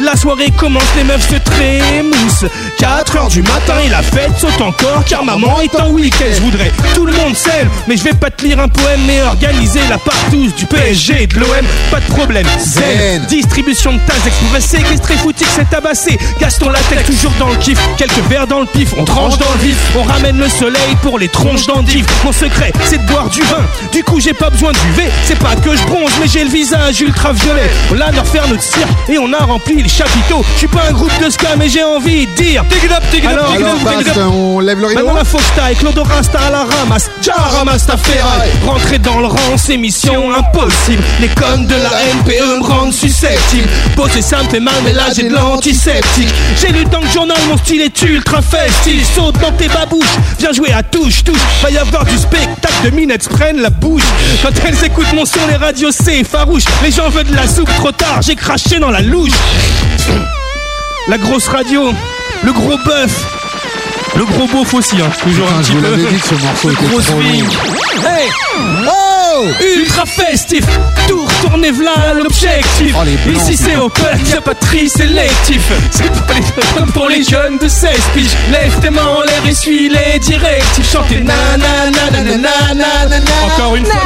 S10: La soirée commence, les meufs se trémoussent. 4 heures du matin et la fête saute encore car maman est en week-end. Je voudrais tout le monde s'aime, mais je vais pas te lire un poème mais organiser la partouze du PSG et de l'OM. Pas de problème, zen. Distribution de tasses expressées, qu'est-ce très foutique, c'est tabassé. Gaston la tête toujours dans le kiff, quelques verres dans le pif, on tranche dans le vif, on ramène le soleil pour les tronches d'endives. Mon secret, c'est de boire du vin. Du coup, j'ai pas besoin de V. C'est pas que je bronze, mais j'ai le visage ultraviolet. On a leur faire notre cirque et on a rempli les chapiteaux. Je suis pas un groupe de ska, mais j'ai envie de dire. Dig up, dig up,
S9: Alors,
S10: dig up,
S9: alors,
S10: dig
S9: basta,
S10: up.
S9: on lève le rideau
S10: Maintenant, la fausse taille, Claude Rasta à la ramasse. Ja, ramasse ta ferraille. Rentrer dans le rang, c'est mission impossible. Les connes de la NPE me rendent susceptible. Poser ça me fait mal, mais là j'ai de l'antiseptique. J'ai lu dans le journal, mon style est ultra festif. Saute dans tes babouches, viens jouer à touche, touche. Va y avoir du spectacle de minettes, prennent la bouche. Quand elles écoutent mon son, les radios, c'est farouche. Les gens veulent de la soupe, trop tard, j'ai craché dans la louche. La grosse radio, le gros bœuf, le gros beauf aussi, hein. toujours un petit
S9: vous
S10: peu.
S9: l'avez dit que ce morceau
S10: Le
S9: était
S10: gros
S9: trop
S10: swing. Hey Oh Ultra Oh, festif, tout retourné v'là l'objectif.
S9: blancs,
S10: Ici c'est
S9: putain.
S10: open, y'a pas de tri sélectif. C'est pour les, comme pour les jeunes de 16 piges. Lève tes mains en l'air et suis les directifs. Chantez nanana nanana Encore une fois.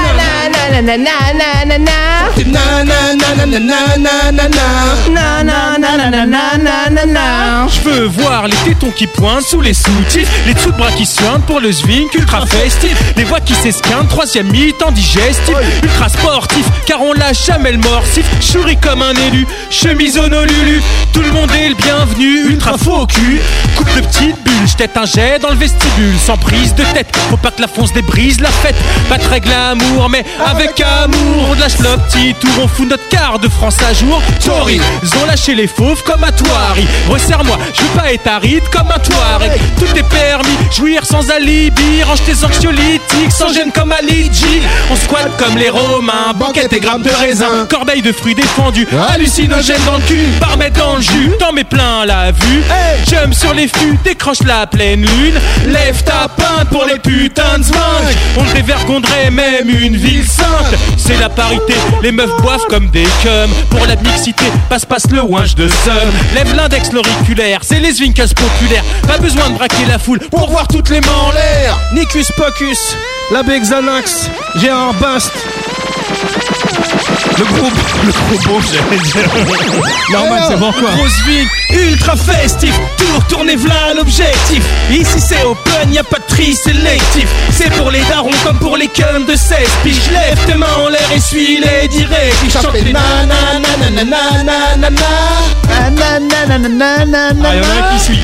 S18: Je
S10: Je veux voir les tétons qui pointent sous les soutifs, les dessous de bras qui suintent pour le zwing ultra festif, les voix qui s'esquintent, troisième mi-temps digestif, ultra sportif, car on lâche jamais le morsif, chouri comme un élu, chemise au lulu, tout le monde est le bienvenu, ultra faux au cul, coupe de petites bulles, jette un jet dans le vestibule, sans prise de tête, faut pas que la fonce débrise la fête, pas de règle à amour, mais avec amour, on lâche le petit tour, on fout notre quart de France à jour, Tory, ils ont lâché les fauves comme à Toari. Resserre-moi, je veux pas être aride comme un Touareg. Tout est permis, jouir sans alibi. Range tes anxiolytiques, sans gêne comme Alidji. On squatte comme les Romains, banquette et grammes de raisin. Corbeille de fruits défendus, hallucinogène dans le cul. Par mettre dans le jus, t'en mets plein la vue. Jump sur les fûts, décroche la pleine lune. Lève ta pinte pour les putains de zwingues. On le dévergondrait même une ville sainte. C'est la parité, les meufs boivent comme des cums. Pour la mixité, passe-passe le ouinge de somme. Lève l'index, l'auriculaire, c'est les Zwinkels populaires. Pas besoin de braquer la foule pour voir toutes les mains en l'air. Nicus Pocus, l'abbé Xanax, Gérard Bast. Le gros, le gros beau, j'allais dire. Normal, c'est bon quoi. Grosse ultra festif, tour tourné v'là l'objectif. Ici c'est open, y a pas de tri sélectif. C'est pour les darons comme pour les cums de 16 piges. Lève tes mains en l'air et suis les directs. Ils chantent les Ah, y'en a un qui suit.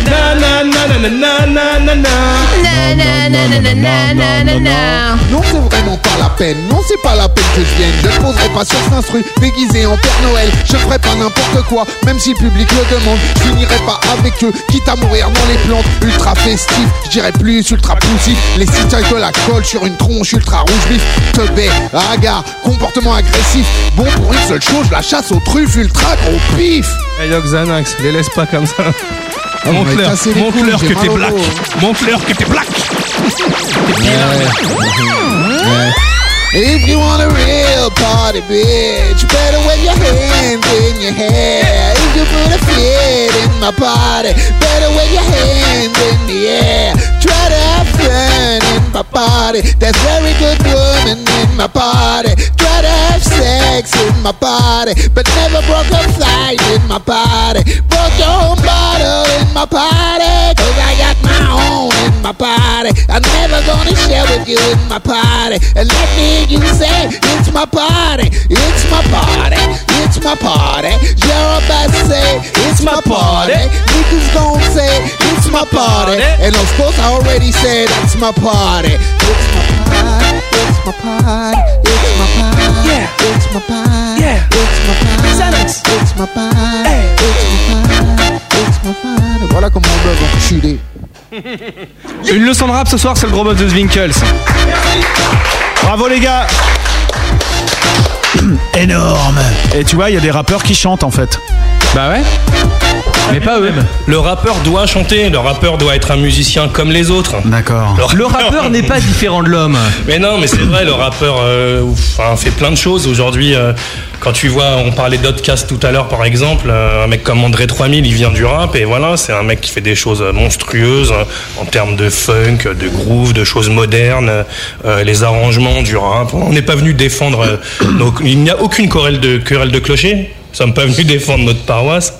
S9: Non, c'est vraiment pas la peine. Non, c'est pas la peine que je vienne. Je ne poserai pas sur cet instru déguisé en Père Noël. Je ferai pas n'importe quoi, même si le public le demande. Je finirai pas avec eux, quitte à mourir dans les plantes. Ultra festif, je dirais plus ultra poussif. Les citoyens de la colle sur une tronche ultra rouge vif. Teubé, hagard, comportement agressif. Bon pour une seule chose, la chasse aux truffes ultra gros pif. Ah,
S16: Hey yo, Xanax, les laisse pas comme ça.
S9: vous m'avez
S16: Montre-leur
S9: cassé les
S16: montre-leur
S9: couilles,
S16: que
S9: j'ai mal
S16: t'es
S9: au
S16: black.
S9: dos.
S16: Montre-leur que t'es black.
S9: Ouais. Ouais. If you want a real party, bitch, better wave your hands in your hair. If you put a fit in my party, better wave your hands in the air. Try to have fun in my party. There's very good women in my party. Try to have sex in my party, but never broke a fight in my party. Broke your own bottle in my party, 'cause I got my own in my party. I'm never gonna share with you in my party. And let me hear you say, it's my party, it's my party, it's my party. You're about to say, it's my party. Niggas gonna say, it's my party. And of course, I already said, it's my party. It's my party, it's my party, it's my party. Yeah, it's my party, yeah, it's my party. It's my party, it's my party, it's my party. Voilà comment on blogue en chuter.
S6: Une leçon de rap ce soir, c'est le gros boss de Zwinkels.
S4: Bravo Oh, les gars Énorme Et tu vois, il y a des rappeurs qui chantent en fait.
S6: Bah ouais
S5: Mais pas eux. Le rappeur doit chanter, le rappeur doit être un musicien comme les autres.
S4: D'accord.
S6: Le rappeur n'est pas différent de l'homme.
S5: Mais non, mais c'est vrai, le rappeur euh, enfin, fait plein de choses. Aujourd'hui, euh, quand tu vois, on parlait d'Odcast tout à l'heure par exemple, euh, un mec comme André 3000, il vient du rap et voilà, c'est un mec qui fait des choses monstrueuses euh, en termes de funk, euh, de groove, de choses modernes, euh, les arrangements du rap. On n'est pas venu défendre, euh, donc il n'y a aucune querelle de, querelle de clocher, nous sommes pas venus défendre notre paroisse.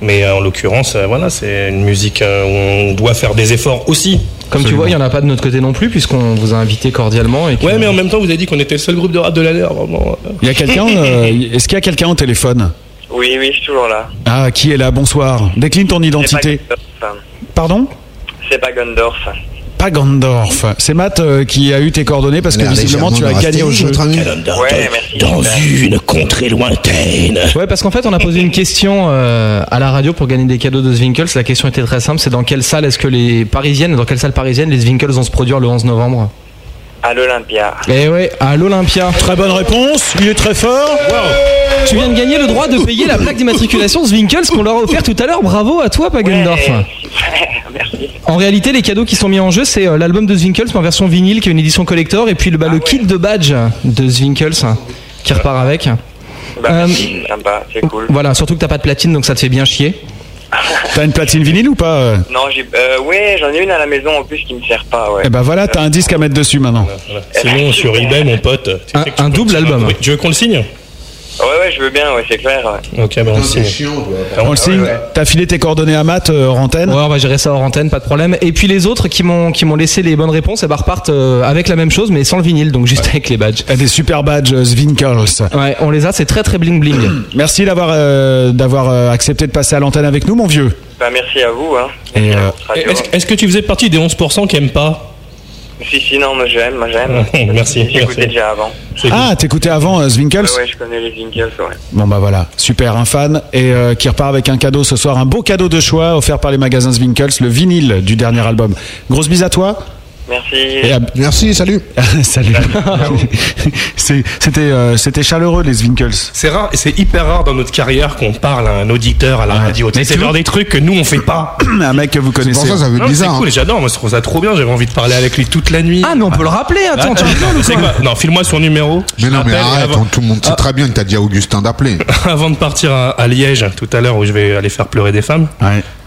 S5: Mais euh, en l'occurrence, euh, voilà, c'est une musique euh, où on doit faire des efforts aussi.
S6: Comme tu vois, il n'y en a pas de notre côté non plus, puisqu'on vous a invité cordialement. Et que-
S5: Ouais, mais en même temps, vous avez dit qu'on était le seul groupe de rap de l'année, vraiment.
S4: Il y a
S6: Eh,
S4: quelqu'un euh, Est-ce qu'il y a quelqu'un au téléphone
S18: Oui, oui, je suis toujours là.
S4: Ah, qui est là Bonsoir. Décline ton identité.
S18: C'est pas Gundorf.
S4: Pardon
S18: C'est pas Gundorf.
S4: Pas Gandorf. C'est Matt euh, qui a eu tes coordonnées parce que
S18: L'air
S4: visiblement tu as
S18: légèrement
S4: gagné au jeu.
S18: drastique, notre ami. Calendar, Ouais, merci. dans
S6: une contrée lointaine. Ouais, parce qu'en fait, on a posé une question euh, à la radio pour gagner des cadeaux de Zwinkels. La question était très simple c'est dans quelle salle est-ce que les parisiennes, dans quelle salle parisienne les Zwinkels vont se produire le 11 novembre
S18: À l'Olympia.
S6: Eh ouais, à l'Olympia.
S4: Très bonne réponse, il est très fort.
S6: Tu viens de gagner le droit de payer la plaque d'immatriculation Zwinkels qu'on leur a offert tout à l'heure. Bravo à toi, Pagendorf.
S18: Merci.
S6: En réalité, les cadeaux qui sont mis en jeu, c'est euh, l'album de Zwinkels mais en version vinyle qui est une édition collector et puis le, bah,
S18: Ah
S6: le kit de badge de Zwinkels hein, qui repart avec.
S18: Bah,
S6: Euh,
S18: merci, sympa, c'est cool.
S6: Voilà, surtout que t'as pas de platine donc ça te fait bien chier.
S4: T'as une platine vinyle ou pas euh
S18: Non, j'ai. Euh, ouais, j'en ai une à la maison en plus qui me sert pas, ouais.
S4: Eh ben voilà, t'as un disque à mettre dessus maintenant.
S5: C'est bon, sur eBay, mon pote. Un, double album. Tu veux qu'on le signe
S18: Ouais, ouais, je veux bien, ouais, c'est clair. ouais.
S5: Ok, ben on le signe.
S18: Ah
S4: On le signe. T'as filé tes coordonnées à Matt euh, hors antenne
S6: Ouais, on va gérer ça hors antenne, pas de problème. Et puis les autres qui m'ont qui m'ont laissé les bonnes réponses, et bah repartent euh, avec la même chose mais sans le vinyle, donc juste avec les badges.
S4: T'as Ah, des super badges euh, Zwinkels.
S6: Ouais, on les a, c'est très très bling bling.
S4: Merci d'avoir euh, d'avoir euh, accepté de passer à l'antenne avec nous, mon vieux.
S18: Bah, merci à vous, hein.
S4: Et, euh,
S18: Radio.
S5: Est-ce est-ce que tu faisais partie des 11% qui aiment pas
S18: Si, si, non, moi j'aime, moi j'aime.
S5: Merci,
S18: J'écoutais déjà avant.
S4: ah, t'écoutais avant euh, Zwinkels
S18: Ouais, ouais, je connais les Winkles, ouais.
S4: Bon bah voilà, super, un fan et euh, qui repart avec un cadeau ce soir, un beau cadeau de choix offert par les magasins Zwinkels, le vinyle du dernier album. Grosse bise à toi.
S18: Merci.
S4: Merci, salut. salut. C'est- C'était euh, c'était chaleureux les Zwinkels.
S5: C'est rare, c'est hyper rare dans notre carrière qu'on parle à un auditeur à la radio.
S4: Mais
S5: C'est
S4: tu
S5: genre
S4: vois-
S5: des trucs que nous on fait pas.
S4: un mec que hein. vous connaissez.
S5: Non, mais C'est cool, j'adore, moi je trouve ça trop bien, j'avais envie de parler avec lui toute la nuit.
S6: Ah mais on peut le rappeler, attends, tu rigoles ou
S5: tu sais
S6: quoi
S5: quoi Non, file-moi son numéro.
S8: Mais
S5: Je
S8: non, mais
S5: l'appelle Ah.
S8: arrête,
S5: avant-
S8: tout le monde sait très bien que t'as dit à Augustin d'appeler.
S5: Avant de partir à, à Liège tout à l'heure où je vais aller faire pleurer des femmes,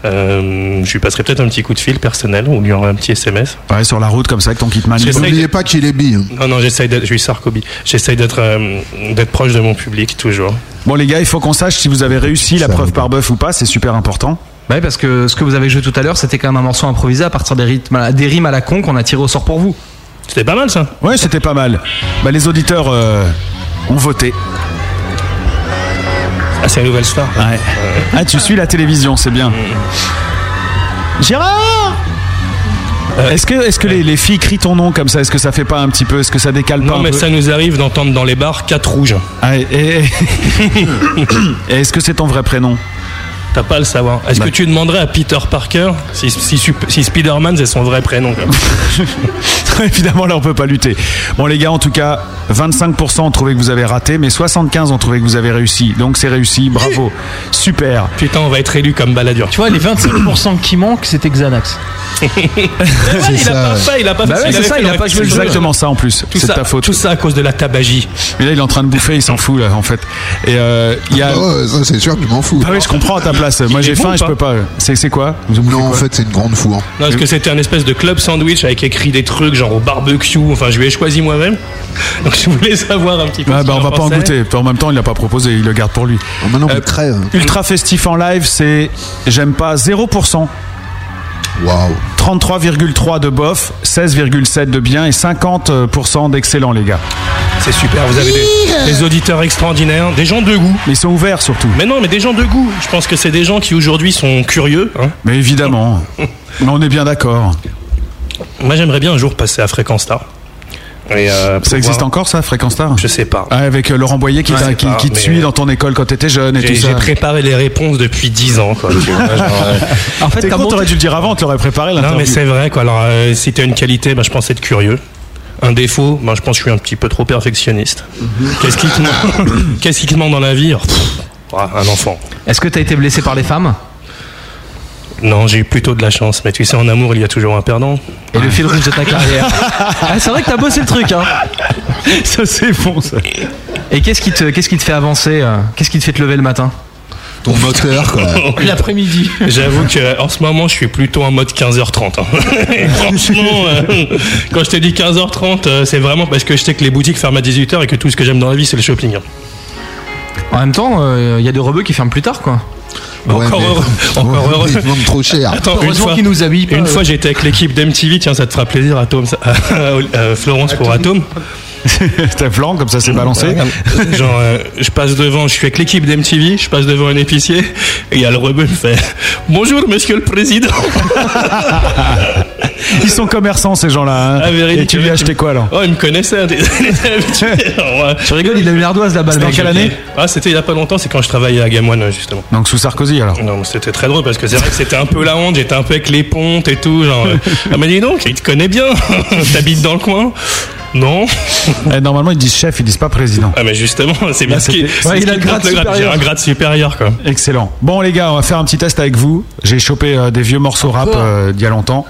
S5: euh, je lui passerai peut-être un petit coup de fil personnel ou lui envoyer un petit SMS.
S4: Ouais, sur la route comme ça avec ton kitman.
S5: J'essaye
S8: N'oubliez pas qu'il est bi. hein.
S5: Non, non, j'essaye d'être. Je suis Sarkoby. J'essaye d'être euh, d'être proche de mon public toujours.
S4: Bon les gars, il faut qu'on sache si vous avez réussi la preuve par bœuf ou pas, c'est super important.
S6: Bah oui, parce que ce que vous avez joué tout à l'heure, c'était quand même un morceau improvisé à partir des, rythmes, à la- des rimes à la con qu'on a tiré au sort pour vous.
S5: C'était pas mal ça.
S4: Ouais, c'était pas mal. Bah les auditeurs euh, ont voté.
S5: Ah, c'est la nouvelle star.
S4: Ouais. Ah, tu suis la télévision, c'est bien. Gérard
S5: Euh,
S4: Est-ce que, est que les, les filles crient ton nom comme ça Est-ce que ça fait pas un petit peu Est-ce que ça décale pas
S5: Non,
S4: un
S5: mais
S4: peu
S5: ça nous arrive d'entendre dans les bars quatre rouges.
S4: Ah, et- et- et Est-ce que c'est ton vrai prénom Bah.
S5: T'as pas à le savoir. Est-ce que tu demanderais à Peter Parker si, si, Sup- si Spider-Man c'est son vrai prénom quoi
S4: Évidemment, là, on peut pas lutter. Bon, les gars, en tout cas, 25% ont trouvé que vous avez raté, mais 75 ont trouvé que vous avez réussi. Donc, c'est réussi. Bravo. Super.
S5: Putain, on va être élu comme baladure.
S11: Tu vois, les 25% qui manquent, c'était Xanax.
S5: il a pas fait, il a pas
S4: Bah
S5: fait.
S4: ouais,
S5: il
S4: c'est
S5: avait
S4: ça,
S5: fait
S4: il a
S5: le
S4: pas
S5: reste
S4: joué le
S5: du
S4: jeu.
S5: jeu.
S4: Exactement ça, en plus.
S5: Tout
S4: C'est
S5: ça-
S4: de ta faute.
S5: Tout ça à cause de la tabagie.
S4: Mais là, il est en train de bouffer, il s'en fout, là, en fait. Et euh, il y a.
S8: Ah c'est sûr que je m'en fous.
S4: Ah oui, je comprends à ta place. Moi,
S5: Il est
S4: j'ai
S5: bon
S4: faim
S5: ou
S4: et je
S5: pas
S4: peux pas. C'est c'est quoi Non,
S8: en fait, c'est une grande four.
S5: Non, parce que c'était un espèce de club sandwich avec écrit des trucs genre au barbecue. Enfin, je lui ai choisi moi-même. Donc, je voulais savoir un petit peu.
S4: Ouais,
S5: ce
S4: bah,
S5: qu'il
S4: on va pas en
S5: pensait.
S4: goûter. En même temps, il l'a pas proposé, il le garde pour lui.
S8: Ah, maintenant, hein.
S4: Euh, Ultra festif en live, c'est j'aime pas 0%.
S8: Waouh.
S4: 33,3 de bof, 16,7 de bien et 50% d'excellent, les gars.
S5: C'est super, Ah, vous avez des, des auditeurs extraordinaires, des gens de goût.
S4: Mais ils sont ouverts surtout.
S5: Mais non, mais des gens de goût. Je pense que c'est des gens qui aujourd'hui sont curieux. hein.
S4: Mais évidemment. Mais on est bien d'accord.
S5: Moi, j'aimerais bien un jour passer à Fréquence Star. Et, euh, pour
S4: Ça existe
S5: voir-
S4: encore, ça, Fréquence Star
S5: Je sais pas.
S4: Ah, Avec euh, Laurent Boyer qui,
S5: Ouais,
S4: t'a-
S5: je sais
S4: qui-
S5: pas,
S4: qui te
S5: mais- euh,
S4: suit dans ton école quand t'étais jeune et
S5: J'ai
S4: tout ça.
S5: j'ai préparé les réponses depuis 10 ans. Quoi, tu vois, genre, euh,
S4: En fait, t'as t'aurais dû le dire avant, t'aurais préparé
S5: Non,
S4: l'interview.
S5: mais c'est vrai, quoi. Alors, euh, si t'as une qualité, bah, je pense être curieux. Un défaut, bah, je pense que je suis un petit peu trop perfectionniste.
S6: Mhm.
S5: Qu'est-ce qui te manque Qu'est-ce qui te manque dans la vie Alors, pff, ah, Un enfant.
S6: Est-ce que t'as été blessé par les femmes
S5: Non, j'ai eu plutôt de la chance. Mais tu sais, en amour, il y a toujours un perdant.
S6: Et le fil rouge de ta carrière. Ah, c'est vrai que t'as bossé le truc, hein.
S4: Ça, c'est bon, ça.
S6: Et qu'est-ce qui te, qu'est-ce qui te fait avancer euh, Qu'est-ce qui te fait te lever le matin
S8: Ton moteur, quoi.
S5: Oh,
S6: L'après-midi.
S5: J'avoue que euh, en ce moment, je suis plutôt en mode 15h30. hein. Et Franchement, euh, quand je te dis 15h30, euh, c'est vraiment parce que je sais que les boutiques ferment à 18h et que tout ce que j'aime dans la vie, c'est le shopping. hein.
S6: En même temps, il y a des rebeux qui ferment plus tard, quoi.
S5: Encore heureux. Encore heureux.
S8: Ils te vendent trop
S6: Ah,
S8: cher.
S5: Attends, une fois, Une
S6: euh.
S5: fois, j'étais avec l'équipe d'MTV. Tiens, ça te fera plaisir, Atom, ça- euh, Florence pour Atom.
S4: T'as flanc, comme ça, c'est balancé.
S5: Genre, euh, je passe devant, je suis avec l'équipe d'MTV, je passe devant un épicier, et il y a le rebeu qui fait Bonjour, monsieur le président.
S4: Ils sont commerçants, ces gens-là. hein.
S5: Ah, vérité,
S4: et tu lui as
S5: vérité.
S4: acheté quoi, alors
S5: Oh, il me connaissait. hein, il était habitué. Alors, euh,
S6: Tu rigoles, il a eu l'ardoise là-bas. le
S5: C'était en
S6: mec.
S5: quelle année Ah, c'était il y a pas longtemps, c'est quand je travaillais à Game One, justement.
S4: Donc sous Sarkozy alors
S5: Non, mais c'était très drôle parce que c'est vrai que c'était un peu la honte, j'étais un peu avec les pontes et tout. Genre, euh, ah, mais dis donc, il te connaît bien, t'habites dans le coin Non.
S4: Eh, Normalement, ils disent chef, ils disent pas président.
S5: Ah, mais justement, c'est bien
S4: Là,
S5: ce qui.
S4: Bah, c'était-
S5: c'est
S4: Ouais,
S5: ce
S4: il a
S5: qui
S4: le grade
S5: compte J'ai
S4: supérieur.
S5: un grade supérieur, quoi.
S4: Excellent. Bon, les gars, on va faire un petit test avec vous. J'ai chopé euh, des vieux morceaux rap euh, d'il y a longtemps.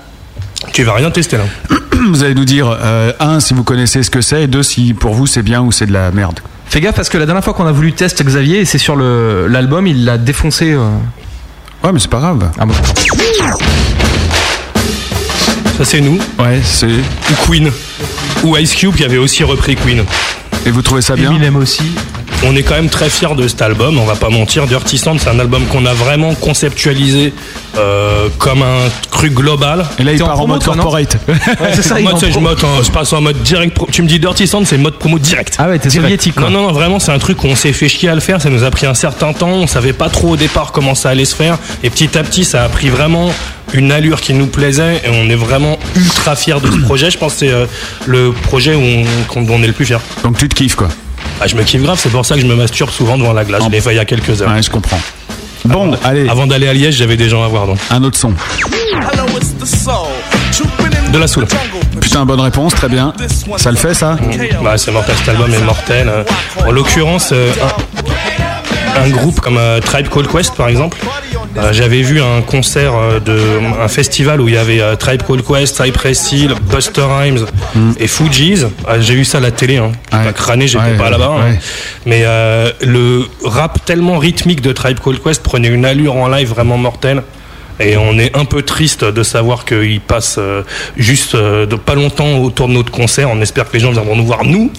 S5: Tu vas rien tester là.
S4: Vous allez nous dire, euh, un, si vous connaissez ce que c'est, et deux, si pour vous c'est bien ou c'est de la merde.
S6: Fais gaffe parce que la dernière fois qu'on a voulu test Xavier, et c'est sur le- l'album, il l'a défoncé. euh.
S4: Ouais, mais c'est pas grave.
S6: Ah bon
S5: Ça, c'est nous.
S4: Ouais, c'est.
S5: Ou Queen. Ou Ice Cube qui avait aussi repris Queen.
S4: Et vous trouvez ça bien
S6: aime aussi.
S5: On est quand même très fiers de cet album, on va pas mentir. Dirty Sand, c'est un album qu'on a vraiment conceptualisé euh, comme un truc global.
S4: Et là, il
S6: T'es en
S4: part en
S6: promo,
S4: mode
S6: toi, non
S4: corporate.
S6: Ouais, c'est ça, il est
S5: Moi,
S6: en
S5: tu sais, je,
S6: pro-
S5: mode, en- je passe en mode direct. pro- Tu me dis Dirty Sand, c'est mode promo direct.
S6: Ah ouais, t'es
S5: Direct.
S6: soviétique quoi.
S5: Non, non, non, vraiment, c'est un truc qu'on s'est fait chier à le faire. Ça nous a pris un certain temps. On savait pas trop au départ comment ça allait se faire. Et petit à petit, ça a pris vraiment une allure qui nous plaisait. Et on est vraiment ultra fiers de ce projet. Je pense que c'est euh, le projet où on, qu'on- dont on est le plus fier.
S4: Donc tu te kiffes quoi.
S5: Ah, je me kiffe grave. C'est pour ça que je me masturbe souvent devant la glace. Je l'ai fait il y a quelques heures.
S4: Ouais, je comprends. Bon, allez,
S5: Avant d'aller à Liège, j'avais des gens à voir. Donc.
S4: un autre son.
S5: De la soul.
S4: Putain, bonne réponse, très bien. Ça le fait ça
S5: Bah, c'est mortel, cet album est mortel. Euh, En l'occurrence, euh, un, un groupe comme euh, Tribe Called Quest, par exemple, euh, j'avais vu un concert euh, de un festival où il y avait euh, Tribe Called Quest, Cypress Hill, Buster Rhymes et Fugees. Ah, j'ai vu ça à la télé. Hein. J'ai
S4: Hmm. Ouais.
S5: pas crâné, j'étais
S4: Ouais,
S5: pas là-bas. hein.
S4: ouais.
S5: Mais euh, le rap tellement rythmique de Tribe Called Quest prenait une allure en live vraiment mortelle. Et on est un peu triste de savoir qu'il passe euh, juste euh, de pas longtemps autour de notre concert. On espère que les gens viendront nous voir, nous.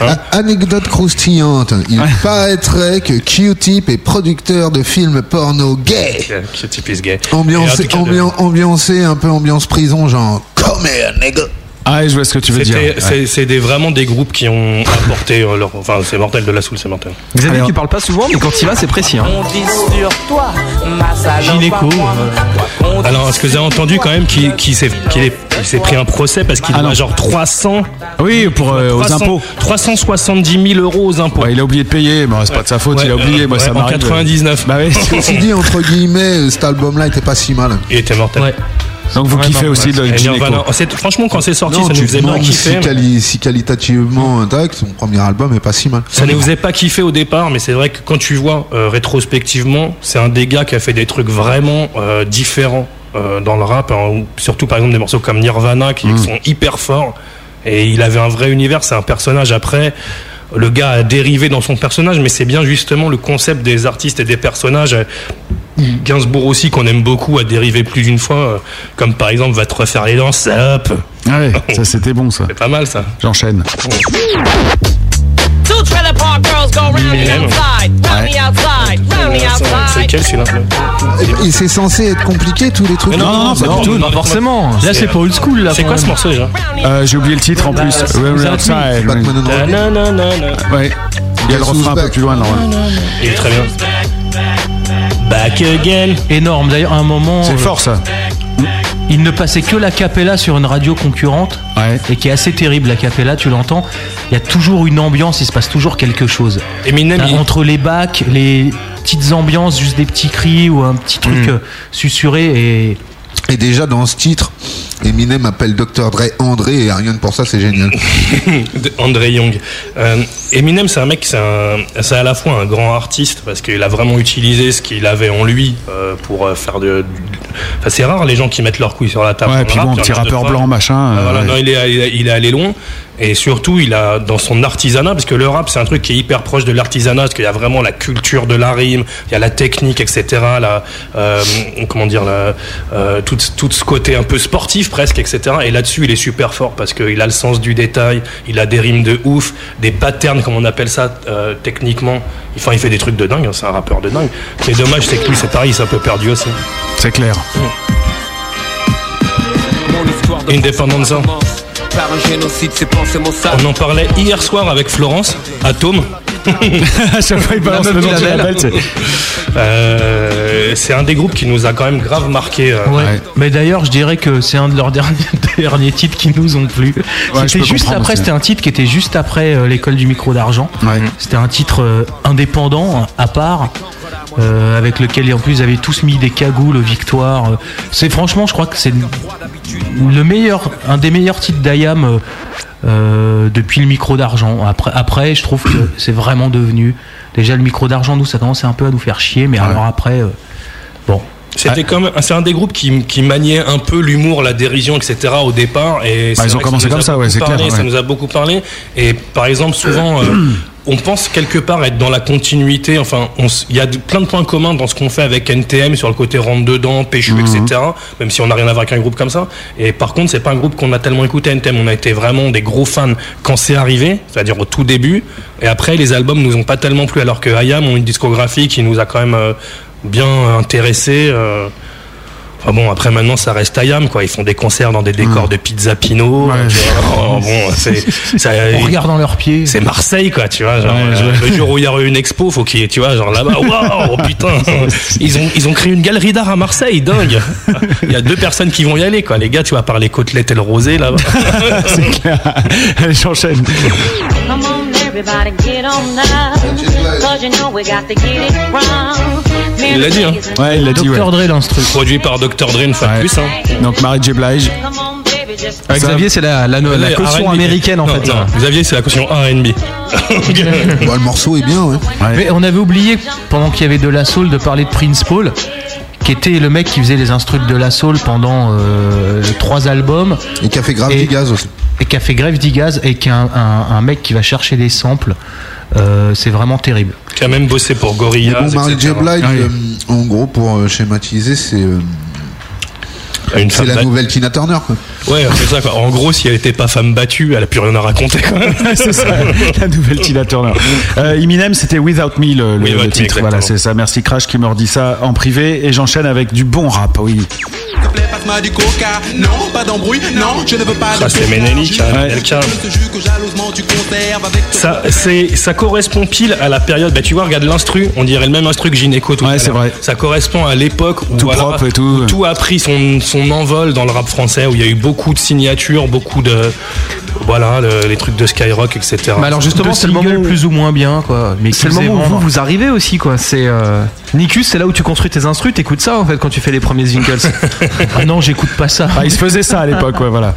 S5: hein.
S8: A- Anecdote croustillante. hein. Il paraîtrait que Q-Tip est producteur de films porno gay.
S5: Euh, Ce type is gay. Et en
S8: Ambiancé,
S5: tout cas,
S8: ambian- ambiancé, un peu ambiance prison, genre. Come here, nigga.
S4: Ah, je vois ce que tu veux dire. Ouais.
S5: c'était- C'est c'est des- vraiment des groupes qui ont apporté euh, leur. Enfin, c'est mortel de la soul, c'est mortel.
S6: Xavier, tu parles pas souvent, mais quand il va, c'est précis. Hein.
S5: Gynéco.
S6: euh.
S5: Alors, est-ce que vous avez entendu quand même qu'il qu'il s'est qu'il est- il s'est pris un procès parce qu'il
S4: Ah
S5: a
S4: non.
S5: genre 300,
S4: Oui, pour, euh, aux
S5: 300
S4: impôts.
S5: 370 000 euros aux impôts.
S4: Ouais, il a oublié de payer. Bon, c'est pas de sa faute,
S5: Ouais,
S4: il a oublié.
S5: euh,
S4: Moi,
S5: ouais,
S4: ça
S5: en
S4: m'arrive.
S5: 99.
S4: Bah oui.
S8: Ceci dit, entre guillemets, euh, cet album-là était pas si mal.
S5: Il était mortel.
S6: Ouais.
S4: Donc vous kiffez
S5: Vraiment,
S4: aussi
S5: ouais.
S4: Loïc
S5: Et
S4: Gineco.
S5: Nirvana, en fait, franchement, quand Eh c'est sorti,
S8: Non,
S5: ça
S8: tu
S5: nous faisait
S8: te
S5: bien
S8: demandes
S5: kiffer.
S8: Si, quali- si qualitativement intact, son premier album est pas si mal.
S5: Ça ne vous faisait pas kiffer au départ, mais c'est vrai que quand tu vois euh, rétrospectivement, c'est un des gars qui a fait des trucs vraiment euh, différents euh, dans le rap, hein, ou surtout par exemple des morceaux comme Nirvana qui
S19: Mm.
S5: sont hyper forts. Et il avait un vrai univers, c'est un personnage après. Le gars a dérivé dans son personnage, mais c'est bien justement le concept des artistes et des personnages. euh, Gainsbourg aussi, qu'on aime beaucoup, a dérivé plus d'une fois, euh, comme par exemple Va te refaire les danses, salope.
S4: Ouais, ça c'était bon ça.
S5: C'est pas mal ça.
S4: Ah. J'enchaîne.
S16: Two trailer park girls go round me
S5: Eminem.
S16: outside, round me outside, round me outside.
S5: Quel celui-là
S8: Et c'est censé être compliqué tous les trucs.
S5: Mais non, non, non, pas du tout, non, forcément. Là, c'est pour
S4: old school.
S5: C'est quoi ce morceau déjà
S4: euh, J'ai oublié le titre en plus.
S5: c'est-
S4: We're
S5: c'est
S4: outside.
S5: Batman.
S4: Batman and Robin. Ouais. Il y a le refrain un peu plus loin normalement.
S5: Il est très bien. Back again.
S11: Énorme. D'ailleurs, à un moment.
S4: C'est
S11: euh,
S4: fort, ça.
S11: Il ne passait que la capella sur une radio concurrente et qui est assez terrible. La capella, tu l'entends. Il y a toujours une ambiance. Il se passe toujours quelque chose.
S5: Eminem,
S11: T'as
S5: il-
S11: entre les bacs, les petites ambiances, juste des petits cris ou un petit truc
S8: Mm.
S11: euh, susurré et
S8: Et déjà dans ce titre, Eminem appelle Dr. Dre André et rien que pour ça, c'est génial.
S5: de André Young. Euh, Eminem, c'est un mec, c'est un- c'est à la fois un grand artiste parce qu'il a vraiment utilisé ce qu'il avait en lui euh, pour euh, faire de. du- Enfin, c'est rare les gens qui mettent leur couille sur la table.
S4: Ouais,
S5: dans le
S4: puis
S5: rap,
S4: bon,
S5: il y en
S4: petit
S5: a deux,
S4: rappeur
S5: trois.
S4: blanc, machin.
S5: Ah,
S4: euh,
S5: voilà,
S4: ouais.
S5: non, il, est, il est- il est allé loin. Et surtout, il a dans son artisanat, parce que le rap, c'est un truc qui est hyper proche de l'artisanat, parce qu'il y a vraiment la culture de la rime, il y a la technique, etc. La, euh, comment dire, la, euh, tout, tout ce côté un peu sportif presque, etc. Et là-dessus, il est super fort parce qu'il a le sens du détail, il a des rimes de ouf, des patterns, comme on appelle ça euh, techniquement. Enfin, il fait des trucs de dingue, hein, c'est un rappeur de dingue. Ce qui est dommage, c'est que lui, c'est pareil, il s'est un peu perdu aussi.
S4: C'est clair.
S5: Independence.
S19: Par un génocide, c'est penser mon sale.
S5: On en parlait hier soir avec Florence, Atome.
S4: À chaque fois, il balance le nom du label, tu sais.
S5: Euh, C'est un des groupes qui nous a quand même grave marqué. euh.
S11: Ouais. Mais d'ailleurs, je dirais que c'est un de leurs derniers, derniers titres qui nous ont plu.
S5: je peux
S11: c'était juste
S5: comprendre
S11: après,
S5: aussi.
S11: c'était un titre qui était juste après euh, l'école du micro d'argent. C'était un titre euh, indépendant, à part. euh, avec lequel en plus ils avaient tous mis des cagoules aux victoires. Euh, C'est franchement, je crois que c'est le meilleur, un des meilleurs titres d'IAM euh, euh, depuis le micro d'argent. Après, après, je trouve que c'est vraiment devenu. Déjà, le micro d'argent, nous, ça commençait un peu à nous faire chier, mais alors après, euh, bon.
S5: C'était
S4: Ah.
S5: comme c'est un des groupes qui, qui maniait un peu l'humour, la dérision, etc. au départ. Et
S4: Bah,
S5: c'est
S4: ils ont
S5: vrai que
S4: commencé
S5: nous a
S4: comme ça,
S5: beaucoup
S4: ouais, c'est
S5: parlé,
S4: clair,
S5: Ça
S4: ouais.
S5: nous a beaucoup parlé. Et par exemple, souvent, euh, on pense quelque part être dans la continuité. Enfin, on s- il y a de- plein de points communs dans ce qu'on fait avec NTM sur le côté rentre dedans, péchu, etc. Même si on n'a rien à voir avec un groupe comme ça. Et par contre, c'est pas un groupe qu'on a tellement écouté NTM. On a été vraiment des gros fans quand c'est arrivé, c'est-à-dire au tout début. Et après, les albums nous ont pas tellement plu, alors que IAM ont une discographie qui nous a quand même euh, bien euh, intéressés. euh, Enfin bon, après maintenant ça reste Ayam quoi. Ils font des concerts dans des décors de pizza Pino. tu vois. Oh, bon, c'est ça-
S11: On regarde dans leurs pieds.
S5: C'est Marseille quoi, tu vois. genre, euh, Le jour où il y aura une expo, faut qu'il y ait, tu vois, genre là-bas. Waouh, putain, ils ont ils ont créé une galerie d'art à Marseille, dingue. Il y a deux personnes qui vont y aller quoi. Les gars, tu vas par les côtelettes et le rosé là-bas.
S4: C'est clair. Allez, j'enchaîne.
S16: Come on, everybody, get on up. Cause you know we got to get it wrong.
S5: Il l'a dit. Hein.
S4: Ouais, il l'a dit.
S5: Dr.
S11: Dre l'instru.
S5: Produit par Dr Dre une fois de plus. Hein. Ah,
S4: Donc Marie J. Blige.
S6: Ouais, Xavier, c'est la, la, la
S5: Ouais,
S6: caution
S5: R&B.
S6: américaine en
S5: Non,
S6: fait.
S5: non, Xavier, c'est la caution R&B.
S8: Bah, le morceau est bien, ouais.
S11: Mais on avait oublié, pendant qu'il y avait de la soul, de parler de Prince Paul, qui était le mec qui faisait les instructs de la soul pendant euh, trois albums.
S8: Et qui a fait grave d'Igaz aussi.
S11: Et qui a fait grave d'Igaz et qui est un, un- un mec qui va chercher des samples. Euh, c'est vraiment terrible.
S5: Qui a même bossé pour
S8: Mais
S5: Gorillaz.
S8: bon, Mary J.
S5: etc.
S8: Blige, euh, en gros, pour euh, schématiser, c'est. euh,
S5: Une
S8: c'est
S5: femme
S8: la
S5: d'a-
S8: nouvelle Tina Turner, quoi.
S5: Ouais, c'est ça. Quoi. En gros, si elle était pas femme battue, elle a plus rien à raconter. quoi.
S4: c'est ça, la nouvelle Tina Turner. Euh, Eminem, c'était Without Me le, le- le
S5: Without Me,
S4: titre.
S5: exactement.
S4: voilà, c'est ça. Merci Crash qui me redit ça en privé. Et j'enchaîne avec du bon rap, oui.
S20: Passe-moi du coca, non, pas d'embrouille, non, je ne veux pas
S5: Ça,
S20: de
S5: c'est
S20: coca.
S5: Ménélique, hein,
S20: Ouais.
S5: Elka.
S20: Ce jus que jalousement tu conserves avec
S5: Ça, c'est, ça correspond pile à la période. Bah, tu vois, regarde l'instru, on dirait le même instru que Gynéco. Tout ouais, c'est vrai. Ça correspond à l'époque où
S4: Tout
S5: voilà,
S4: propre et tout.
S5: où tout a pris son, son envol dans le rap français, où il y a eu beaucoup de signatures, beaucoup de. Voilà, le- les trucs de Skyrock, etc.
S6: Mais alors justement,
S11: Deux
S6: c'est le moment
S11: singles
S6: où-
S11: plus ou moins bien quoi. Mais
S6: C'est
S11: qui
S6: le
S11: faisait
S6: moment où vous
S11: vendre.
S6: vous arrivez aussi quoi. C'est euh, Nicus, c'est là où tu construis tes instrus, t'écoutes ça en fait quand tu fais les premiers singles. ah non, j'écoute pas ça.
S4: Ah, il se faisait ça à l'époque, ouais, voilà.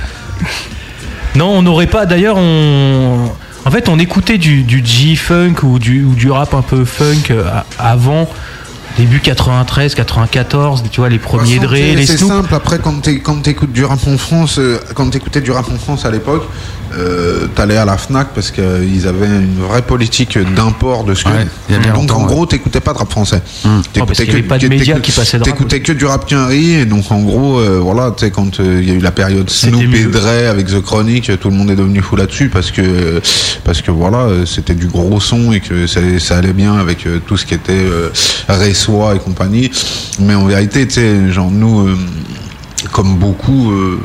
S11: Non, on n'aurait pas. D'ailleurs, on. En fait, on écoutait du, du G-Funk ou du, ou du rap un peu funk euh, a- avant, début 93, 94, tu vois, les premiers
S8: De toute
S11: Dre,
S8: façon,
S11: les
S8: Bah, c'est- C'est
S11: Snoop.
S8: simple, après, quand t'é- quand t'écoutes du rap en France, euh, quand t'écoutais du rap en France à l'époque, euh, t'allais à la Fnac parce qu'ils avaient une vraie politique d'import de ce que.
S4: Ouais, Hmm. il y a bien
S8: donc, en
S4: longtemps,
S8: gros, t'écoutais pas de rap français.
S11: Oh, parce qu'il y avait pas de médias qui passaient de rap.
S8: T'écoutais que du rap quinri, et donc en gros, euh, voilà, tu sais, quand euh, il y a eu la période Snoop et Dre avec The Chronic, euh, tout le monde est devenu fou là-dessus parce que, parce que voilà, euh, c'était du gros son et que ça, ça allait bien avec euh, tout ce qui était euh, Ressois et compagnie. Mais en vérité, tu sais, genre nous, euh, comme beaucoup, euh,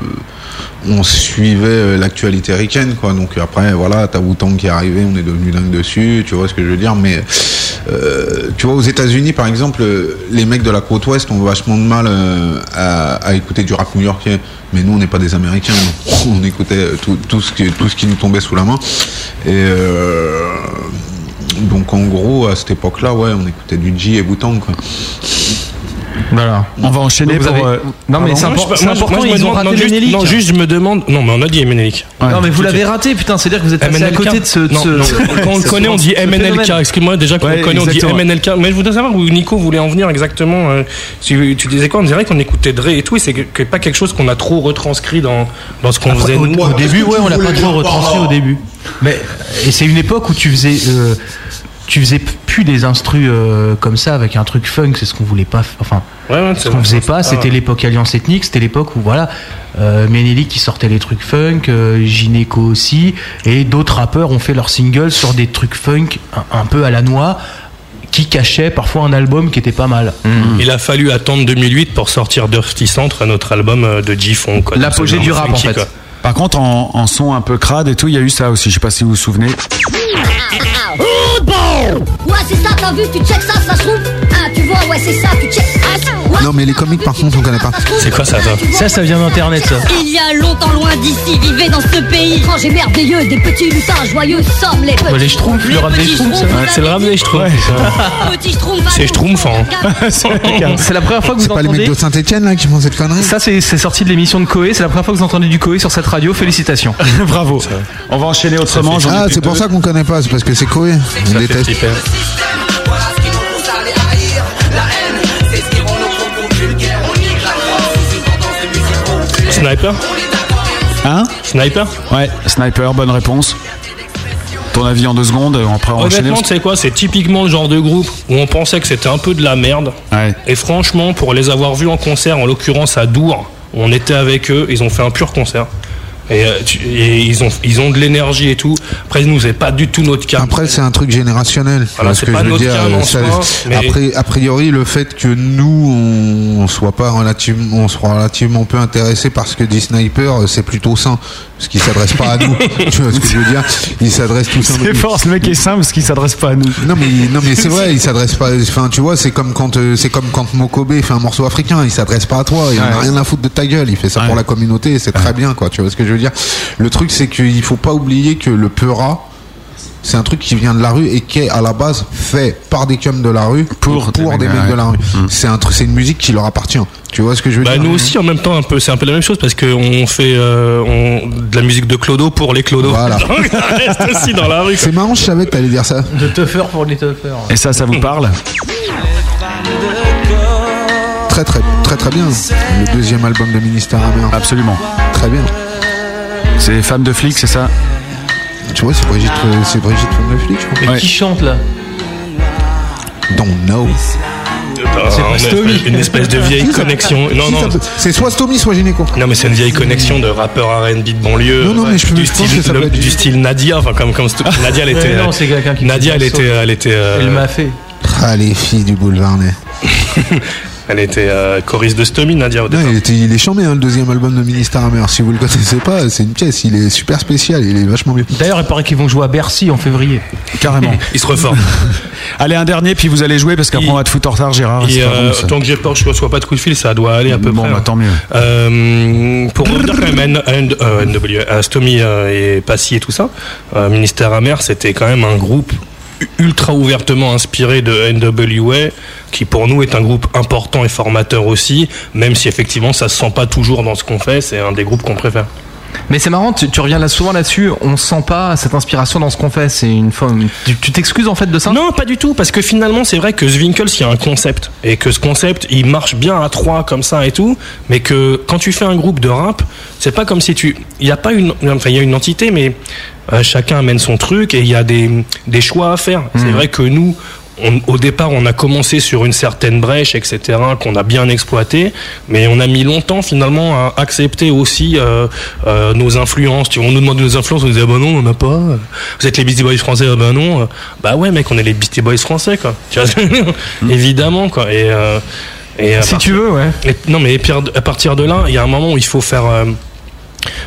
S8: on suivait euh, l'actualité ricaine, quoi. Donc après, voilà, t'as Wu-Tang qui est arrivé, on est devenu dingue dessus, tu vois ce que je veux dire. Mais euh, tu vois, aux États-Unis, par exemple, euh, les mecs de la côte ouest ont vachement de mal euh, à, à écouter du rap new-yorkais. Mais nous, on n'est pas des Américains. donc On écoutait euh, tout, tout ce qui, tout ce qui nous tombait sous la main. Et euh, donc, en gros, à cette époque-là, ouais, on écoutait du G et Wu-Tang, quoi.
S6: Voilà.
S4: On va enchaîner
S6: Donc vous
S4: pour,
S6: avez-
S4: euh,
S6: Non, mais
S4: pardon.
S6: c'est
S4: Moi,
S6: impor-
S4: je-
S6: c'est
S4: moi, je-
S6: important,
S4: moi, je me
S6: ils ont
S4: demande-
S6: raté
S4: non, juste-
S6: Ménélique. hein.
S5: Non, juste je me demande. Non, mais on a dit Ménélique.
S6: non, mais vous l'avez raté, putain, c'est-à-dire que vous êtes passé à côté de ce. de
S5: Non,
S6: ce-
S5: non. Quand on
S6: ce-
S5: le connaît, on dit
S6: ce
S5: MNLK.
S6: phénomène.
S5: Excuse-moi, déjà qu'on
S6: Ouais,
S5: le connaît, on dit
S6: exactement.
S5: MNLK. Mais je voudrais savoir où Nico voulait en venir exactement. euh, Tu, tu disais quoi On dirait qu'on écoutait Dre et tout, et c'est que, que pas quelque chose qu'on a trop retranscrit dans, dans ce qu'on
S11: Après,
S5: faisait.
S11: au,
S5: nous.
S11: au début, ouais, on l'a pas trop retranscrit au début. Mais et c'est une époque où tu faisais, euh, tu faisais plus des instrus euh, comme ça avec un truc funk. C'est ce qu'on voulait pas. f- Enfin,
S5: c'est
S11: ce
S5: vrai,
S11: qu'on faisait
S5: c'est
S11: pas.
S5: pas-
S11: C'était l'époque Alliance Ethnique. C'était l'époque où voilà, euh, Ménélique qui sortait les trucs funk, euh, Gineco aussi, et d'autres rappeurs ont fait leurs singles sur des trucs funk un, un peu à la noix qui cachaient parfois un album qui était pas mal.
S8: Ah.
S5: Il a fallu attendre 2008 pour sortir Dirty Centre, notre album euh, de G-Funk. quoi. Donc, c'est vraiment funky, quoi.
S4: Par contre, en, en son un peu crade et tout, il y a eu ça aussi. Je sais pas si vous vous souvenez.
S11: Oh,
S21: Ouais, c'est ça, t'as vu, tu check ça, ça se trouve. Ah, tu vois, ouais, c'est ça, tu check. Ah, ouais.
S8: Non, mais les comiques, par contre, on connaît pas.
S5: C'est quoi ça,
S11: Ça, ça vient d'internet, ça.
S21: Il y a longtemps loin d'ici, vivait dans ce pays. Étranger merveilleux, des petits lutins joyeux, sommes les petits.
S11: Bah, les Schtroumpfs, le rap des Schtroumpfs, ça.
S5: Ouais, C'est le rap des Schtroumpfs.
S21: Petits Schtroumpfs,
S5: C'est Schtroumpf, hein.
S6: C'est la première fois que vous
S8: C'est pas les mecs
S6: entendez.
S8: de Saint-Etienne là qui font cette connerie
S6: Ça, c'est c'est sorti de l'émission de Coé. C'est la première fois que vous entendez du Coé sur cette radio. Félicitations.
S4: Bravo. On va enchaîner autrement. j'en ai
S8: Ah,
S4: plus
S8: c'est pour
S4: deux.
S8: ça qu'on connaît pas, c'est parce que c'est coé. On déteste.
S5: Sniper
S4: Hein
S5: Sniper
S4: Ouais, sniper, bonne réponse. Ton avis en deux secondes, après on va enchaîner.
S5: Honnêtement, tu sais quoi C'est typiquement le genre de groupe où on pensait que c'était un peu de la merde. Et franchement, pour les avoir vus en concert, en l'occurrence à Dour, on était avec eux, ils ont fait un pur concert. Et, euh, tu- et ils, ont, ils ont de l'énergie et tout. Après, nous, c'est pas du tout notre cas.
S8: Après, c'est un truc générationnel. tu
S5: Voilà,
S8: vois ce
S5: c'est
S8: que
S5: pas
S8: je veux
S5: notre
S8: dire. euh,
S5: cas en
S8: Ça-
S5: soi, mais-
S8: après, a priori, le fait que nous, on, on soit pas relativement, on soit relativement peu intéressé parce que dit sniper, euh, c'est plutôt sain, parce qu'il s'adresse pas à nous. tu vois ce que je veux dire Il s'adresse tout simplement.
S4: C'est fort, ce mec est simple parce qu'il s'adresse pas à nous.
S8: Non mais non mais c'est vrai, il s'adresse pas. Enfin, tu vois, c'est comme quand euh, c'est comme quand Mokobé fait un morceau africain, il s'adresse pas à toi, il en a
S4: Ouais.
S8: rien à foutre de ta gueule, il fait ça pour la communauté, et c'est très bien quoi. Tu vois ce que je veux dire Le truc c'est qu'il faut pas oublier que le peura c'est un truc qui vient de la rue et qui est à la base fait par des cums de la rue pour, pour des mecs de la rue. C'est un truc, c'est une musique qui leur appartient. Tu vois ce que je veux
S5: Mmh. Bah,
S8: dire euh,
S5: nous aussi en même temps un peu c'est un peu la même chose parce qu'on fait euh, on- de la musique de Clodo pour les Clodo.
S8: Voilà.
S5: Donc, ça reste aussi dans la rue.
S8: C'est marrant, je savais que t'allais dire ça.
S11: De tougher pour les toughers.
S4: Et ça, ça vous parle
S8: Très très très très bien. Le deuxième album de Ministère Amer.
S4: Absolument.
S8: Très bien.
S4: C'est Femme de flic, c'est ça
S8: Tu vois, c'est Brigitte, euh, c'est Brigitte Femme de flic. je
S11: Mais
S8: crois.
S11: qui chante là
S8: Don't know.
S5: C'est pas Stomy. Euh, Une espèce de vieille
S8: Si, ça-
S5: connexion. Non,
S8: si,
S5: non.
S8: ça peut- C'est soit Stomy, soit Gynéco.
S5: Non mais c'est une vieille connexion de rappeur R&B de banlieue
S8: Non, non, mais je peux-
S5: du
S8: je pense
S5: style
S8: que ça peut
S5: le-
S8: être-
S5: du style Nadia enfin comme comme Nadia elle était euh,
S11: Mais non, c'est quelqu'un qui
S5: Nadia
S11: fait
S5: elle
S11: des
S5: était
S11: morceaux.
S5: elle était euh,
S11: Elle m'a fait.
S8: Ah, les filles du boulevard, né.
S5: elle était euh, choriste de Stomy Nadia au
S8: Non,
S5: départ.
S8: il, était, il est chambé, hein, le deuxième album de Ministère Hammer. Si vous le connaissez pas, c'est une pièce. Il est super spécial, il est vachement bien.
S11: D'ailleurs, il paraît qu'ils vont jouer à Bercy en février.
S4: Carrément.
S5: Il se reforme.
S4: Allez, un dernier, puis vous allez jouer parce qu'après on va te foutre en retard, Gérard.
S5: Et
S4: c'est pas
S5: euh,
S4: bon, ça.
S5: tant que j'ai peur que je reçois pas de coup de fil, ça doit aller à peu
S4: Bon,
S5: près.
S4: bah, tant mieux.
S5: Euh, pour revenir quand même à N- euh, NW, à Stomy euh, et Passy et tout ça, euh, Ministère Amer, c'était quand même un groupe ultra ouvertement inspiré de NWA, qui pour nous est un groupe important et formateur aussi, même si effectivement ça se sent pas toujours dans ce qu'on fait, c'est un des groupes qu'on préfère.
S6: Mais c'est marrant, tu, tu reviens là souvent là-dessus. On sent pas cette inspiration dans ce qu'on fait. C'est une forme. Tu tu t'excuses en fait de ça
S5: Non, pas du tout, parce que finalement, c'est vrai que Zwinkels, il y a un concept. Et que ce concept, il marche bien à trois, comme ça et tout. Mais que quand tu fais un groupe de rap, c'est pas comme si tu. Il n'y a pas une. Enfin, il y a une entité, mais euh, chacun amène son truc et il y a des, des choix à faire. C'est vrai que nous. on- au départ, on a commencé sur une certaine brèche, etc., qu'on a bien exploité, mais on a mis longtemps finalement à accepter aussi euh, euh, nos influences. Tu vois, on nous demande nos influences, on nous dit ah bah non, on n'en a pas. Vous êtes les Beastie Boys français, ah bah non. Bah ouais, mec, on est les Beastie Boys français, quoi. Tu vois, évidemment, quoi. Et, euh, et à
S6: Si
S5: partir-
S6: tu veux, ouais.
S5: et- non, mais pire- à partir de là, il y a un moment où il faut faire. euh,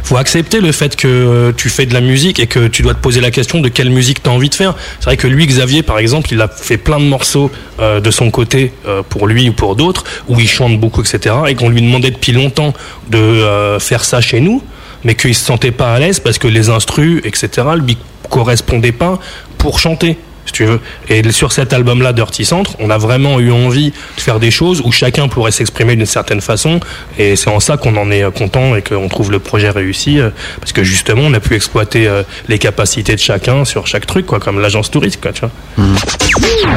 S5: faut accepter le fait que euh, tu fais de la musique et que tu dois te poser la question de quelle musique tu as envie de faire. C'est vrai que lui, Xavier, par exemple, il a fait plein de morceaux euh, de son côté euh, pour lui ou pour d'autres, où il chante beaucoup, etc. Et qu'on lui demandait depuis longtemps de euh, faire ça chez nous, mais qu'il se sentait pas à l'aise parce que les instrus, etc., lui correspondaient pas pour chanter. Si tu veux. Et sur cet album-là, Dirty Centre, on a vraiment eu envie de faire des choses où chacun pourrait s'exprimer d'une certaine façon. Et c'est en ça qu'on en est euh, content et qu'on trouve le projet réussi. euh, Parce que justement, on a pu exploiter euh, les capacités de chacun sur chaque truc, quoi, comme l'agence touriste. Quoi, tu vois.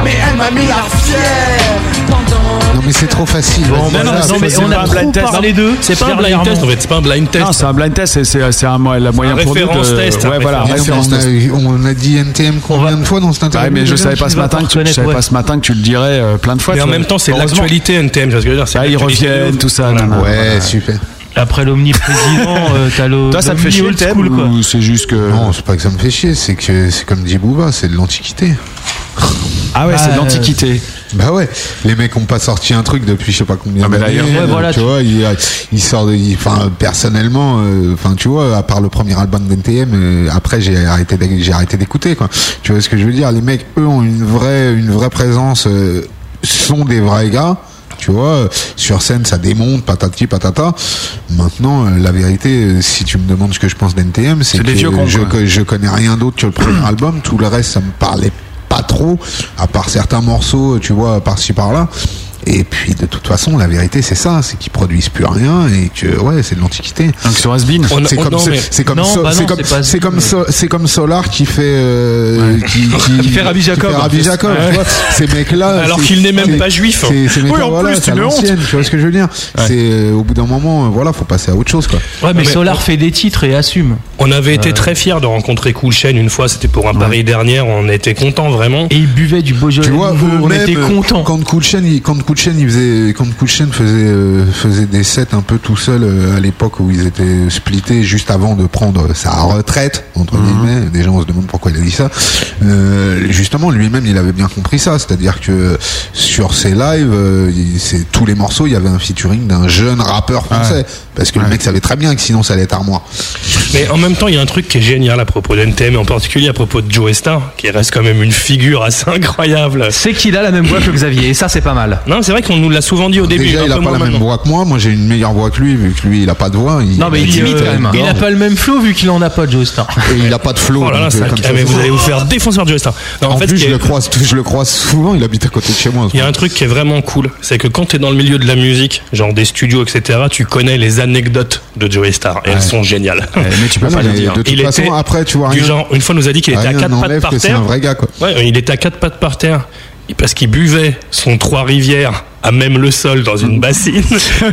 S9: Mais elle m'a mis la fière pendant.
S8: Non mais c'est trop facile.
S9: Bon,
S8: vas-y,
S9: bah non,
S8: voilà.
S9: mais non, mais
S4: c'est
S9: on a
S4: pas un
S9: trop
S4: blind test.
S9: parlé d'eux
S5: C'est pas un blind
S4: Dernièrement.
S5: test, en fait. C'est pas un blind test.
S4: Non, c'est un blind test, c'est- c'est c'est un, mo- la moyen pour nous de...
S5: référence test, un
S4: Ouais, voilà,
S8: Mais non, mais
S4: référence
S8: on, a,
S4: test.
S8: eu- on a dit NTM combien de fois dans cette interview
S4: Ouais, mais je
S8: déjà
S4: savais pas
S8: Tu
S4: ce
S8: vas
S4: matin, que tu, je
S8: reconnaître,
S4: savais
S8: ouais.
S4: pas ce matin que tu le dirais euh, plein de fois.
S5: Mais en
S4: tu vois.
S5: même temps, c'est de
S4: Heureusement.
S5: l'actualité NTM. tu vois ce que je veux dire, c'est
S4: Ah, ils
S5: l'actualité de
S4: reviennent,
S5: ouf.
S4: tout ça. nanana.
S8: Ouais, super.
S11: Après l'omniprésident, euh, t'as le.
S4: Toi, ça
S11: le
S4: te fait chier
S11: old
S4: le thème
S11: school, quoi.
S4: ou c'est juste que.
S8: Non, c'est pas que ça me fait chier, c'est que c'est comme dit Bouba, c'est de l'antiquité.
S4: Ah ouais, c'est
S8: Bah,
S4: de l'antiquité.
S8: Bah ouais, les mecs ont pas sorti un truc depuis je sais pas combien
S4: Ah, mais
S8: d'années.
S4: d'ailleurs, ouais,
S8: euh,
S4: voilà,
S8: tu
S4: tu-
S8: vois, ils il sortent. il- Enfin, personnellement, euh, enfin tu vois, à part le premier album d'NTM, euh, après j'ai arrêté, d'é- j'ai arrêté d'écouter quoi. Tu vois ce que je veux dire Les mecs, eux, ont une vraie, une vraie présence. euh, sont des vrais gars. Tu vois, euh, sur scène, ça démonte, patati patata. Maintenant, euh, la vérité, euh, si tu me demandes ce que je pense d'NTM,
S4: C'est
S8: c'est que
S4: des vieux cons,
S8: je,
S4: quoi.
S8: co- je connais rien d'autre que le premier album. Tout le reste, ça me parlait pas trop, à part certains morceaux, euh, tu vois, par-ci par-là. Et puis, de toute façon, la vérité, c'est ça, c'est qu'ils produisent plus rien et que, ouais, c'est de l'antiquité.
S4: Donc sur Asbin,
S5: On-
S9: Oh,
S8: C'est
S5: on-
S8: comme,
S5: non,
S8: ce-
S5: mais-
S8: c'est comme,
S11: Non,
S8: So-
S11: bah non,
S8: c'est comme,
S11: c'est pas
S8: c'est comme, So- c'est comme Solar qui fait, euh, qui,
S11: Qui fait Rabbi Jacob.
S8: fait Rabbi Jacob,
S11: Ouais.
S8: tu vois. Ces mecs-là.
S5: Alors
S8: c'est-
S5: qu'il n'est même
S8: c'est-
S5: pas juif.
S8: c'est- ces
S5: Oui,
S8: mecs-là,
S5: en
S8: voilà,
S5: plus,
S8: c'est à
S5: une honte.
S8: l'ancienne, Tu vois ce que je veux dire?
S5: Ouais.
S8: C'est, euh, au bout d'un moment, euh, voilà, faut passer à autre chose, quoi.
S11: Ouais, mais,
S5: Mais
S11: Solar
S5: on-
S11: fait des titres et assume.
S5: On avait été très fiers de rencontrer Cool Chain une fois, c'était pour un Paris dernière, on était contents vraiment.
S11: Et il buvait du Beaujolais.
S8: Tu vois, euh,
S11: nouveau, on
S8: eux-mêmes,
S11: était contents.
S8: Quand Kulchen, il- quand Kulchen, il faisait, quand Kulchen faisait, euh, faisait des sets un peu tout seul euh, à l'époque où ils étaient splittés juste avant de prendre sa retraite,
S5: Mhm.
S8: entre guillemets. Déjà, on se demande pourquoi il a dit ça. Euh, justement, lui-même, il avait bien compris ça. C'est-à-dire que sur ses lives, euh, il- c'est- tous les morceaux, il y avait un featuring d'un jeune rappeur français. Parce que le mec savait très bien que sinon, ça allait être armoire.
S5: Mais en même temps, il y a un truc qui est génial à propos d'NTM, et en particulier à propos de Joe Star, qui reste quand même une figure assez incroyable.
S6: C'est qu'il a la même voix que Xavier et ça c'est pas mal.
S5: Non, c'est vrai qu'on nous l'a souvent dit au début.
S8: Déjà,
S5: un
S8: il a
S5: peu
S8: pas la
S5: moins
S8: même
S5: maintenant.
S8: voix que moi. Moi, j'ai une meilleure voix que lui, vu que lui, il a pas de voix.
S11: Non, mais il,
S8: imite
S11: euh, il a pas le même flow vu qu'il en a pas, Joe Star.
S8: Et il a pas de flow.
S5: hein. Oh là là,
S8: donc,
S5: ça-
S8: euh, comme
S5: ah,
S8: ça,
S5: mais
S8: faut-
S5: vous allez vous faire défoncer par Joe Star. Non,
S8: hein. en
S5: fait,
S8: plus,
S5: ce qui
S8: je
S5: est-
S8: le croise, je le croise souvent. Il habite à côté de chez moi.
S5: Il y a un truc qui est vraiment cool, c'est que quand t'es dans le milieu de la musique, genre des studios, etc., tu connais les anecdotes de Joey Star et elles sont géniales.
S4: mais tu peux
S8: Ah non,
S4: pas le
S8: mais
S4: dire.
S8: de toute
S5: Il
S8: façon,
S5: était
S8: après, tu vois
S5: Du
S8: rien.
S5: genre, une fois nous a dit qu'il était à
S8: rien
S5: quatre pattes
S8: n'enlève
S5: par
S8: que c'est un
S5: terre.
S8: vrai gars, quoi.
S5: Ouais, il était à quatre pattes par terre parce qu'il buvait son trois rivières à même le sol dans une bassine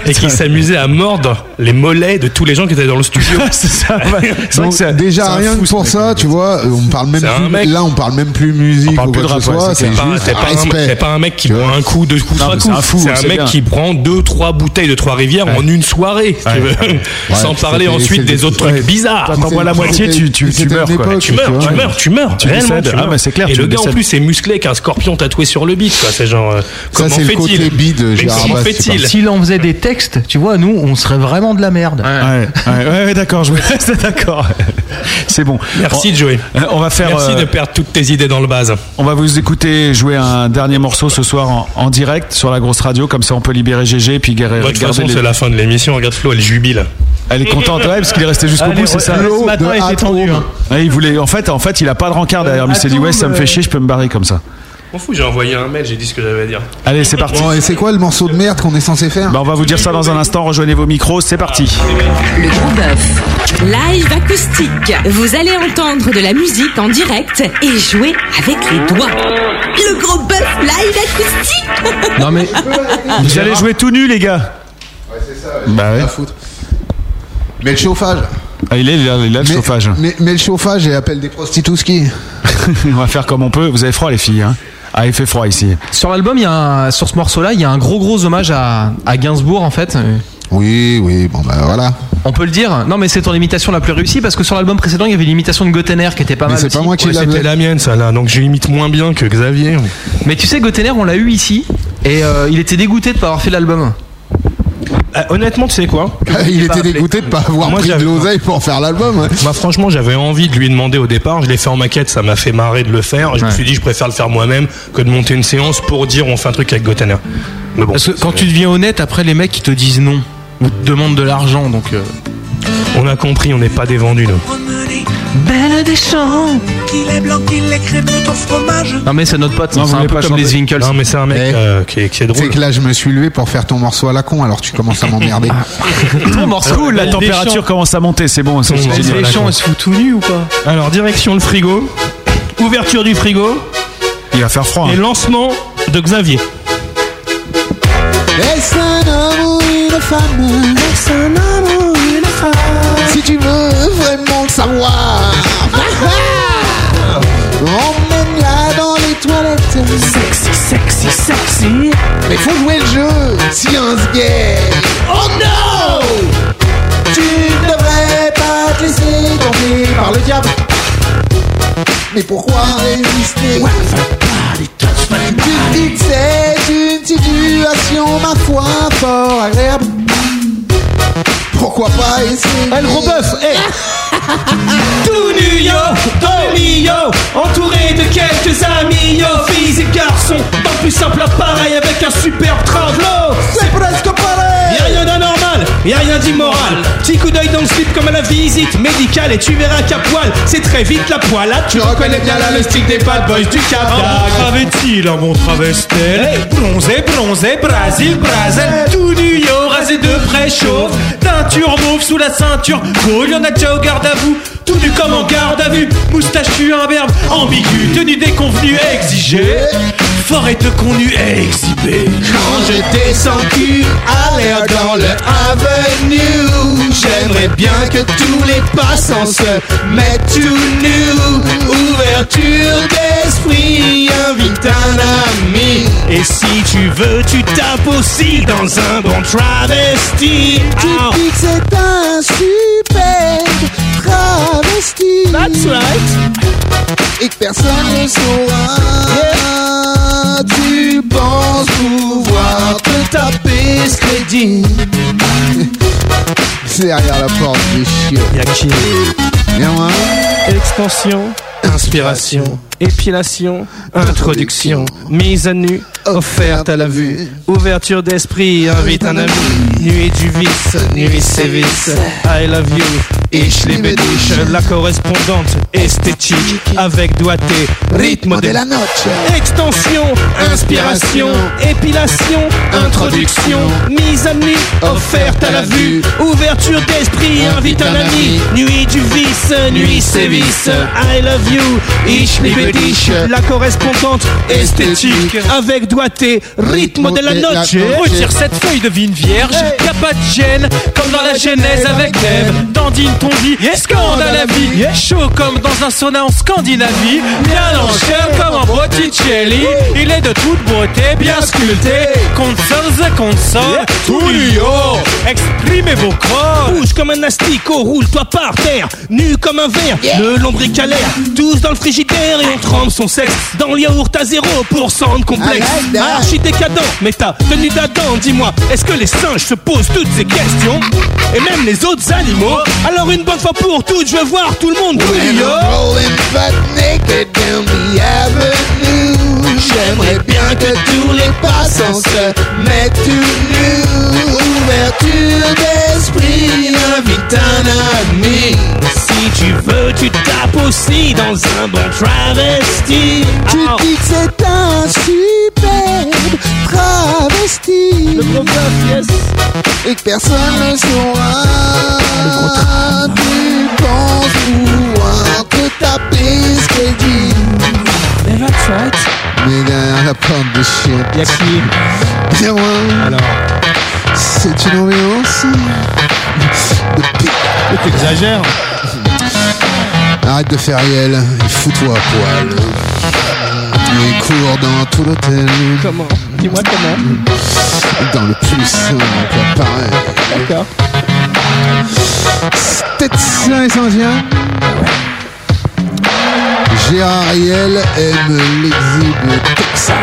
S5: et qu'il s'amusait à mordre les mollets de tous les gens qui étaient dans le studio.
S4: c'est ça. C'est vrai
S8: Donc,
S4: que c'est- c'est
S8: déjà
S4: un
S8: rien
S4: fou,
S8: que
S4: ce
S8: pour
S4: mec.
S8: ça, tu vois, euh, on parle même
S5: C'est un mec.
S8: plus, là on parle même plus musique
S4: parle
S8: ou
S4: plus
S8: quoi
S4: de
S8: que ce
S4: rap, ouais,
S8: soit,
S4: c'est
S8: c'est
S5: C'est pas, un-
S8: juste
S5: c'est pas un,
S8: respect.
S5: c'est pas un mec qui
S8: Tu
S5: prend
S8: vois.
S5: un coup, deux coups,
S4: Non,
S5: trois
S4: mais c'est
S5: coups.
S4: un fou,
S5: C'est
S4: c'est
S5: un mec
S4: bien.
S5: qui prend deux, trois bouteilles de trois rivières en une soirée, si tu veux. sans
S8: Ouais,
S5: parler
S8: c'est-
S5: ensuite
S8: c'est-
S5: des autres trucs
S4: ouais.
S5: bizarres.
S4: Toi, t'en bois la moitié, tu, tu, tu
S8: C'était
S4: meurs
S8: une
S4: quoi.
S8: époque,
S5: Tu meurs,
S8: vois.
S5: tu meurs, tu meurs,
S4: Tu
S5: réellement.
S4: décèdes.
S5: tu
S4: Ah,
S5: meurs.
S4: bah, c'est clair,
S5: Et
S4: tu
S5: le gars en
S4: décèdes.
S5: plus est musclé qu'un scorpion tatoué sur le bide, quoi. C'est genre. euh,
S8: Ça,
S5: comment
S8: c'est le
S5: fait-il
S8: côté bide,
S5: Mais
S8: Gérard
S5: comment
S8: Bass, c'est
S5: fait-il
S11: S'il en faisait des textes, tu vois, nous, on serait vraiment de la merde.
S4: Ouais, ouais, ouais, ouais, d'accord, je me reste d'accord. C'est bon.
S5: Merci, Joey.
S4: On, on va faire.
S5: Merci
S4: Oh, euh,
S5: de perdre toutes tes idées dans le base.
S4: On va vous écouter jouer un dernier morceau ce soir en, en direct sur la grosse radio, comme ça on peut libérer GG puis guérir.
S5: De toute façon, c'est la fin de l'émission. Regarde Flo, elle jubile.
S4: Elle est contente, ouais, parce qu'il est resté jusqu'au
S22: Allez,
S4: bout, c'est ça.
S22: le ce matin, il était tendu, hein.
S4: Ouais, il voulait, en fait, en fait, il a pas de rencard derrière lui. Il s'est dit,
S5: Atom,
S4: ouais, ça me
S5: euh,
S4: fait chier, je peux me barrer comme ça.
S5: M'en fous, j'ai envoyé un mail, j'ai dit ce que j'avais à dire.
S4: Allez, c'est parti.
S8: Bon, et c'est quoi le morceau de merde qu'on est censé faire Ah,
S4: Bah, on va vous dire ça dans un instant. Rejoignez vos micros, c'est parti.
S7: Le gros bœuf. Live acoustique. Vous allez entendre de la musique en direct et jouer avec les doigts. Le gros bœuf live acoustique.
S4: Non, mais- Vous allez jouer tout nu, les gars. Bah ouais.
S8: Mais le chauffage.
S4: Ah, il est là, il est là, le chauffage.
S8: Mais, mais le chauffage et appelle des prostituées ski.
S4: on va faire comme on peut. Vous avez froid, les filles. hein ah, il fait froid ici.
S6: Sur l'album, il y a un- sur ce morceau-là, il y a un gros gros hommage à, à Gainsbourg en fait.
S8: Oui, oui, bon bah voilà.
S6: On peut le dire. Non, mais c'est ton imitation la plus réussie parce que sur l'album précédent, il y avait l'imitation de Gotener qui était pas mal. aussi.
S5: Ouais, C'était la mienne, ça là, donc je l'imite moins bien que Xavier.
S6: Mais tu sais, Gotener, on l'a eu ici et euh, il était dégoûté de pas avoir fait l'album.
S5: honnêtement, tu sais quoi
S8: Il était dégoûté de pas avoir
S5: Moi,
S8: pris de
S5: j'avais-
S8: l'oseille pour faire l'album. hein. ouais.
S5: Bah franchement, j'avais envie de lui demander au départ. Je l'ai fait en maquette, ça m'a fait marrer de le faire. Je me suis dit, je préfère le faire moi-même que de monter une séance pour dire on fait un truc avec Gotaner. Mais bon,
S11: Parce que quand tu deviens honnête, après les mecs ils te disent non ou te demandent de l'argent donc. euh,
S5: On a compris, on n'est pas des vendus nous.
S6: Belle des champs.
S18: Qu'il est blanc, qu'il est crémeux, ton fromage.
S6: Non mais c'est notre pote,
S5: Non,
S6: c'est
S5: vous
S6: un
S5: voulez
S6: peu
S5: pas
S6: comme
S5: chanter
S6: les Winkles.
S5: Non, mais c'est un mec,
S8: Eh,
S5: euh, qui, est- qui est drôle.
S8: C'est que là, je me suis levé pour faire ton morceau à la con, alors tu commences à m'emmerder.
S4: Ton morceau,
S8: Cool,
S4: la
S8: les
S4: température
S8: champs.
S4: commence à monter. C'est bon, c'est
S11: Bah,
S5: Les
S4: génial.
S5: champs,
S11: ils se foutent tout nus ou pas
S5: Alors direction le frigo, ouverture du frigo
S4: Il va faire
S8: hein.
S4: froid.
S5: et lancement de Xavier.
S9: Laisse un homme ou une femme. Laisse un homme ou une femme. Si tu veux vraiment le savoir. Emmène-la dans les toilettes. Sexy, sexy, sexy. Mais faut jouer le jeu. Science gay. Oh non! Tu ne devrais pas te laisser tomber par le diable. Mais pourquoi résister Tu te dis que c'est une situation, ma foi, fort agréable. Pourquoi pas essayer
S12: Eh, le gros bœuf, eh Tout nu, yo, dans le milieu, entouré de quelques amis, yo, filles et garçons, dans le plus simple appareil avec un superbe travelot. C'est presque pareil Y'a rien d'anormal, y'a rien d'immoral. Petit coup d'œil dans le slip comme à la visite médicale, et tu verras qu'à poil, c'est très vite la poilade. Tu reconnais bien là le style des bad boys du Cap
S10: Travesti, un bon travestel.
S12: Bronzé, bronzé, Brasil, Brasil, tout nu, yo, rasé de près, chauve, teinture mauve sous la ceinture, cool, y'en a déjà au garde à vous, tout nu comme en garde à vue, moustachu, imberbe, ambigu, tenue déconvenue, exigée, fort et de connu, exhibé.
S9: Quand je descendu à l'air dans le avenue, j'aimerais bien que tous les passants se mettent tout nus. Ouverture d'esprit, invite un ami.
S18: Et si tu veux, tu tapes aussi dans un bon travesti.
S9: Tu dis que c'est un super travesti. That's right. Et que personne ne saura. Tu penses pouvoir te taper ce crédit.
S8: C'est derrière la porte du chiot.
S11: Y'a qui
S8: Viens moi.
S11: Extension, inspiration, épilation, introduction, mise à nu, offerte à la vue, ouverture d'esprit, invite un ami, nuit du vice, nuit sévice, I love you, ich liebe dich, la correspondante esthétique, avec doigté, rythme de la note, extension, inspiration, épilation, introduction, mise à nu, offerte à la vue, ouverture d'esprit, invite un ami, nuit du vice, nuit sévice, I love you, ich liebe dich, la correspondante esthétique, avec doigté, rythme de la note,
S12: Retire cette feuille de vigne vierge, y'a pas de gêne, comme dans la genèse avec Ève. Dandine ton lit, scandale à la vie, chaud comme dans un sauna en Scandinavie, bien en chair comme en Botticelli. Il est de toute beauté, bien sculpté, consors et consors, tout nu, oh, exprimez vos corps.
S10: Bouge comme un asticot, roule-toi par terre, nu comme un verre, le lombric à l'air, tous dans le frigidaire et on trempe son sexe dans le yaourt à 0% de complexe.
S9: I like that.
S10: Archi décadent, mais ta tenue d'Adam, dis-moi, est-ce que les singes se posent toutes ces questions Et même les autres animaux Alors une bonne fois pour toutes, je veux voir tout le monde tout nu, yo.
S9: Rolling butt naked down the avenue. J'aimerais bien que tous les passants se mettent une ouverture d'esprit. hein. Invite un ami.
S10: Si tu veux, tu tapes aussi dans un bon travesti.
S9: Tu dis que c'est un superbe travesti. Le gros yes. Et que personne ne saura. Tu penses pouvoir te taper ce qu'elle dit. Mais va Mais derrière la porte de chien. Y'a qui Bien loin. Alors. C'est une ambiance.
S10: T'exagères.
S9: Arrête de faire yel, et fous-toi à poil. Il court dans tout l'hôtel. Comment Dis-moi comment. Dans le plus simple, pareil. D'accord. C'était ça les Indiens. Gérard Riel aime l'exhibe texane.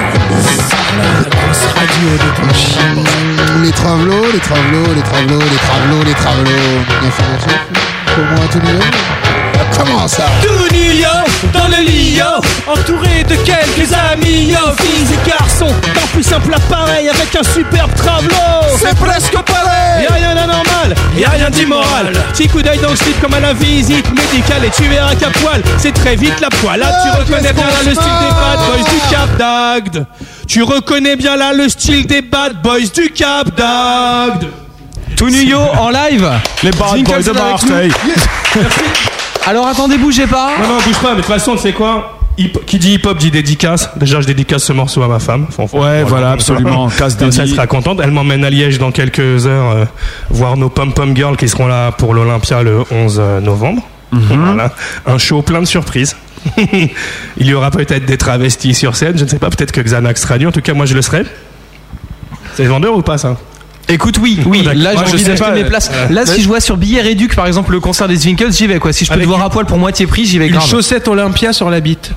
S9: Mm, Les travelots, les travelots, les travelots, les travelots, les travelots. Bien fait, bien fait. Pour moi, tout le monde. Comment ça
S10: Devenu yo, dans le lit yo, entouré de quelques amis yo, filles et garçons, dans plus simple appareil avec un superbe travelot.
S9: C'est presque pareil.
S10: Y'a rien d'anormal, y'a rien d'immoral. Petit coup d'œil dans le slip comme à la visite médicale et tu verras qu'à poil, c'est très vite la poêle. Là,
S4: Ah,
S10: tu reconnais bien là le style des bad boys du Cap d'Agde. Tu reconnais bien là le style des bad boys du Cap d'Agde.
S6: Tout nu yo en live.
S4: Les bad
S6: Zinkel
S4: boys de
S6: sont avec
S4: Marseille.
S6: nous. Alors attendez, bougez pas.
S10: Non, non, bouge pas, mais de toute façon, tu sais quoi Hip- Qui dit hip-hop dit dédicace. Déjà, je dédicace ce morceau à ma femme. Faut- faut-
S4: Ouais,
S10: faut-
S4: voilà, absolument. Casse
S10: Comme
S4: déni.
S10: ça, elle sera contente. Elle m'emmène à Liège dans quelques heures euh, voir nos pom-pom girls qui seront là pour l'Olympia le 11 novembre.
S6: Mhm.
S10: Voilà. Un show plein de surprises. Il y aura peut-être des travestis sur scène. Je ne sais pas, peut-être que Xanax sera nu. En tout cas, moi, je le serai. C'est vendeur ou pas, ça
S6: Écoute, oui, oui. Là, j'ai envie d'acheter
S10: euh,
S6: mes places.
S5: euh,
S6: Là, si je vois sur Billet Réduc, par exemple, le concert des Zwinkels, j'y vais quoi. Si je peux te voir à poil pour moitié prix, j'y vais
S10: Une
S6: grave.
S10: chaussette
S6: Olympia sur la bite.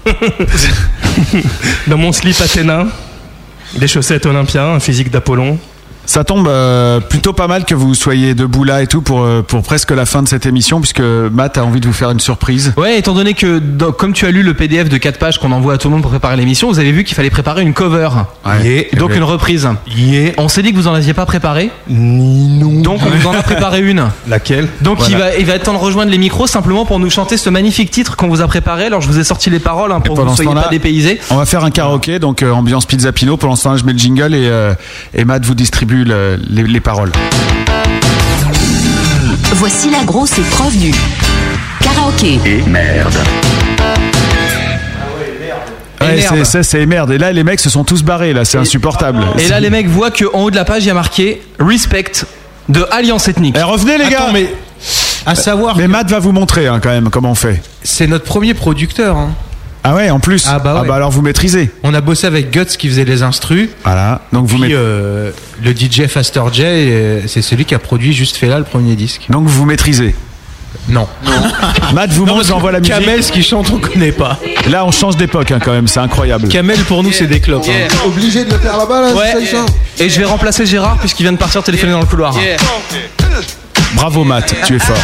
S10: Dans mon slip Athéna, des chaussettes Olympia, un physique d'Apollon.
S4: Ça tombe euh, plutôt pas mal que vous soyez debout là et tout pour, euh, pour presque la fin de cette émission, puisque Matt a envie de vous faire une surprise.
S6: Ouais, étant donné que, dans- comme tu as lu le PDF de 4 pages qu'on envoie à tout le monde pour préparer l'émission, vous avez vu qu'il fallait préparer une cover.
S4: Ouais.
S6: Et donc
S4: Ouais.
S6: une reprise. On s'est dit que vous en aviez pas préparé. Donc on vous en a préparé une.
S10: Laquelle
S6: Donc
S10: Voilà.
S6: il, va, il va être temps de rejoindre les micros simplement pour nous chanter ce magnifique titre qu'on vous a préparé. Alors je vous ai sorti les paroles hein, pour que vous ne
S4: pendant ce
S6: soyez
S4: temps-là,
S6: pas dépaysés.
S4: On va faire un karaoké, donc euh, ambiance pizza pino. Pendant ce temps-là, je mets le jingle et, euh, et Matt vous distribue le- les, les paroles.
S7: Voici la grosse épreuve du karaoké.
S4: Et merde.
S6: Et
S4: Ouais,
S6: merde.
S4: c'est- c'est c'est merde. Et là, les mecs se sont tous barrés. Là, c'est insupportable.
S6: Et là les mecs voient qu'en haut de la page il y a marqué Respect de Alliance Ethnique.
S4: revenez les gars.
S6: mais
S4: à savoir. Mais Matt va vous montrer hein, quand même comment on fait.
S11: C'est notre premier producteur. hein.
S4: Ah ouais, en plus.
S11: Ah bah, ouais.
S4: alors vous maîtrisez.
S11: On a bossé avec Guts qui faisait les instrus.
S4: Voilà. Donc vous
S11: Puis, euh, le DJ Faster J, euh, c'est celui qui a produit juste fait là le premier disque.
S4: Donc vous maîtrisez.
S11: Non.
S4: Matt vous montre, j'envoie la musique.
S11: Kamel, ce
S4: qui chante, on connaît pas. Là, on change d'époque hein, quand même. C'est incroyable.
S6: Kamel pour nous c'est des clopes. hein.
S9: Obligé de le faire là-bas, là,
S6: Ouais.
S9: c'est ça,
S6: Et je vais remplacer Gérard puisqu'il vient de partir téléphoner dans le couloir.
S4: Bravo Matt, tu es fort.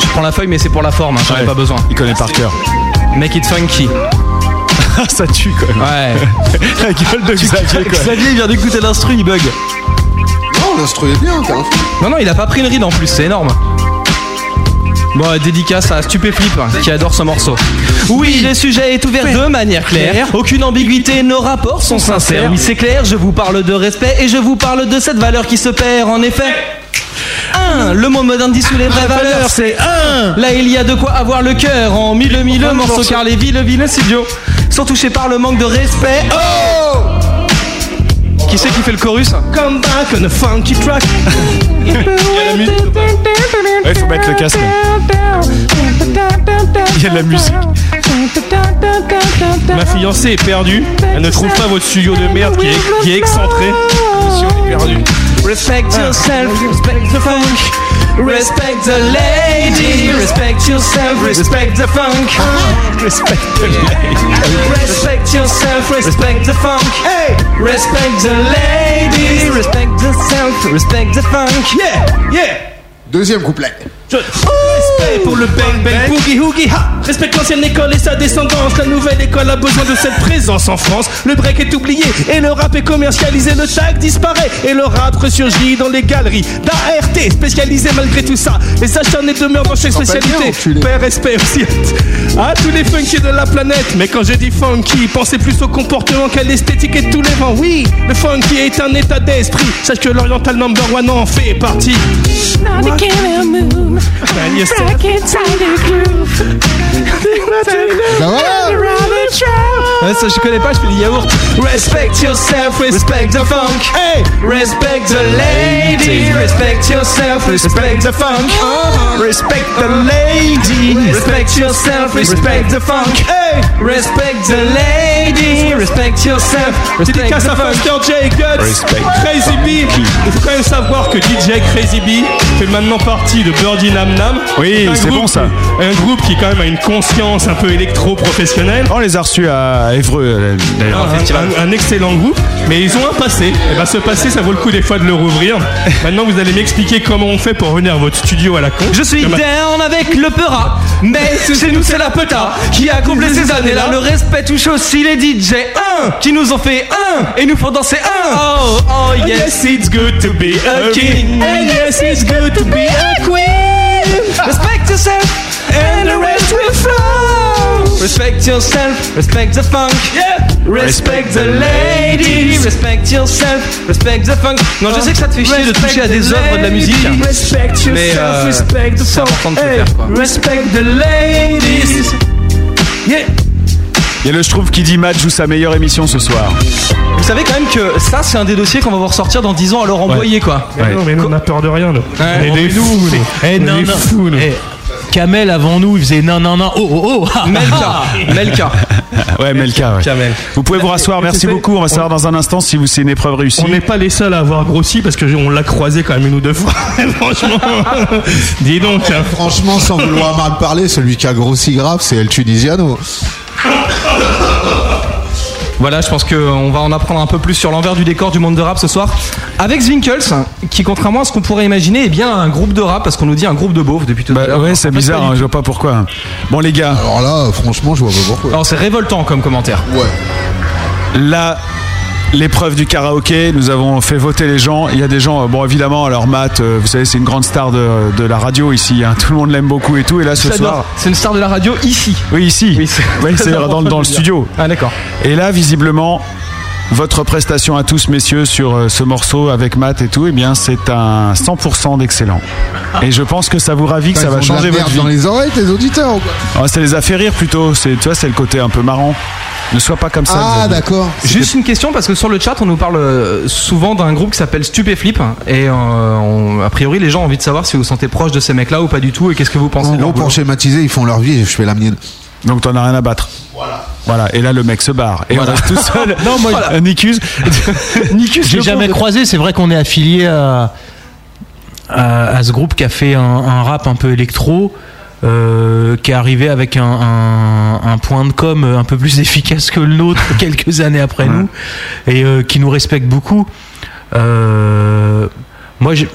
S6: Je prends la feuille mais c'est pour la forme, hein, j'en ai pas besoin.
S4: Il connaît par cœur.
S6: Make it funky.
S4: ça tue quand même.
S6: Ouais.
S4: la gueule de Xavier quoi.
S6: Xavier il vient d'écouter l'instru, il bug.
S9: Non, l'instru est bien, t'as un fou.
S6: Non, non, il a pas pris le ride en plus, c'est énorme. Bon, euh, dédicace à Stupéflip hein, qui adore ce morceau. Oui, le sujet est ouvert de manière claire. Aucune ambiguïté, nos rapports sont sincères. Oui, c'est clair, je vous parle de respect et je vous parle de cette valeur qui se perd en effet. 1. Le monde moderne dissout les vraies valeurs, c'est 1. Là, il y a de quoi avoir le cœur en mille mille morceaux car les villes, villes, studios sont touchés par le manque de respect. Oh Qui c'est qui fait le chorus
S10: Come back on a funky track.
S4: Ouais, Eh, faut mettre le casque.
S10: Il y a de la musique. Ma fiancée est perdue. Elle ne trouve pas votre studio de merde qui est, qui est excentré. Monsieur, on est perdu.
S6: Respect yourself, respect the funk. Respect the lady, respect yourself, respect the funk. Respect the lady. Respect yourself, respect the funk. Hey! Respect the lady, respect the self, respect the funk. Yeah! Yeah!
S9: Deuxième couplet.
S10: Respect pour le bang bang boogie hoogie ha.
S23: Respecte l'ancienne école et sa descendance. La nouvelle école a besoin de cette présence en France. Le break est oublié et le rap est commercialisé. Le tag disparaît et le rap ressurgit dans les galeries d'ART spécialisé malgré tout ça. Et s'acharner demeure dans chaque spécialité. Père respect aussi à tous les funky de la planète. Mais quand je dis funky, pensez plus au comportement qu'à l'esthétique et tous les vents. Oui, le funky est un état d'esprit. Sache que l'oriental number one en fait partie.
S10: Now the camera move.
S23: Man, yes, sir.
S10: Back inside the groove.
S23: Bah voilà.
S10: And around the track.
S23: Ouais, Ah, ça je connais pas, je fais du yaourt. Respect yourself, respect the funk. Hey, respect the lady. Uh-huh. Respect yourself, respect the funk. Respect the lady. Respect yourself, respect the funk. Hey, respect the lady. Respect yourself, respect the funk. DJ Guts, Crazy B. Il faut quand même savoir que DJ Crazy B fait maintenant partie de Birdie Nam Nam.
S4: Oui,
S23: Un
S4: c'est
S23: groupe-
S4: bon, ça.
S23: Un groupe qui quand même a une conscience un peu électro-professionnelle.
S4: On les a reçus à Évreux, euh, d'ailleurs.
S23: Un- Ah, hein. Un, un excellent groupe, mais ils ont un passé. Et ben ce passé, ça vaut le coup des fois de le rouvrir. Maintenant, vous allez m'expliquer comment on fait pour revenir à votre studio à la con.
S12: Je suis
S23: Demain-
S12: down avec le peura, mais chez nous c'est la peta qui a comblé ces années-là. Le respect touche aussi les DJ 1 qui nous ont fait un et nous font danser un. Oh, oh yes,
S23: it's good to be
S12: a king.
S23: And yes, it's good to be a
S12: queen. Respect yourself and the rest will flow. Respect yourself, respect the funk. Respect the ladies. Respect yourself, respect the funk. Non, je sais que ça te fait chier de toucher à des œuvres de la musique.
S23: Respect
S12: Mais
S23: yourself,
S12: euh,
S23: respect the
S12: c'est
S23: funk.
S12: important de le
S23: Hey,
S12: faire quoi.
S23: Respect the ladies. Yeah.
S4: Il y a le Schtroumpf qui dit Matt joue sa meilleure émission ce soir.
S6: Vous savez quand même que ça, c'est un des dossiers qu'on va vous ressortir dans 10 ans à leur envoyer quoi.
S23: Mais non, mais nous, on a peur de rien, nous.
S6: Ouais.
S23: On est des
S6: Nous,
S23: fous, nous.
S11: Eh,
S23: On est
S11: non,
S23: des
S11: non.
S23: fous, nous.
S11: Eh, Kamel avant nous, il faisait non, non, non, oh, oh, oh.
S6: Melka, Melka.
S4: ouais, Melka. ouais. Vous pouvez vous rasseoir, merci beaucoup. On va savoir dans un instant si vous- c'est une épreuve réussie.
S23: On n'est pas les seuls à avoir grossi parce que je- on l'a croisé quand même une ou deux fois. Franchement, dis donc. hein.
S8: Franchement, sans vouloir mal parler, celui qui a grossi grave, c'est El Tunisiano.
S6: Voilà, je pense qu'on va en apprendre un peu plus sur l'envers du décor du monde de rap ce soir. Avec Zwinkels, qui contrairement à ce qu'on pourrait imaginer, est bien un groupe de rap, parce qu'on nous dit un groupe de beaufs depuis tout à l'heure.
S4: Bah, Ouais, c'est bizarre, hein, je vois pas pourquoi. Bon, les gars.
S8: Alors là, franchement, je vois pas pourquoi.
S6: Alors, c'est révoltant comme commentaire.
S4: Là, l'épreuve du karaoké, nous avons fait voter les gens. Il y a des gens, euh, bon, évidemment, alors Matt, euh, vous savez, c'est une grande star de, de la radio ici. hein. Tout le monde l'aime beaucoup et tout. Et là, ce
S6: J'adore.
S4: soir.
S6: C'est une star de la radio ici.
S4: Oui, ici. Oui, c'est
S6: c'est
S4: dans,
S6: important
S4: dans
S6: de
S4: le
S6: le dire.
S4: studio.
S6: Ah, d'accord.
S4: Et là, visiblement. Votre prestation à tous, messieurs, sur euh, ce morceau avec Matt et tout, eh bien, c'est un 100% d'excellent. Et je pense que ça vous ravit, que ça
S8: Ils ont
S4: va
S8: de
S4: changer
S8: la merde
S4: votre vie.
S8: dans les oreilles, tes auditeurs ou quoi
S4: Ah, ça les a fait rire plutôt. C'est, tu vois, c'est le côté un peu marrant. Ne sois pas comme ça.
S8: Ah,
S4: vous avez dit.
S6: Juste une question, parce que sur le chat, on nous parle euh, souvent d'un groupe qui s'appelle Stupéflip. Et euh, on- a priori, les gens ont envie de savoir si vous vous sentez proche de ces mecs-là ou pas du tout, et qu'est-ce que vous pensez
S8: En
S6: de leur
S8: gros,
S6: boulot.
S8: pour schématiser, ils font leur vie et je fais la mienne.
S4: Donc t'en as rien à battre.
S8: Voilà.
S4: Voilà. Et là, le mec se barre. Et
S11: Voilà.
S4: on reste tout seul.
S11: Non, moi,
S4: Voilà. Nicus. Nicus,
S11: J'ai
S4: le
S11: jamais
S4: pauvre.
S11: croisé, c'est vrai qu'on est affilié à, à, à ce groupe qui a fait un, un rap un peu électro, euh, qui est arrivé avec un, un- un point de com un peu plus efficace que le nôtre quelques années après nous, et euh, qui nous respecte beaucoup. Euh, moi, j'ai-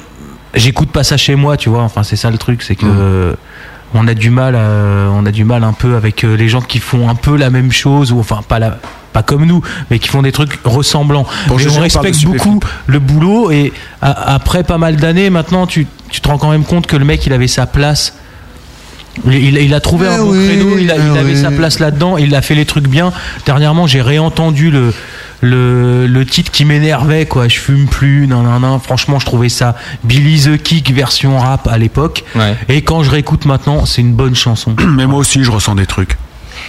S11: j'écoute pas ça chez moi, tu vois, enfin c'est ça le truc, c'est que... euh, On a du mal, euh, on a du mal un peu avec euh, les gens qui font un peu la même chose ou enfin pas la, pas comme nous, mais qui font des trucs ressemblants.
S4: Bon,
S11: Mais
S4: je- je
S11: on
S4: parle
S11: respecte
S4: de
S11: beaucoup le boulot et a- après pas mal d'années maintenant, tu, tu te rends quand même compte que le mec il avait sa place. Il, il- il a trouvé
S8: Eh
S11: un bon
S8: oui,
S11: créneau, il, a- il
S8: eh
S11: avait
S8: oui.
S11: sa place là-dedans, il a fait les trucs bien. Dernièrement, j'ai réentendu le, le, le titre qui m'énervait, quoi. Je fume plus, non, non, non. Franchement, je trouvais ça Billy the Kick version rap à l'époque. Et quand je réécoute maintenant, c'est une bonne chanson.
S4: Mais moi aussi, je ressens des trucs.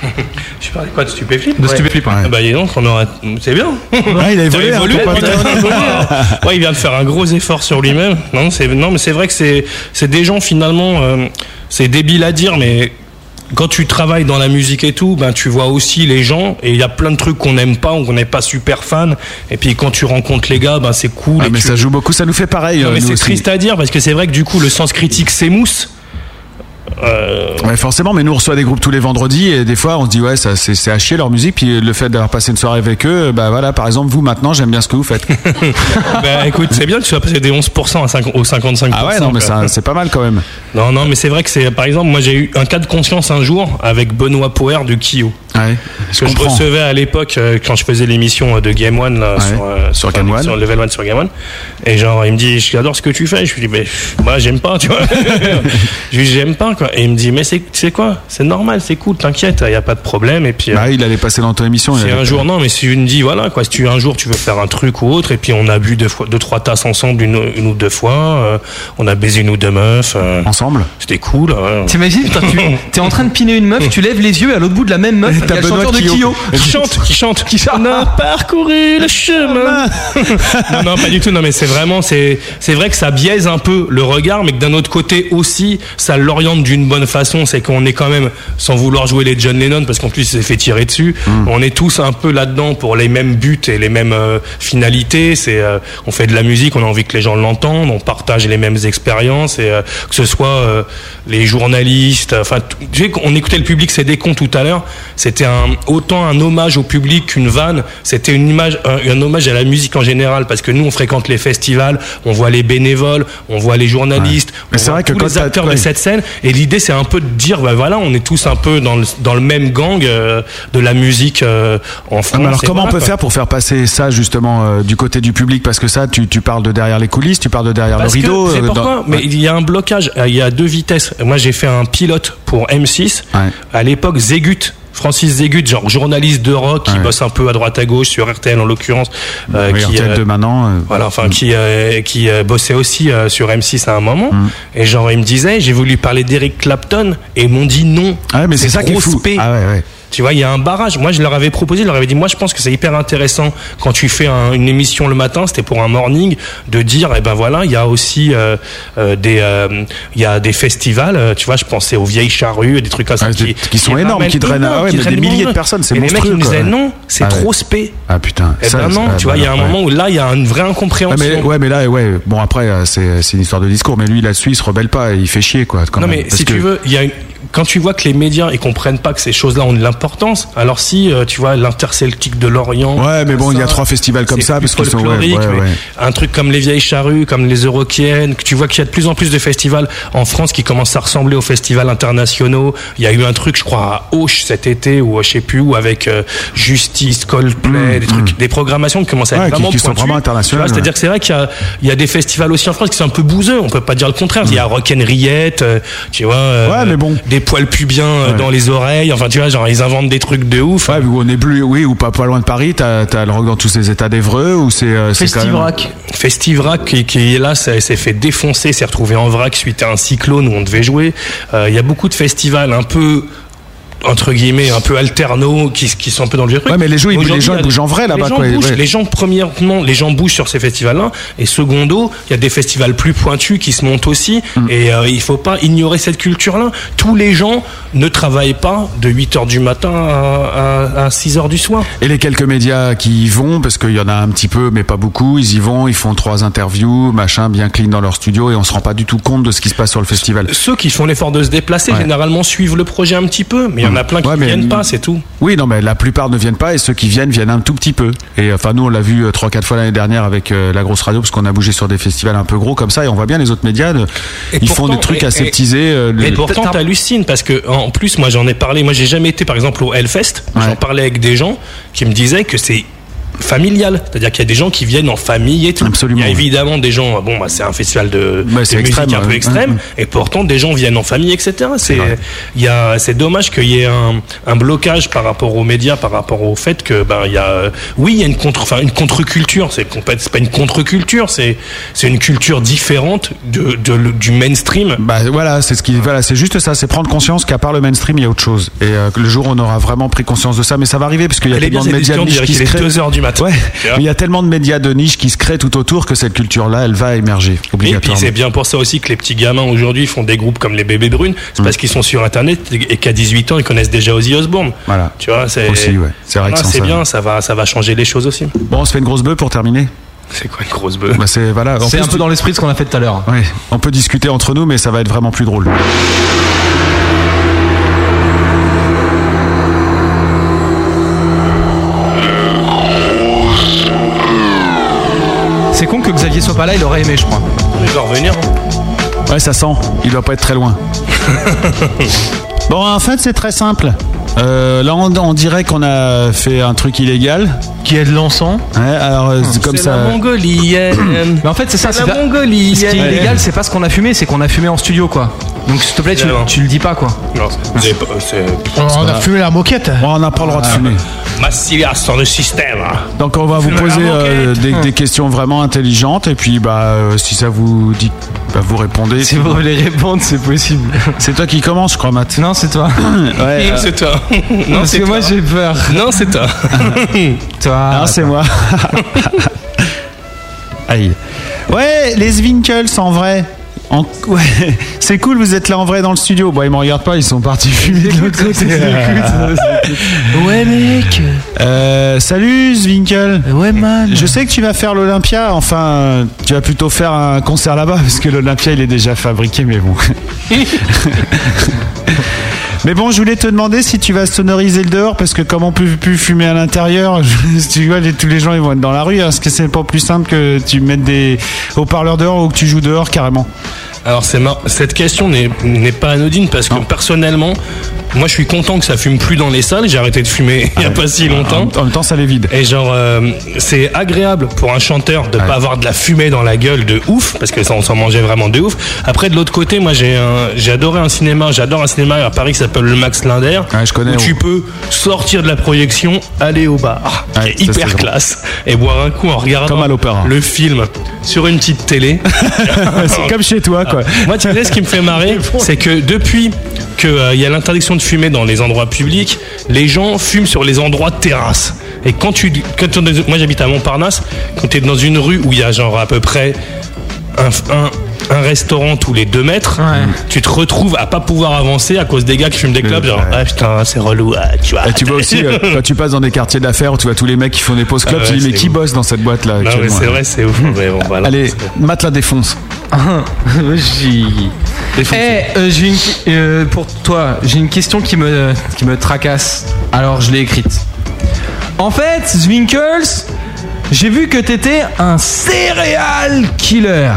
S23: Je parlais quoi de stupéflip
S11: De
S23: Ouais.
S11: Stupéflip, ouais.
S23: Ah bah dis donc, on aura. C'est bien.
S4: Ouais, il a évolué,
S23: T'as
S4: hein, ton pote.
S23: putain, on a évolué, hein. Ouais, il vient de faire un gros effort sur lui-même. Non, c'est non, mais c'est vrai que c'est c'est des gens finalement. euh, c'est débile à dire, mais. Quand tu travailles dans la musique et tout, ben tu vois aussi les gens et il y a plein de trucs qu'on n'aime pas ou qu'on n'est pas super fan. Et puis quand tu rencontres les gars, ben c'est cool.
S4: Ah,
S23: et
S4: mais
S23: tu-
S4: ça joue beaucoup, ça nous fait pareil.
S23: non,
S4: euh,
S23: mais
S4: nous
S23: c'est
S4: aussi.
S23: triste à dire parce que c'est vrai que du coup le sens critique s'émousse.
S4: Ouais, forcément, mais nous on reçoit des groupes tous les vendredis et des fois on se dit ouais ça c'est c'est à chier leur musique puis le fait d'avoir passé une soirée avec eux, bah voilà par exemple vous maintenant j'aime bien ce que vous faites.
S5: bah écoute, c'est bien que tu sois passé des 11% à 5, au 55%.
S4: Ah ouais non mais
S5: quoi.
S4: ça- c'est pas mal quand même.
S5: Non, non, mais c'est vrai que c'est. Par exemple, moi j'ai eu un cas de conscience un jour avec Benoît Poer du Kio.
S4: Ah je
S5: que je
S4: comprends.
S5: recevais à l'époque euh, quand je faisais l'émission euh, de Game One là, sur, euh, sur
S4: Game One.
S5: sur Level One sur Game One. Et genre, il me dit J'adore ce que tu fais. Je lui dis Mais pff, moi j'aime pas, tu vois. je lui dis J'aime pas, quoi. Et il me dit Mais c'est tu sais quoi C'est normal, c'est cool, t'inquiète, il n'y a pas de problème. Et puis. euh,
S4: Bah il allait passer dans ton émission. il
S5: si
S4: allait-
S5: un jour, non, mais si tu me dis, voilà, quoi, si tu, un jour tu veux faire un truc ou autre, et puis on a bu deux, fois, deux trois tasses ensemble une, une ou deux fois, euh, on a baisé une ou deux meufs. euh,
S4: ensemble
S5: C'était cool. hein. ouais.
S6: T'imagines, putain, tu es en train de piner une meuf, tu lèves les yeux et à l'autre bout de la même meuf, il y a le chanteur de Kyo.
S5: Qui chante, qui chante. Qui chante. On a parcouru le chemin. non, non, pas du tout. Non, mais c'est vraiment, c'est, c'est vrai que ça biaise un peu le regard, mais que d'un autre côté aussi, ça l'oriente d'une bonne façon. C'est qu'on est quand même, sans vouloir jouer les John Lennon, parce qu'en plus, il s'est fait tirer dessus. On est tous un peu là-dedans pour les mêmes buts et les mêmes euh, finalités. C'est, euh, on fait de la musique, on a envie que les gens l'entendent, on partage les mêmes expériences et euh, que ce soit euh, les journalistes. Enfin, tout- tu sais, on écoutait le public, c'est des cons tout à l'heure. C'était un, autant un hommage au public qu'une vanne. C'était une image, un, un hommage à la musique en général parce que nous, on fréquente les festivals, on voit les bénévoles, on voit les journalistes, on voit tous les acteurs de cette scène. Et l'idée, c'est un peu de dire, bah voilà, on est tous un peu dans le, dans le même gang euh, de la musique euh, en
S4: Ah,
S5: France.
S4: mais alors
S5: Et
S4: comment
S5: voilà,
S4: on peut
S5: quoi.
S4: faire pour faire passer ça justement euh, du côté du public parce que ça tu, tu parles de derrière les coulisses, tu parles de derrière
S5: Parce
S4: le
S5: que
S4: rideau.
S5: c'est
S4: euh, dans-
S5: pourquoi, mais il y a un blocage, euh, il y a deux vitesses. Moi, j'ai fait un pilote pour M6. À l'époque, Zégut. Francis Zégut, genre journaliste de rock qui bosse un peu à droite à gauche sur RTL en l'occurrence, euh,
S4: Oui,
S5: qui
S4: RTL de maintenant, euh,
S5: voilà, enfin qui euh, qui euh, bossait aussi euh, sur M6 à un moment.
S4: Mm.
S5: Et genre il me disait, j'ai voulu parler d'Eric Clapton et ils m'ont dit non.
S4: mais c'est ça qui est
S5: trop
S4: fou.
S5: spé.
S4: Ah ouais, ouais.
S5: Tu vois, il y a un barrage. Moi, je leur avais proposé, je leur avais dit, moi, je pense que c'est hyper intéressant quand tu fais un- une émission le matin, c'était pour un morning, de dire, eh ben voilà, il y a aussi euh, euh, des, euh, il y a des festivals. euh, tu vois, je pensais aux vieilles charrues, des trucs comme ça qui,
S4: Ah, qui sont énormes,
S5: ramènent
S4: qui drainent-
S5: énorme,
S4: ah ouais,
S5: qui
S4: mais des
S5: drainent
S4: milliers
S5: monde.
S4: de personnes, c'est
S5: Et
S4: monstrueux,
S5: Les mecs, ils me disaient,
S4: quoi.
S5: non, c'est
S4: Ah ouais.
S5: trop spé.
S4: Ah putain.
S5: Eh
S4: ça,
S5: ben non,
S4: ça-
S5: tu vois, il y a un
S4: ouais.
S5: moment où là, il y a une vraie
S4: Ouais
S5: incompréhension.
S4: mais, ouais mais là ouais bon après euh, c'est c'est une histoire de discours mais lui là-dessus il se rebelle pas il fait chier quoi quand
S5: non
S4: même,
S5: mais
S4: parce
S5: si
S4: que-
S5: tu veux, il y a une- quand tu vois que les médias ils comprennent pas que ces choses-là ont de l'importance, alors si euh, tu vois l'interceltique de l'Orient,
S4: Ouais, mais bon, il y a trois festivals comme
S5: c'est
S4: ça,
S5: plus
S4: parce qu'ils sont- ouais,
S5: folklorique,
S4: ouais,
S5: mais
S4: ouais.
S5: un truc comme les vieilles charrues, comme les euroquiennes, que tu vois qu'il y a de plus en plus de festivals en France qui commencent à ressembler aux festivals internationaux. Il y a eu un truc, je crois, à Auch cet été ou euh, je sais plus où avec euh, Justice, Coldplay, des trucs, des programmations qui commencent à être
S4: Mm, Ouais, qui-
S5: vraiment
S4: qui sont
S5: pointues,
S4: vraiment internationales,
S5: tu vois, C'est-à-dire que c'est vrai qu'il y a, il y a des festivals aussi en France qui sont un peu bouseux. On peut pas dire le contraire. Il y a
S4: Mm.
S5: Rock'n'Riette, euh, tu vois, euh, des poils pubiens euh, dans les oreilles. Enfin, tu vois, genre ils inventent des trucs de ouf.
S4: Ouais, où on est plus, oui, ou pas, pas loin de Paris, t'as as le rock dans tous ses états d'évreux, ou c'est euh, c'est quand même-
S5: Festivrac qui, qui est là, ça- s'est fait défoncer, s'est retrouvé en vrac suite à un cyclone où on devait jouer. Euh, Il y a beaucoup de festivals un peu entre guillemets un peu alternaux qui, qui sont un peu dans le jeu
S4: Ouais, mais les gens, ils bougent- les gens, ils bougent en vrai, là-bas,
S5: les gens
S4: quoi,
S5: bougent,
S4: ouais.
S5: les gens premièrement les gens bougent sur ces festivals là et secondo il y a des festivals plus pointus qui se montent aussi
S4: Mm.
S5: et euh, il faut pas ignorer cette culture là tous les gens ne travaillent pas de 8h du matin à, à, 6h du soir
S4: Et les quelques médias qui y vont, parce qu'il y en a un petit peu, mais pas beaucoup, ils y vont, ils font trois interviews, machin, bien clean dans leur studio, et on se rend pas du tout compte de ce qui se passe sur le festival.
S5: ceux qui font l'effort de se déplacer généralement suivent le projet un petit peu mais il y en a plein qui viennent pas c'est tout
S4: Oui, non, mais la plupart ne viennent pas, et ceux qui viennent viennent un tout petit peu. Et enfin, nous, on l'a vu euh, trois, quatre fois l'année dernière avec euh, la grosse radio, parce qu'on a bougé sur des festivals un peu gros comme ça, et on voit bien les autres médias, le-
S5: Et
S4: ils font
S5: pourtant-
S4: des trucs
S5: et- et-
S4: aseptisés. euh, le-
S5: Et pourtant,
S4: T'as-
S5: t'hallucines parce que en plus, moi, j'en ai parlé. Moi, j'ai jamais été, par exemple, au Hellfest. J'en parlais avec des gens qui me disaient que c'est familial, c'est-à-dire qu'il y a des gens qui viennent en famille et tout. Il y a évidemment des gens. Bon, bah, c'est un festival de, de
S4: Bah, c'est
S5: musique
S4: extrême,
S5: un peu
S4: ouais.
S5: extrême,
S4: Ouais, ouais.
S5: et pourtant des gens viennent en famille, etc. C'est, il y a, c'est dommage qu'il y ait un, un blocage par rapport aux médias, par rapport au fait que, ben, il y a, euh, oui, il y a une contre, enfin, une contre-culture. C'est complète- c'est pas une contre-culture, c'est, c'est une culture différente de, de le- du mainstream.
S4: Bah voilà, c'est ce qui voilà, c'est juste ça, c'est prendre conscience qu'à part le mainstream, il y a autre chose. Et euh, que le jour où on aura vraiment pris conscience de ça, mais ça va arriver parce qu'il y a
S5: Elle est bien
S4: tellement de
S5: cette
S4: médias de
S5: émission, on
S4: niche
S5: dirait
S4: qui
S5: qu'il
S4: se
S5: est
S4: créent.
S5: 2 heures du matin.
S4: Ouais.
S5: Tu vois.
S4: Mais il y a tellement de médias de niche qui se créent tout autour que cette culture là, elle va émerger
S5: Et puis
S4: obligatoirement.
S5: c'est bien pour ça aussi que les petits gamins aujourd'hui font des groupes comme les bébés brunes, c'est
S4: Mm.
S5: parce qu'ils sont sur internet et qu'à 18 ans ils connaissent déjà Ozzy Osbourne.
S4: Voilà.
S5: Tu vois, c'est
S4: Aussi, ouais. C'est vrai que
S5: Voilà,
S4: sans
S5: c'est
S4: ça-
S5: bien, ça va ça va changer les choses aussi.
S4: Bon, on se fait une grosse bœuf pour terminer.
S5: C'est quoi une grosse bœuf
S4: Bah, c'est voilà. En
S6: C'est
S4: plus,
S6: un peu
S4: tu-
S6: dans l'esprit de ce qu'on a fait tout à l'heure.
S4: Ouais, on peut discuter entre nous, mais ça va être vraiment plus drôle.
S6: C'est con que Xavier soit pas là, il aurait aimé, je crois.
S5: Il va revenir. hein.
S4: Ouais, ça sent. Il doit pas être très loin. bon, en fait, c'est très simple. Euh, là, on, on dirait qu'on a fait un truc illégal. Qui est de l'encens. Ouais, alors, euh, c'est comme ça.
S6: Mais en fait, c'est ça.
S4: C'est
S6: c'est
S4: la
S6: pas-
S4: Mongolie.
S6: Ce qui est
S4: Ouais.
S6: illégal, c'est pas ce qu'on a fumé, c'est qu'on a fumé en studio, quoi. Donc, s'il te plaît, tu,
S5: Évidemment.
S6: tu le dis pas, quoi.
S5: Non, c'est- c'est. pas- Ah, c'est-
S24: On a fumé la moquette.
S4: on n'a pas le droit de fumer.
S5: Massilas dans le système. hein.
S4: Donc on va vous
S5: Fumer la
S4: poser euh,
S5: moquette.
S4: des,
S5: Hmm.
S4: des questions vraiment intelligentes et puis bah euh, si ça vous dit, bah, vous répondez. Si
S6: vous voulez répondre, c'est possible.
S4: C'est toi qui commence, je crois, Matt.
S6: Non, c'est toi.
S4: ouais,
S5: Non, c'est toi. Non,
S6: Parce
S5: c'est
S6: que
S5: toi.
S6: moi, j'ai peur.
S5: Non, c'est toi.
S6: toi.
S4: Non, c'est moi. Aïe. Ouais, les Zwinkels en vrai. En- ouais, c'est cool, vous êtes là en vrai dans le studio. Bon, ils me regardent pas, ils sont partis fumer de l'autre côté.
S24: ouais, mec.
S4: Euh, salut Zwinkel.
S24: Ouais man.
S4: Je sais que tu vas faire l'Olympia. Enfin, tu vas plutôt faire un concert là-bas parce que l'Olympia il est déjà fabriqué, mais bon. mais bon, je voulais te demander si tu vas sonoriser le dehors parce que comme on peut plus fumer à l'intérieur, je- tu vois, les- tous les gens ils vont être dans la rue. Est-ce que c'est pas plus simple que tu mettes des haut-parleurs dehors ou que tu joues dehors carrément
S5: Alors c'est mar- cette question n'est n'est pas anodine parce que personnellement, moi je suis content que ça fume plus dans les salles. J'ai arrêté de fumer il y a pas si longtemps.
S4: Ah En même temps, ça les vide.
S5: Et genre, euh, c'est agréable pour un chanteur de pas avoir de la fumée dans la gueule de ouf parce que ça on s'en mangeait vraiment de ouf. Après de l'autre côté, moi j'ai un- j'ai adoré un cinéma. J'adore un cinéma à Paris qui s'appelle le Max Linder.
S4: je connais,
S5: Où tu
S4: ouais.
S5: peux sortir de la projection, aller au bar,
S4: Ouais,
S5: C'est
S4: ça, c'est
S5: hyper
S4: vrai.
S5: classe, et boire un coup en regardant
S4: Comme à l'opéra.
S5: le film sur une petite télé.
S4: C'est comme chez toi, quoi.
S5: Ah. Moi, tu sais, ce qui me fait marrer, c'est que depuis qu'il y a l'interdiction de fumer dans les endroits publics, les gens fument sur les endroits de terrasse. Et quand tu. Quand t'es dans- moi, j'habite à Montparnasse, quand tu es dans une rue où il y a genre à peu près un. un- un restaurant tous les deux mètres,
S4: Hmm.
S5: tu te retrouves à pas pouvoir avancer à cause des gars qui fument des clubs. Genre, ah putain, c'est relou, ah, tu vois.
S4: Et Hmm. tu vois aussi, euh, quand tu passes dans des quartiers d'affaires où tu vois tous les mecs qui font des pauses clubs,
S5: Ah
S4: tu
S5: ouais,
S4: dis, mais
S5: c'est
S4: qui
S5: ouf.
S4: bosse dans cette boîte là
S5: Non, mais c'est vrai, c'est ouf. mais bon, voilà.
S4: Allez, Matt la défonce.
S6: Ah, Eh, euh, j'ai une qui- euh, pour toi, j'ai une question qui me, qui me tracasse. Alors, je l'ai écrite. En fait, Zwinkels, j'ai vu que t'étais un céréal killer.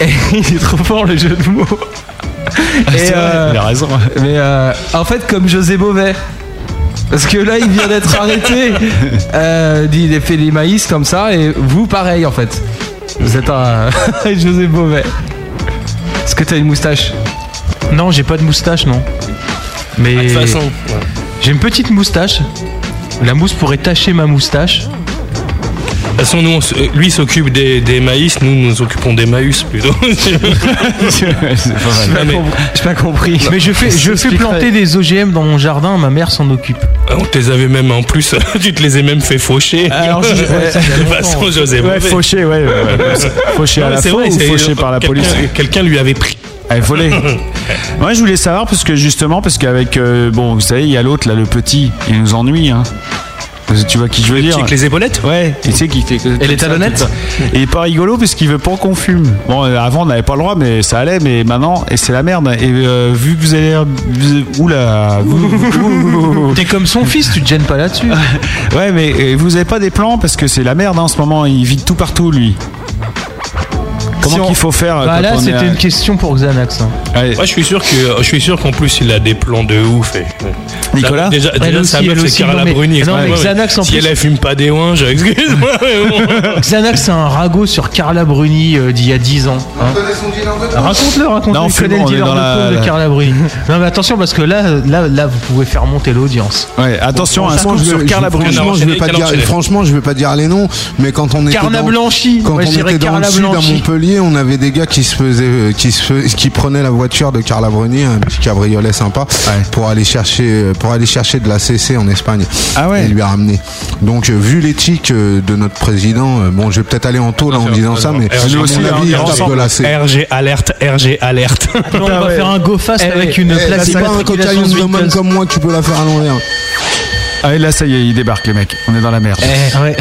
S6: Et il est trop fort le jeu de mots.
S4: Ah, c'est vrai, il a raison.
S6: Mais euh, en fait, comme José Beauvais. Parce que là, il vient d'être arrêté. Euh, il a fait des maïs comme ça, et vous, pareil, en fait. Vous êtes un José Beauvais. Est-ce que t'as une moustache
S11: Non, j'ai pas de moustache, non. Mais.
S5: Ah, de toute façon, ouais.
S11: J'ai une petite moustache. La mousse pourrait tacher ma moustache.
S5: De toute façon, nous, on s- euh, lui s'occupe des, des maïs, nous nous occupons des maïs plutôt.
S4: J'ai
S5: Non, mais-
S6: pas compris.
S11: Mais je fais, je fais planter des OGM dans mon jardin, ma mère s'en occupe.
S5: Ah, On te les avait même en plus, tu te les as même fait faucher.
S4: Ah, Alors, je- ouais, ça, il y a
S5: de toute
S4: longtemps.
S5: façon, José.
S4: Ouais,
S5: Bové.
S4: fauché, ouais, ouais, ouais. Fauché à
S5: Non, mais
S4: la
S5: c'est
S4: fois
S5: vrai,
S4: ou
S5: c'est-
S4: fauché par la
S5: quelqu'un-
S4: police Ah,
S5: Quelqu'un lui avait pris.
S4: Allez, volé. Moi, je voulais savoir, parce que justement, parce qu'avec. euh, bon, vous savez, il y a l'autre, là, le petit, il nous ennuie, hein. Parce que Tu vois qui je veux dire
S5: avec les épaulettes
S4: Ouais, tu sais qui fait. que-
S5: Et les
S4: tout ça,
S5: talonnettes
S4: tout ça. Et il est pas rigolo parce qu'il veut pas qu'on fume. Bon, euh, avant on n'avait pas le droit, mais ça allait, mais maintenant, et c'est la merde. Et euh, vu que vous avez l'air. vous- Oula
S11: T'es comme son fils, tu te gênes pas là-dessus.
S4: Ouais, mais euh, vous avez pas des plans parce que c'est la merde hein, en ce moment, il vide tout partout lui. Comment
S11: Si on-
S4: qu'il faut faire euh,
S11: Bah
S4: quand
S11: là,
S4: on est à-
S11: c'était une question pour Xanax. hein.
S5: Moi, je suis sûr que je suis sûr qu'en plus il a des plans de ouf. et-
S4: Nicolas
S5: déjà,
S11: Elle
S5: déjà
S11: aussi,
S5: sa
S11: elle
S5: meuf c'est
S11: aussi, non,
S5: Carla
S11: mais-
S5: Bruni.
S11: non, mais
S5: excuse-moi,
S11: Xanax, en
S5: si
S11: plus-
S5: elle elle fume pas des ouinges, excuse-moi. mais bon.
S11: Xanax, c'est un ragot sur Carla Bruni euh, d'il y a 10 ans. hein. Raconte-le, raconte-le.
S4: Non,
S11: il connaît
S4: fumons,
S11: le
S4: on est
S11: dealer
S4: dans
S11: de
S4: la-
S11: coke
S4: la-
S11: de Carla Bruni. Non, mais attention, parce que là, là, là vous pouvez faire monter l'audience.
S4: Ouais, attention, un
S11: Franchement,
S4: scoop
S11: je-
S4: sur
S11: je-
S4: Carla Bruni.
S8: Franchement, je vais pas dire, franchement, je vais pas dire les noms, mais quand on était
S11: Carla
S8: dans,
S11: Blanchi.
S8: quand
S11: Ouais, je
S8: on
S11: dirais
S8: était dans le
S11: Carla
S8: sud à
S11: Blanchi.
S8: Montpellier, on avait des gars qui se faisaient, euh, qui se fais- qui prenaient la voiture de Carla Bruni, un petit cabriolet sympa, pour aller chercher, euh, pour aller chercher de la CC en Espagne.
S4: Ah ouais.
S8: Et lui ramener. Donc, euh, vu l'éthique euh, de notre président, euh, bon, je vais peut-être aller en taux là en disant ça, mais
S5: RG,
S8: à mon avis, hein, il tape de la C.
S5: RG alerte, RG alerte.
S11: on va faire un go fast avec une
S8: Ah Eh, là,
S11: plaque
S8: C'est pas un cocaïne
S11: d'immatriculation
S8: woman comme moi, tu peux la faire à l'envers.
S4: Allez, Ah, là, ça y est, ils débarquent, les mecs. On est dans la merde.
S25: Eh, ouais.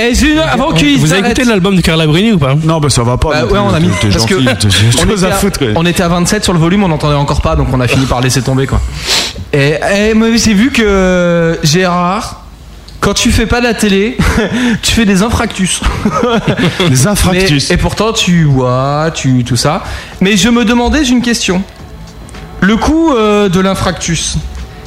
S25: Eh, Zino,
S6: Ah,
S25: avant qu'ils
S4: Vous avez
S25: s'arrêtent-
S4: écouté
S5: l'album de Carla Bruni ou pas
S4: Non, bah ça va pas.
S6: Bah
S4: non
S6: ouais,
S4: plus.
S6: on a mis.
S4: T'es
S6: parce
S4: gentil,
S6: que
S4: t'as- j'ai
S6: on,
S4: chose
S6: était
S4: à
S6: à,
S4: foutre. ouais.
S6: on était à 27 sur le volume, on n'entendait encore pas, donc on a fini par laisser tomber quoi. Et, et mais c'est vu que Gérard. Quand tu fais pas de la télé, tu fais des infractus.
S4: Des infractus.
S6: Mais- et pourtant tu bois, tu tout ça. Mais je me demandais j'ai une question. Le coût euh, de l'infractus.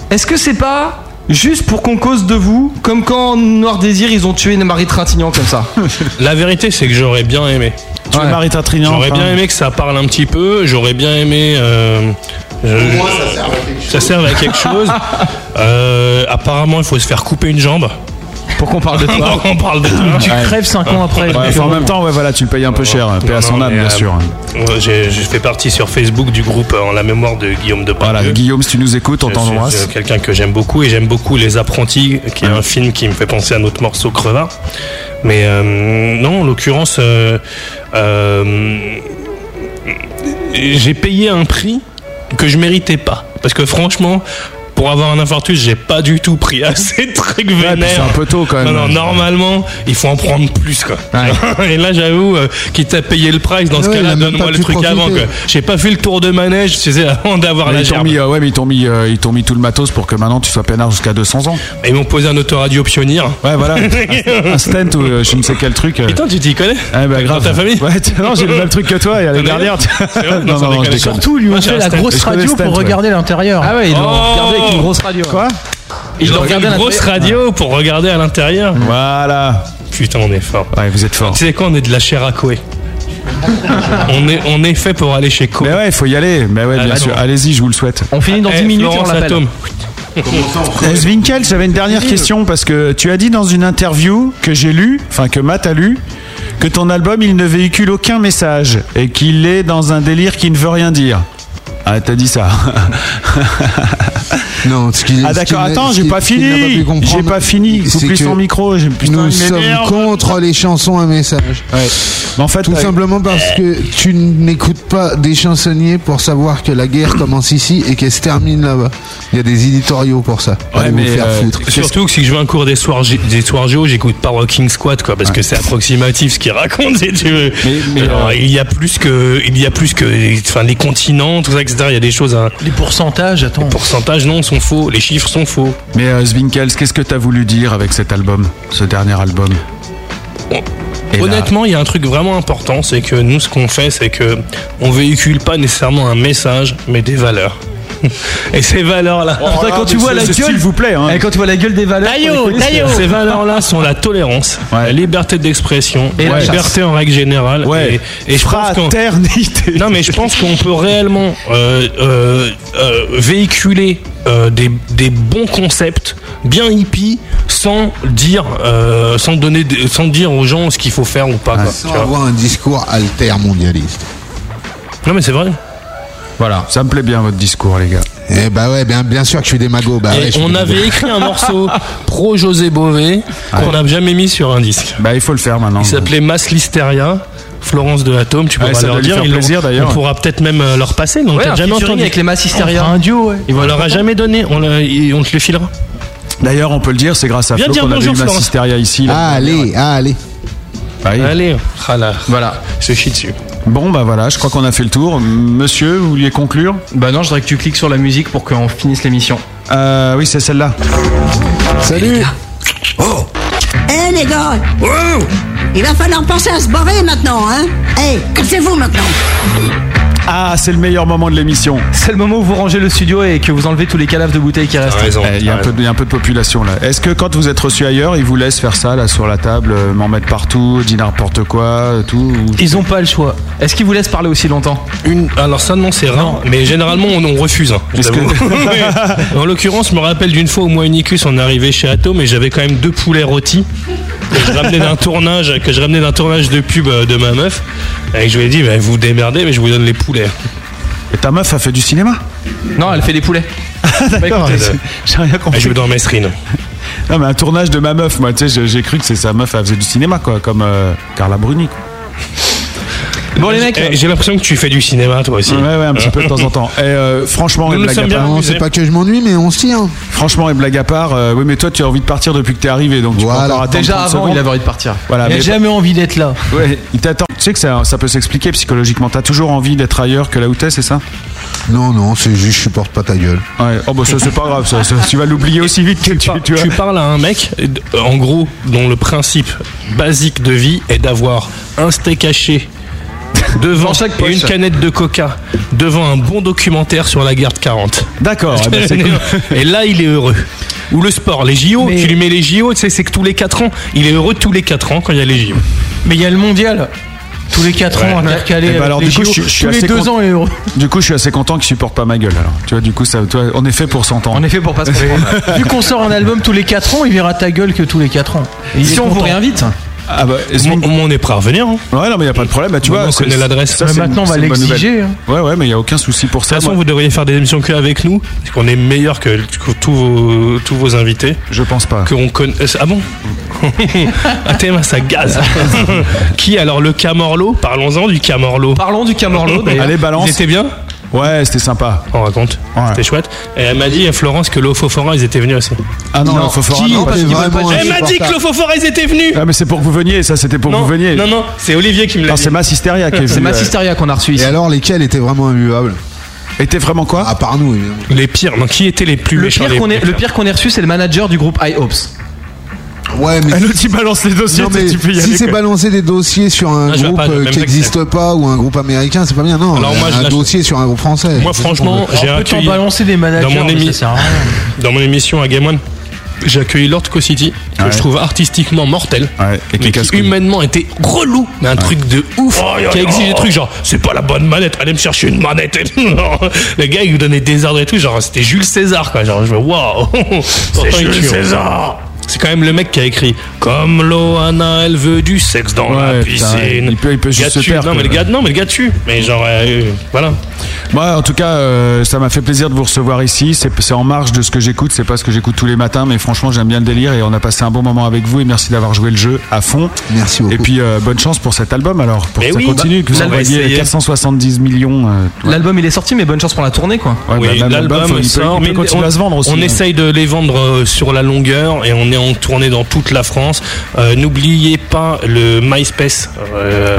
S6: Est-ce que c'est pas juste pour qu'on cause de vous, comme quand Noir Désir ils ont tué une Marie Trintignant comme ça
S5: La vérité, c'est que j'aurais bien aimé.
S4: Tu veux Marie Trintignant
S5: J'aurais bien aimé que ça parle un petit peu. J'aurais bien aimé. euh, je-
S8: Moi, ça sert à quelque chose.
S5: ça serve à quelque chose. Euh, apparemment, il faut se faire couper une jambe.
S6: Pour qu'on parle
S5: de toi. Pour qu'on parle de toi. Ouais.
S4: Ouais, enfin, en même temps, ouais, voilà, tu le payes un peu cher. Paix à
S5: Non,
S4: son
S5: non,
S4: âme,
S5: mais,
S4: bien
S5: euh,
S4: sûr.
S5: euh, j'ai- Je fais partie sur Facebook du groupe euh, en la mémoire de Guillaume de
S4: Voilà, Bah, Guillaume, si tu nous écoutes, on
S5: Je suis,
S4: t'embrasse.
S5: euh, quelqu'un que j'aime beaucoup et j'aime beaucoup Les Apprentis, qui est un film qui me fait penser à notre morceau Crevard. Mais euh, non, en l'occurrence, euh, euh, j'ai payé un prix que je méritais pas. Parce que franchement, pour avoir un infarctus, j'ai pas du tout pris assez de trucs vénères.
S4: puis c'est un peu tôt, quand même.
S5: Non, non, normalement, il faut en prendre plus quoi. Et là, j'avoue, euh, quitte à payer le price, dans ce
S4: Ouais, il
S5: cas-là,
S4: a même
S5: donne-moi
S4: pas
S5: le
S4: pu
S5: truc
S4: profiter.
S5: avant. quoi. J'ai pas fait le tour de manège, je faisais avant d'avoir
S4: Mais
S5: la
S4: ils t'ont
S5: gerbe.
S4: mis, euh, ouais, mais ils t'ont mis, euh, ils t'ont mis tout le matos pour que maintenant tu sois peinard jusqu'à 200 ans.
S5: Et Ils m'ont posé un autoradio pionnier.
S4: Ouais, voilà. un, un stent ou euh, je ne sais quel truc. euh.
S5: Putain, tu t'y connais
S4: Ah bah grave.
S5: Dans ta famille
S4: Ouais, tu- non, j'ai le même truc que toi, il y a l'année
S5: T'en as eu
S4: dernière. tu-
S5: C'est vrai Non,
S4: Non,
S5: sans
S4: non, non, je
S5: déconner.
S4: déconne.
S5: Surtout, lui, on
S4: Moi,
S5: fait
S4: j'ai un
S5: la
S4: stent.
S5: grosse
S4: Je connais
S5: radio
S4: stent,
S5: pour
S4: ouais.
S5: regarder
S11: l'intérieur.
S6: Ah ouais, ils l'ont
S5: Oh
S6: regardé avec une grosse radio.
S4: Quoi
S6: Ils
S5: Ils
S6: l'ont
S5: ont
S6: regardé
S5: regardé
S6: à
S5: une grosse
S6: l'intérieur.
S5: radio pour regarder à l'intérieur.
S4: Voilà.
S5: Putain, on est fort.
S4: Ouais, vous êtes fort.
S5: Tu sais quoi, on est de la chair à Koé. on, est, on est fait pour aller chez Koé.
S4: Mais ouais, il faut y aller. Mais ouais, bien
S5: Allez,
S4: sûr.
S5: bon.
S4: Allez-y, je vous le souhaite.
S6: On finit
S5: Eh, Florence Atome.
S4: Eh, Zwinkel, j'avais une dernière question parce que tu as dit dans une interview que j'ai lu, enfin que Matt a lu, que ton album il ne véhicule aucun message et qu'il est dans un délire qui ne veut rien dire. Ah, t'as dit ça.
S8: Non, ce qui,
S4: Ah,
S8: ce
S4: d'accord,
S8: qui-
S4: attends,
S8: ce
S4: j'ai
S8: qui-
S4: pas
S8: ce qu'il
S4: fini.
S8: n'a pu comprendre,
S4: J'ai pas fini.
S8: c'est
S4: Coupe-lui
S8: que
S4: son micro, j'ai- putain,
S8: nous
S4: il m'énerve.
S8: sommes contre les chansons à message.
S4: Mais en fait, euh,
S8: Tout
S4: t'as-
S8: simplement parce que tu n'écoutes pas des chansonniers pour savoir que la guerre commence ici et qu'elle se termine là-bas. Il y a des éditoriaux pour ça. Allez vous faire
S5: euh,
S8: foutre.
S5: surtout que si je veux un cours des soirs, G- des soirs géo, j'écoute pas Rocking Squat, quoi, parce que c'est approximatif ce qu'il raconte, si tu veux. Alors,
S4: euh,
S5: il y a plus que, il y a plus que, enfin, les continents, tout ça, etc. Il y a des choses à.
S11: Les pourcentages, attends.
S5: Les pourcentages, non, sont faux. Les chiffres sont faux.
S4: Mais euh, Zwinkels, qu'est-ce que t'as voulu dire avec cet album, ce dernier album Et là-
S5: Honnêtement, il y a un truc vraiment important, c'est que nous, ce qu'on fait, c'est que on véhicule pas nécessairement un message, mais des valeurs. Et ces valeurs-là.
S6: Putain, quand tu vois la gueule,
S5: hein.
S6: Eh, quand tu vois la gueule des valeurs, qu'on les connaît, c'est-
S5: Ces valeurs-là sont la tolérance, la liberté d'expression,
S6: Et
S5: et
S6: la
S5: la
S6: chasse.
S5: liberté en règle générale. Et, et je pense qu'on- Non, mais je pense qu'on peut réellement euh, euh, euh, véhiculer euh, des, des bons concepts, bien hippies, sans dire, euh, sans donner, des- sans dire aux gens ce qu'il faut faire ou pas. quoi, Ah, tu
S8: Sans
S5: vois.
S8: avoir un discours alter-mondialiste.
S5: Non, mais c'est vrai.
S4: Voilà, ça me plaît bien votre discours, les gars.
S8: Eh bah ouais, bien, bien sûr que je suis démago. Bah
S5: Et
S8: ouais, je suis
S5: on
S8: démago.
S5: avait écrit un morceau pro José Bové qu'on n'a jamais mis sur un disque.
S4: Bah, il faut le faire maintenant.
S5: Il s'appelait Mass Listeria. Florence de Atome, tu peux
S4: Ouais,
S5: pas
S4: ça
S5: leur
S4: doit lui
S5: dire,
S4: faire
S5: ils l'ont-
S4: plaisir, d'ailleurs.
S5: on pourra peut-être même euh, leur passer, donc
S6: Ouais, un
S5: t'as jamais
S6: featuring
S5: entendu
S6: avec les Mass Hysteria.
S5: On fera
S11: duo, ouais.
S5: Il leur a jamais donné, on, l'a- et on te le filera.
S4: D'ailleurs, on peut le dire, c'est grâce à
S5: Viens
S4: Flo
S5: dire
S4: qu'on avait
S5: bonjour,
S4: eu la
S5: Florence.
S4: Cisteria ici.
S8: Ah, allez, ah, allez.
S5: Allez,
S6: Voilà.
S5: Ah se chie dessus.
S4: Bon, bah voilà, je crois qu'on a fait le tour. Monsieur, vous vouliez conclure
S6: Bah non, je voudrais que tu cliques sur la musique pour qu'on finisse l'émission.
S4: Euh, oui, c'est celle-là.
S8: Salut
S4: Oh
S3: Eh les gars Il va falloir penser à se barrer maintenant, hein Eh, cassez-vous maintenant
S4: Ah, c'est le meilleur moment de l'émission.
S6: C'est le moment où vous rangez le studio et que vous enlevez tous les cadavres de bouteilles qui restent.
S4: Eh, Il y, a un peu de- il y a un peu de population là. Est-ce que quand vous êtes reçu ailleurs, ils vous laissent faire ça là sur la table, euh, m'en mettre partout, dire n'importe quoi, euh, tout ou-
S6: Ils ont pas le choix. Est-ce qu'ils vous laissent parler aussi longtemps
S5: Une... Alors ça non c'est rare, mais généralement on, on refuse. hein, je
S4: Parce
S5: t'avoue.
S4: que-
S5: Ouais. en l'occurrence, je me rappelle d'une fois où moi et Nicus on est arrivé chez Atom et j'avais quand même deux poulets rôtis que je ramenais d'un tournage, que je ramenais d'un tournage de pub euh, de ma meuf. Et je lui ai dit, bah, vous vous démerdez, mais je vous donne les poulets.
S4: Et ta meuf a fait du cinéma
S6: Non, elle fait des poulets.
S4: D'accord,
S5: écoutez,
S4: c'est-
S5: euh,
S4: j'ai rien compris.
S5: Je joue dans Mesrine.
S4: Non mais un tournage de ma meuf, moi tu sais, j'ai- j'ai cru que c'est sa meuf, elle faisait du cinéma quoi, comme euh, Carla Bruni. quoi.
S23: Bon, les mecs. Eh, J'ai l'impression que tu fais du cinéma, toi aussi. Ah.
S4: Ouais, ouais, un petit peu de temps en temps. Et euh, franchement,
S8: Nous
S4: et
S8: nous
S4: blague
S8: sommes
S4: à
S8: bien
S4: part-
S8: amusés. Non, c'est pas que je m'ennuie, mais on se tient.
S4: Franchement, et blague à part, euh, oui, mais toi, tu as envie de partir depuis que t'es arrivé, donc tu peux encore attendre
S6: Déjà
S4: 30
S6: avant,
S4: secondes.
S6: il avait envie de partir.
S4: Voilà,
S11: Il a
S4: mais- bah-
S11: jamais envie d'être là.
S4: Ouais, il t'attend. Tu sais que ça, ça peut s'expliquer psychologiquement. T'as toujours envie d'être ailleurs que là où t'es, c'est ça
S8: Non, non, c'est juste, je supporte pas ta gueule.
S4: Ouais, oh bah ça, c'est pas grave, ça, ça, tu vas l'oublier aussi vite que tu, tu vas-
S5: Tu parles à un mec, euh, en gros, dont le principe basique de vie est d'avoir un steak haché devant
S23: chaque
S5: et
S23: poche.
S5: une canette de coca devant un bon documentaire sur la guerre de 40.
S4: D'accord. eh ben, c'est cool.
S5: et là, il est heureux. Ou le sport, les JO, tu lui mets les JO, tu sais, c'est que tous les 4 ans, il est heureux tous les 4 ans quand il y a les JO.
S11: Mais il y a le mondial. Tous les 4 ans, intercalé.
S4: Eh ben
S11: avec
S4: alors,
S11: les
S4: du coup,
S11: JO.
S4: je, je suis
S11: Tous les
S4: assez
S11: 2
S4: cont-
S11: ans, il est heureux.
S4: Du coup, je suis assez content qu'il supporte pas ma gueule. Alors, tu vois, du coup, ça, toi, on est fait pour s'entendre.
S11: On est fait pour pas se comprendre. Vu qu'on sort un album tous les 4 ans, il verra ta gueule que tous les 4 ans. Et
S4: Si on vous
S11: réinvite
S4: Ah bah,
S5: on est prêt à revenir.
S4: Ouais, non, mais il a pas de problème. Bah, tu
S5: Bon,
S4: vois,
S5: on
S4: c'est-
S5: connaît l'adresse.
S4: ça,
S5: Mais
S4: c'est une-
S5: Bah, maintenant, on va
S4: c'est une bonne
S5: l'exiger, hein.
S4: nouvelle.
S11: hein.
S4: Ouais, ouais, mais il y a aucun souci pour
S5: De
S4: ça.
S5: toute façon,
S4: Moi,
S5: vous devriez faire des émissions que avec nous, parce qu'on est meilleur que que tous vos, tous vos invités.
S4: Je pense pas.
S5: Que on conna- Euh, Ah bon Un thème, ça gaze. Qui alors le Camorlo Parlons-en du Camorlo.
S6: Parlons du Camorlo.
S5: d'ailleurs.
S4: Allez, balance.
S5: Ils étaient bien
S4: Ouais, c'était sympa.
S5: On raconte. C'était chouette. Et elle m'a dit à Florence que l'Ofofora, ils étaient venus aussi.
S4: Ah non,
S5: Non,
S4: Fofora,
S5: qui
S4: non, parce
S5: était
S4: qu'ils veulent
S5: vraiment
S4: pas-
S5: Elle m'a dit que l'Ofofora, ils étaient venus.
S4: Ah, mais c'est pour que vous veniez, ça, c'était pour que
S5: Non,
S4: vous veniez.
S5: non, non, c'est Olivier qui me l'a
S4: Non,
S5: dit.
S4: C'est Massisteria qui est venu.
S6: qu'on a reçu
S8: ici. Et alors, lesquels étaient vraiment immuables
S4: Étaient vraiment quoi
S8: À part nous, évidemment.
S5: Les pires. Non, qui étaient les plus
S6: Le
S5: méchants
S6: pire
S5: les
S6: qu'on ait-
S5: plus
S6: le pire qu'on ait reçu, c'est le manager du groupe IHOPS.
S8: Ouais, mais.
S4: L'autre, il balance les dossiers,
S8: Non,
S4: tu sais,
S8: mais
S4: tu peux y
S8: si
S4: aller,
S8: c'est
S4: quoi.
S8: balancer des dossiers sur un
S5: Ah, je vais
S8: groupe
S5: pas,
S8: euh,
S5: même
S8: qui
S5: pas que
S8: n'existe pas ou un groupe américain, c'est pas bien, non.
S5: Alors, moi, je
S8: un
S5: lâche-
S8: dossier sur un groupe français.
S5: Moi,
S8: C'est ce qu'on
S5: franchement,
S8: veut.
S5: j'ai accueilli. dans
S8: hein,
S5: mon, émi- dans mon émission à Game One, j'ai accueilli Lord City, que
S4: Ouais.
S5: je trouve artistiquement mortel,
S4: et qui
S5: mais
S4: casse
S5: qui humainement était relou, mais un truc de ouf,
S23: Oh, yo,
S5: qui a
S23: yo.
S5: exigé des trucs genre c'est pas la bonne manette, allez me chercher une manette. Et tout. Le gars, il lui donnait des ordres et tout, genre c'était Jules César, quoi. Genre, je me waouh, Pourtant, il
S23: Jules
S5: tue, hein.
S23: César.
S5: C'est quand même le mec qui a écrit Comme Loana, elle veut du sexe dans la
S4: Ouais, putain,
S5: piscine.
S4: il peut- il peut juste
S5: Gars
S4: se
S5: tue.
S4: taire,
S5: Non, mais le
S4: quoi.
S5: gars, non, mais le gars tue. Mais genre, euh, voilà.
S4: Moi, en tout cas, euh, ça m'a fait plaisir de vous recevoir ici. C'est c'est en marge de ce que j'écoute. C'est pas ce que j'écoute tous les matins, mais franchement, j'aime bien le délire et on a passé un bon moment avec vous. Et merci d'avoir joué le jeu à fond.
S8: Merci beaucoup.
S4: Et puis, euh, bonne chance pour cet album alors. Pour
S6: Mais
S4: que ça
S6: oui,
S4: continue, que vous
S6: on va
S4: envoyiez
S6: essayer.
S4: 470 millions. euh,
S6: L'album il est sorti, mais bonne chance pour la tournée quoi.
S4: Ouais,
S5: Oui,
S4: bah,
S5: l'album
S4: faut- il peut- il
S5: sort,
S4: peut
S5: mais
S4: continuer
S5: on,
S4: à se vendre aussi,
S5: on
S4: hein.
S5: essaye de les vendre euh, sur la longueur et on est en tournée dans toute la France. Euh, N'oubliez pas le MySpace, euh,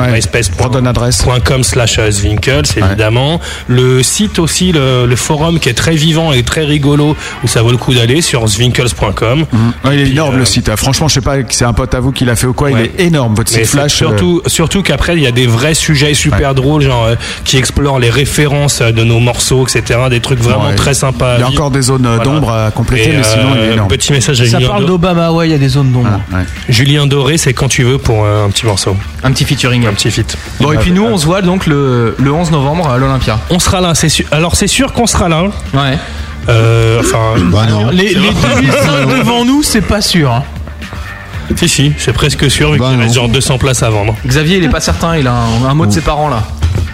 S5: myspace.com slash Zwinkels, évidemment. Le site aussi, le, le forum qui est très vivant et très rigolo, où ça vaut le coup d'aller, sur zwinkels.com.
S4: Mm. Ouais, il est énorme
S5: euh,
S4: le site. Ah, Franchement, je sais pas, c'est un pote à vous qui l'a fait ou quoi. Il est énorme votre
S5: Mais
S4: site
S5: c'est
S4: Flash. euh.
S5: Surtout, surtout qu'après, il y a des vrais sujets super drôles, genre euh, qui explorent les références euh, de nos morceaux, etc. Des trucs vraiment
S4: Ouais.
S5: très sympas. à
S4: Il y a
S5: vivre.
S4: encore des zones, euh, d'ombre à compléter, mais sinon, il est énorme.
S5: euh,
S4: Ah,
S5: Petit message à
S11: Ça
S5: Julien
S11: parle
S5: Do-
S11: d'Obama, ouais, il y a des zones d'ombre.
S5: Julien Doré, c'est quand tu veux pour euh, un petit morceau.
S6: Un petit featuring.
S5: Un petit feat.
S6: Bon, et puis nous, on se voit donc le, le 11 novembre à l'Olympia.
S5: On sera là, c'est sûr. Alors, c'est sûr qu'on sera là. hein.
S6: Ouais.
S5: Euh, enfin.
S4: Bah
S11: Les, les 2005 devant nous, c'est pas sûr. hein.
S5: Si, si, c'est presque sûr,
S4: Bah
S5: vu qu'il reste genre 200 places à vendre.
S6: Xavier, il est pas certain, il a Euh, un, un mot de ses parents là.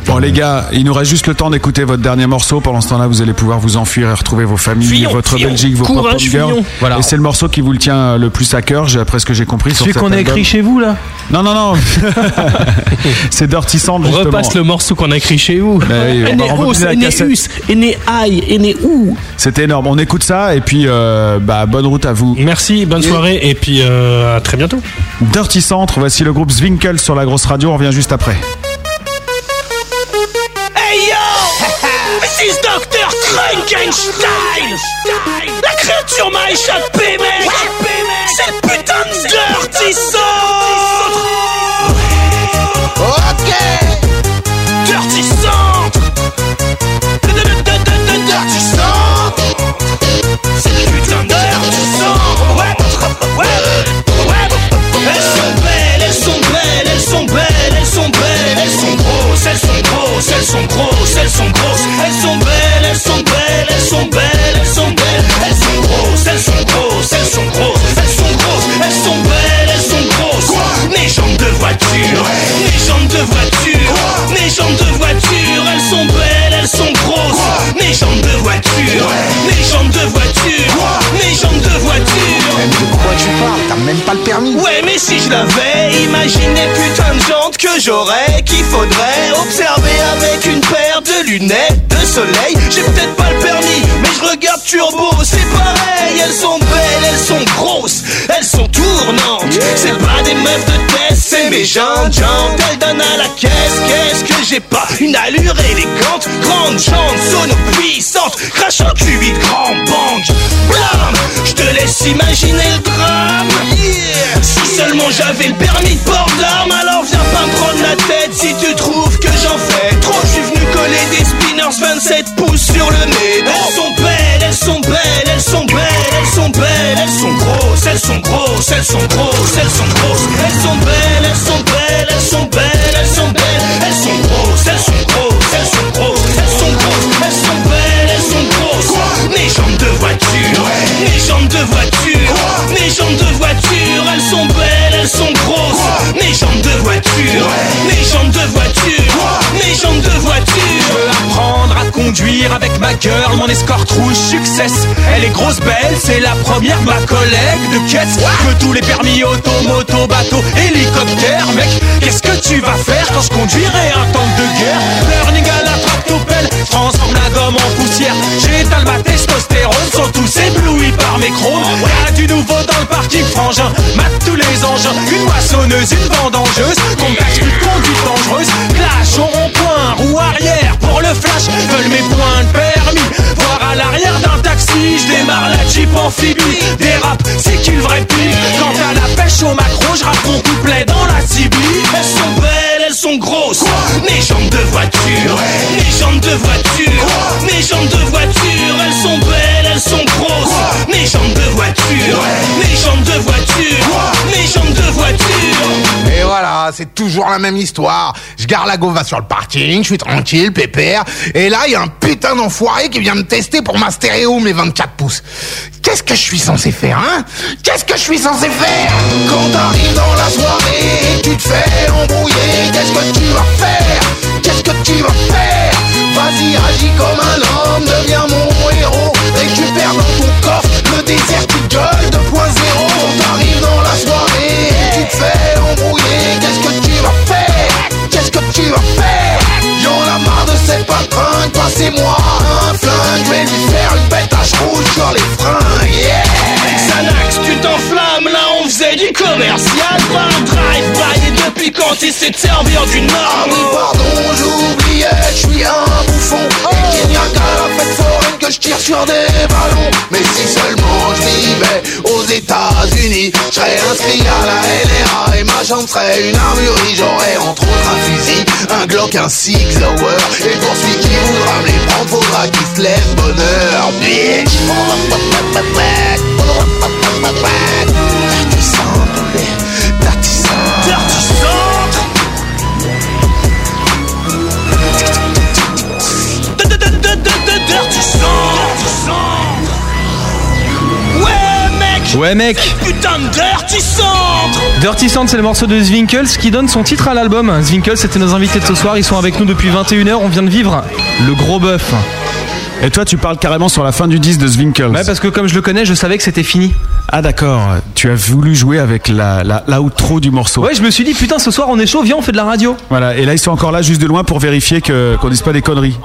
S4: Bon les gars, il nous reste juste le temps d'écouter votre dernier morceau. Pendant ce temps-là, vous allez pouvoir vous enfuir et retrouver vos familles,
S6: Fuyons,
S4: votre
S6: fuyons.
S4: Belgique, vos
S6: Courage,
S4: pop girls.
S6: fuyons.
S4: Et c'est le morceau qui vous le tient euh, le plus à cœur, j'ai- après ce que j'ai compris. sur
S11: Celui
S4: cet
S11: qu'on a
S4: album.
S11: écrit chez vous, là
S4: Non, non, non. c'est Dirty Sand,
S5: On
S4: justement. Bah
S5: repasse le morceau qu'on a écrit chez vous.
S4: oui, on va rembobiner la cassette. C'était énorme. On écoute ça et puis euh, bah, bonne route à vous.
S5: Merci, bonne soirée et puis euh, à très bientôt.
S4: Dirty Centre, voici le groupe Zwinkel sur la grosse radio. On revient juste après.
S10: Hey yo This is Dr. Frankenstein La créature m'a échappé, mec C'est le putain de Dirty Centre Ok Dirty Centre Dirty Centre C'est le putain de Dirty Centre Ouais Ouais Ouais Elles sont belles, elles sont belles, elles sont belles, elles sont belles, elles sont grosses, elles sont grosses, elles sont grosses, elles sont grosses, elles sont belles, elles sont belles, elles sont belles, elles sont belles, elles sont grosses, elles sont grosses, elles sont grosses, elles sont grosses, elles sont belles, elles sont grosses. Mes jambes de voiture, mes jambes de voiture, mes jambes de voiture, elles sont belles, elles sont grosses. Mes jambes de voiture, mes jambes de voiture, mes jambes de voiture.
S9: Même de quoi tu parles T'as même pas le permis
S10: Ouais, mais si je l'avais, imaginez putain de gens compte que j'aurais qu'il faudrait observer avec une paire de lunettes de soleil. J'ai peut-être pas le permis, mais je regarde Turbo, c'est pareil. Elles sont belles, elles sont grosses, elles sont tournantes. C'est pas des meufs de test, c'est mes jantes, jantes. Elles donnent à la caisse, qu'est-ce que j'ai pas Une allure élégante, grande jante, zone puissante, crachant Q8, grand bang. Blam Je te laisse imaginer le drame. Yeah. Si seulement j'avais le permis de port d'armes, alors viens pas me prendre la tête si tu trouves que j'en fais trop. Je suis venu coller des spinners 27 pouces sur le nez. Elles sont belles, elles sont belles, elles sont belles, elles sont belles, elles sont grosses, elles sont grosses, elles sont grosses, elles sont grosses, elles sont belles, elles sont belles, elles sont belles, elles sont belles, elles sont grosses, elles sont grosses, elles sont grosses, elles sont grosses, elles sont belles, elles sont grosses. Mes jambes de voiture, mes jambes de voiture, mes jambes de voiture, elles sont belles, elles sont grosses. Mes jambes de voiture, mes jambes de voiture, mes jambes de voiture. Apprendre à conduire avec ma girl, mon escorte rouge success. Elle est grosse belle, c'est la première ma collègue de caisse. Que tous les permis auto, moto, bateau, hélicoptère, mec. Qu'est-ce que tu vas faire quand je conduirai un tank de guerre Burning à la trappe Opel, je transforme la gomme en poussière. J'étale ma testostérone, sont tous éblouis par mes chromes. Voilà du nouveau dans le parking frangin, mate tous les engins. Une moissonneuse, une vendangeuse, contact une conduite dangereuse. Clash au rond-point, roue arrière pour le flash. Veulent mes points de permis, voir à l'arrière d'un taxi. Je démarre la Jeep amphibie, dérape, c'est qu'il vrai pic. Quant à la pêche au macro, je rappe mon couplet dans la Sibie. Elles sont belles, elles sont grosses, mes jambes de voiture. Mes jambes de voiture, mes jambes de voiture, elles sont belles, elles sont grosses. Mes jambes de voiture, mes jambes de voiture, mes jambes de voiture.
S9: Et voilà, c'est toujours la même histoire. Je garde la gauva sur le parking, je suis tranquille, pépère. Et là, il y a un putain d'enfoiré qui vient me tester pour ma stéréo, mes 24 pouces. Qu'est-ce que je suis censé faire, hein Qu'est-ce que je suis censé faire Quand t'arrives dans la soirée, tu te fais embrouiller. Qu'est-ce que tu vas faire Qu'est-ce que tu vas faire Vas-y, agis comme un homme, deviens mon héros. Récupère dans ton coffre le désert qui gueule 2.0. Quand t'arrives dans la soirée, tu te fais embrouiller. Qu'est-ce que tu vas faire Qu'est-ce que tu vas faire Y'en a marre de cette patronne, passez-moi un flingue, je vais lui faire une pétage rouge sur les fringues, yeah
S10: Xanax, tu t'enflammes, là on faisait du commercial, pas un drive-by, et depuis quand tu sais te servir du norme
S9: Pardon, j'oubliais, je suis un bouffon Et qu'il n'y a qu'à la fête foraine que je tire sur des ballons Mais si seulement je vivais aux États-Unis Je serais inscrit à la LRA et ma jambe serait une armurerie J'aurais entre autres un fusil, un Glock, un Six Hour Et pour celui qui voudra me les prendre, faudra qu'il se lève bonheur Bitch Dirty Sand, bébé. Dirty Sand.
S10: Dirty Centre. Ouais mec
S6: Ouais, mec.
S10: Putain de Dirty Centre
S6: Dirty Sound, c'est le morceau de Zwinkels qui donne son titre à l'album. Zwinkels, c'était nos invités de ce soir. Ils sont avec nous depuis 21h. On vient de vivre le gros bœuf.
S4: Et toi, tu parles carrément sur la fin du 10 de Zwinkels.
S6: Ouais, parce que comme je le connais, je savais que c'était fini.
S4: Ah d'accord, tu as voulu jouer avec la, la, l'outro du morceau.
S6: Ouais, je me suis dit, putain, ce soir on est chaud, viens, on fait de la radio.
S4: Voilà, et là ils sont encore là juste de loin pour vérifier que- qu'on dise pas des conneries.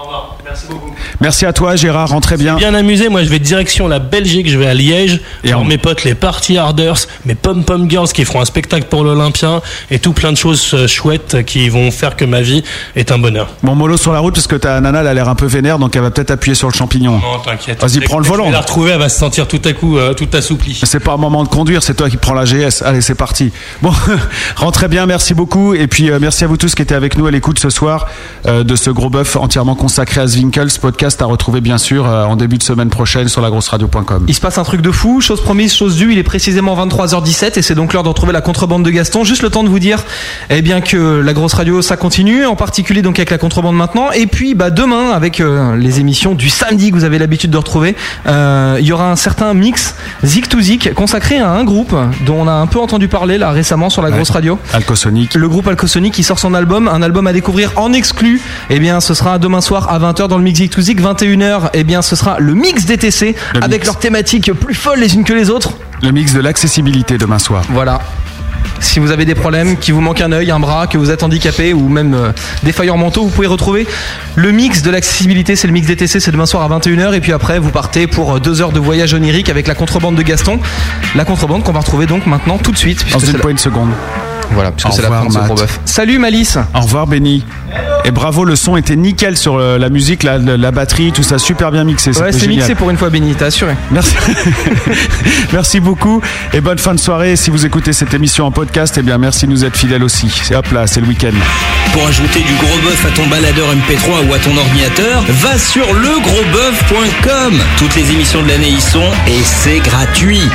S5: Merci beaucoup.
S4: Merci à toi Gérard, rentrez bien.
S5: Bien amusé, moi je vais direction la Belgique, je vais à Liège, voir mes potes les Party Harders, mes Pom Pom Girls qui feront un spectacle pour l'Olympien et tout plein de choses euh, chouettes qui vont faire que ma vie est un bonheur.
S4: Bon mollo sur la route parce que ta nana elle a l'air un peu vénère donc elle va peut-être appuyer sur le champignon.
S5: Non, t'inquiète.
S4: Vas-y, prends le
S5: Je vais
S4: volant.
S5: la retrouver, elle va se sentir tout à coup euh, tout assouplie.
S4: C'est pas un moment de conduire, c'est toi qui prends la GS. Allez, c'est parti. Bon, rentrez bien, merci beaucoup. Et puis, euh, merci à vous tous qui étaient avec nous à l'écoute ce soir euh, de ce gros bœuf entièrement consacré à Zwinkels. Podcast à retrouver, bien sûr, euh, en début de semaine prochaine sur lagrosseradio.com.
S6: Il se passe un truc de fou, chose promise, chose due, il est précisément 23h17 et c'est donc l'heure de retrouver la contrebande de Gaston. Juste le temps de vous dire eh bien que la grosse radio ça continue, en particulier donc avec la contrebande maintenant et puis bah demain avec euh, les émissions du samedi que vous avez l'habitude de retrouver, euh, il y aura un certain mix Zik to Zik consacré à un groupe dont on a un peu entendu parler là récemment sur la grosse radio.
S4: Alcosonic.
S6: Le groupe Alcosonic qui sort son album, un album à découvrir en exclu. Eh bien, ce sera demain soir à 20h dans le Mix Zik to Zik, 21h. Eh bien, ce sera le mix DTC avec leurs thématiques plus folles les unes que les autres.
S4: Le mix de l'accessibilité demain soir.
S6: Voilà. Si vous avez des problèmes, qu'il vous manque un œil, un bras, que vous êtes handicapé ou même euh, défaillant mentaux, vous pouvez retrouver le mix de l'accessibilité. C'est le mix DTC, c'est demain soir à 21h. Et puis après, vous partez pour euh, deux heures de voyage onirique avec la contrebande de Gaston. La contrebande qu'on va retrouver donc maintenant tout de suite.
S4: Dans
S6: puisque
S4: une
S6: c'est la-
S4: poignée de seconde.
S6: Voilà, puisque c'est la fin de ce gros bœuf. Salut Malice.
S4: Au revoir Benny. Et bravo, le son était nickel sur euh, la musique, la, la- la batterie, tout ça super bien mixé.
S6: Ouais,
S4: c'était
S6: c'est
S4: génial.
S6: mixé pour une fois, Benny, t'as assuré.
S4: Merci. merci beaucoup et bonne fin de soirée. Si vous écoutez cette émission en podcast, eh bien merci de nous être fidèles aussi. Et Hop là, c'est le week-end.
S10: Pour ajouter du gros bœuf à ton baladeur MP3 ou à ton ordinateur, va sur legrosboeuf.com. Toutes les émissions de l'année y sont et c'est gratuit.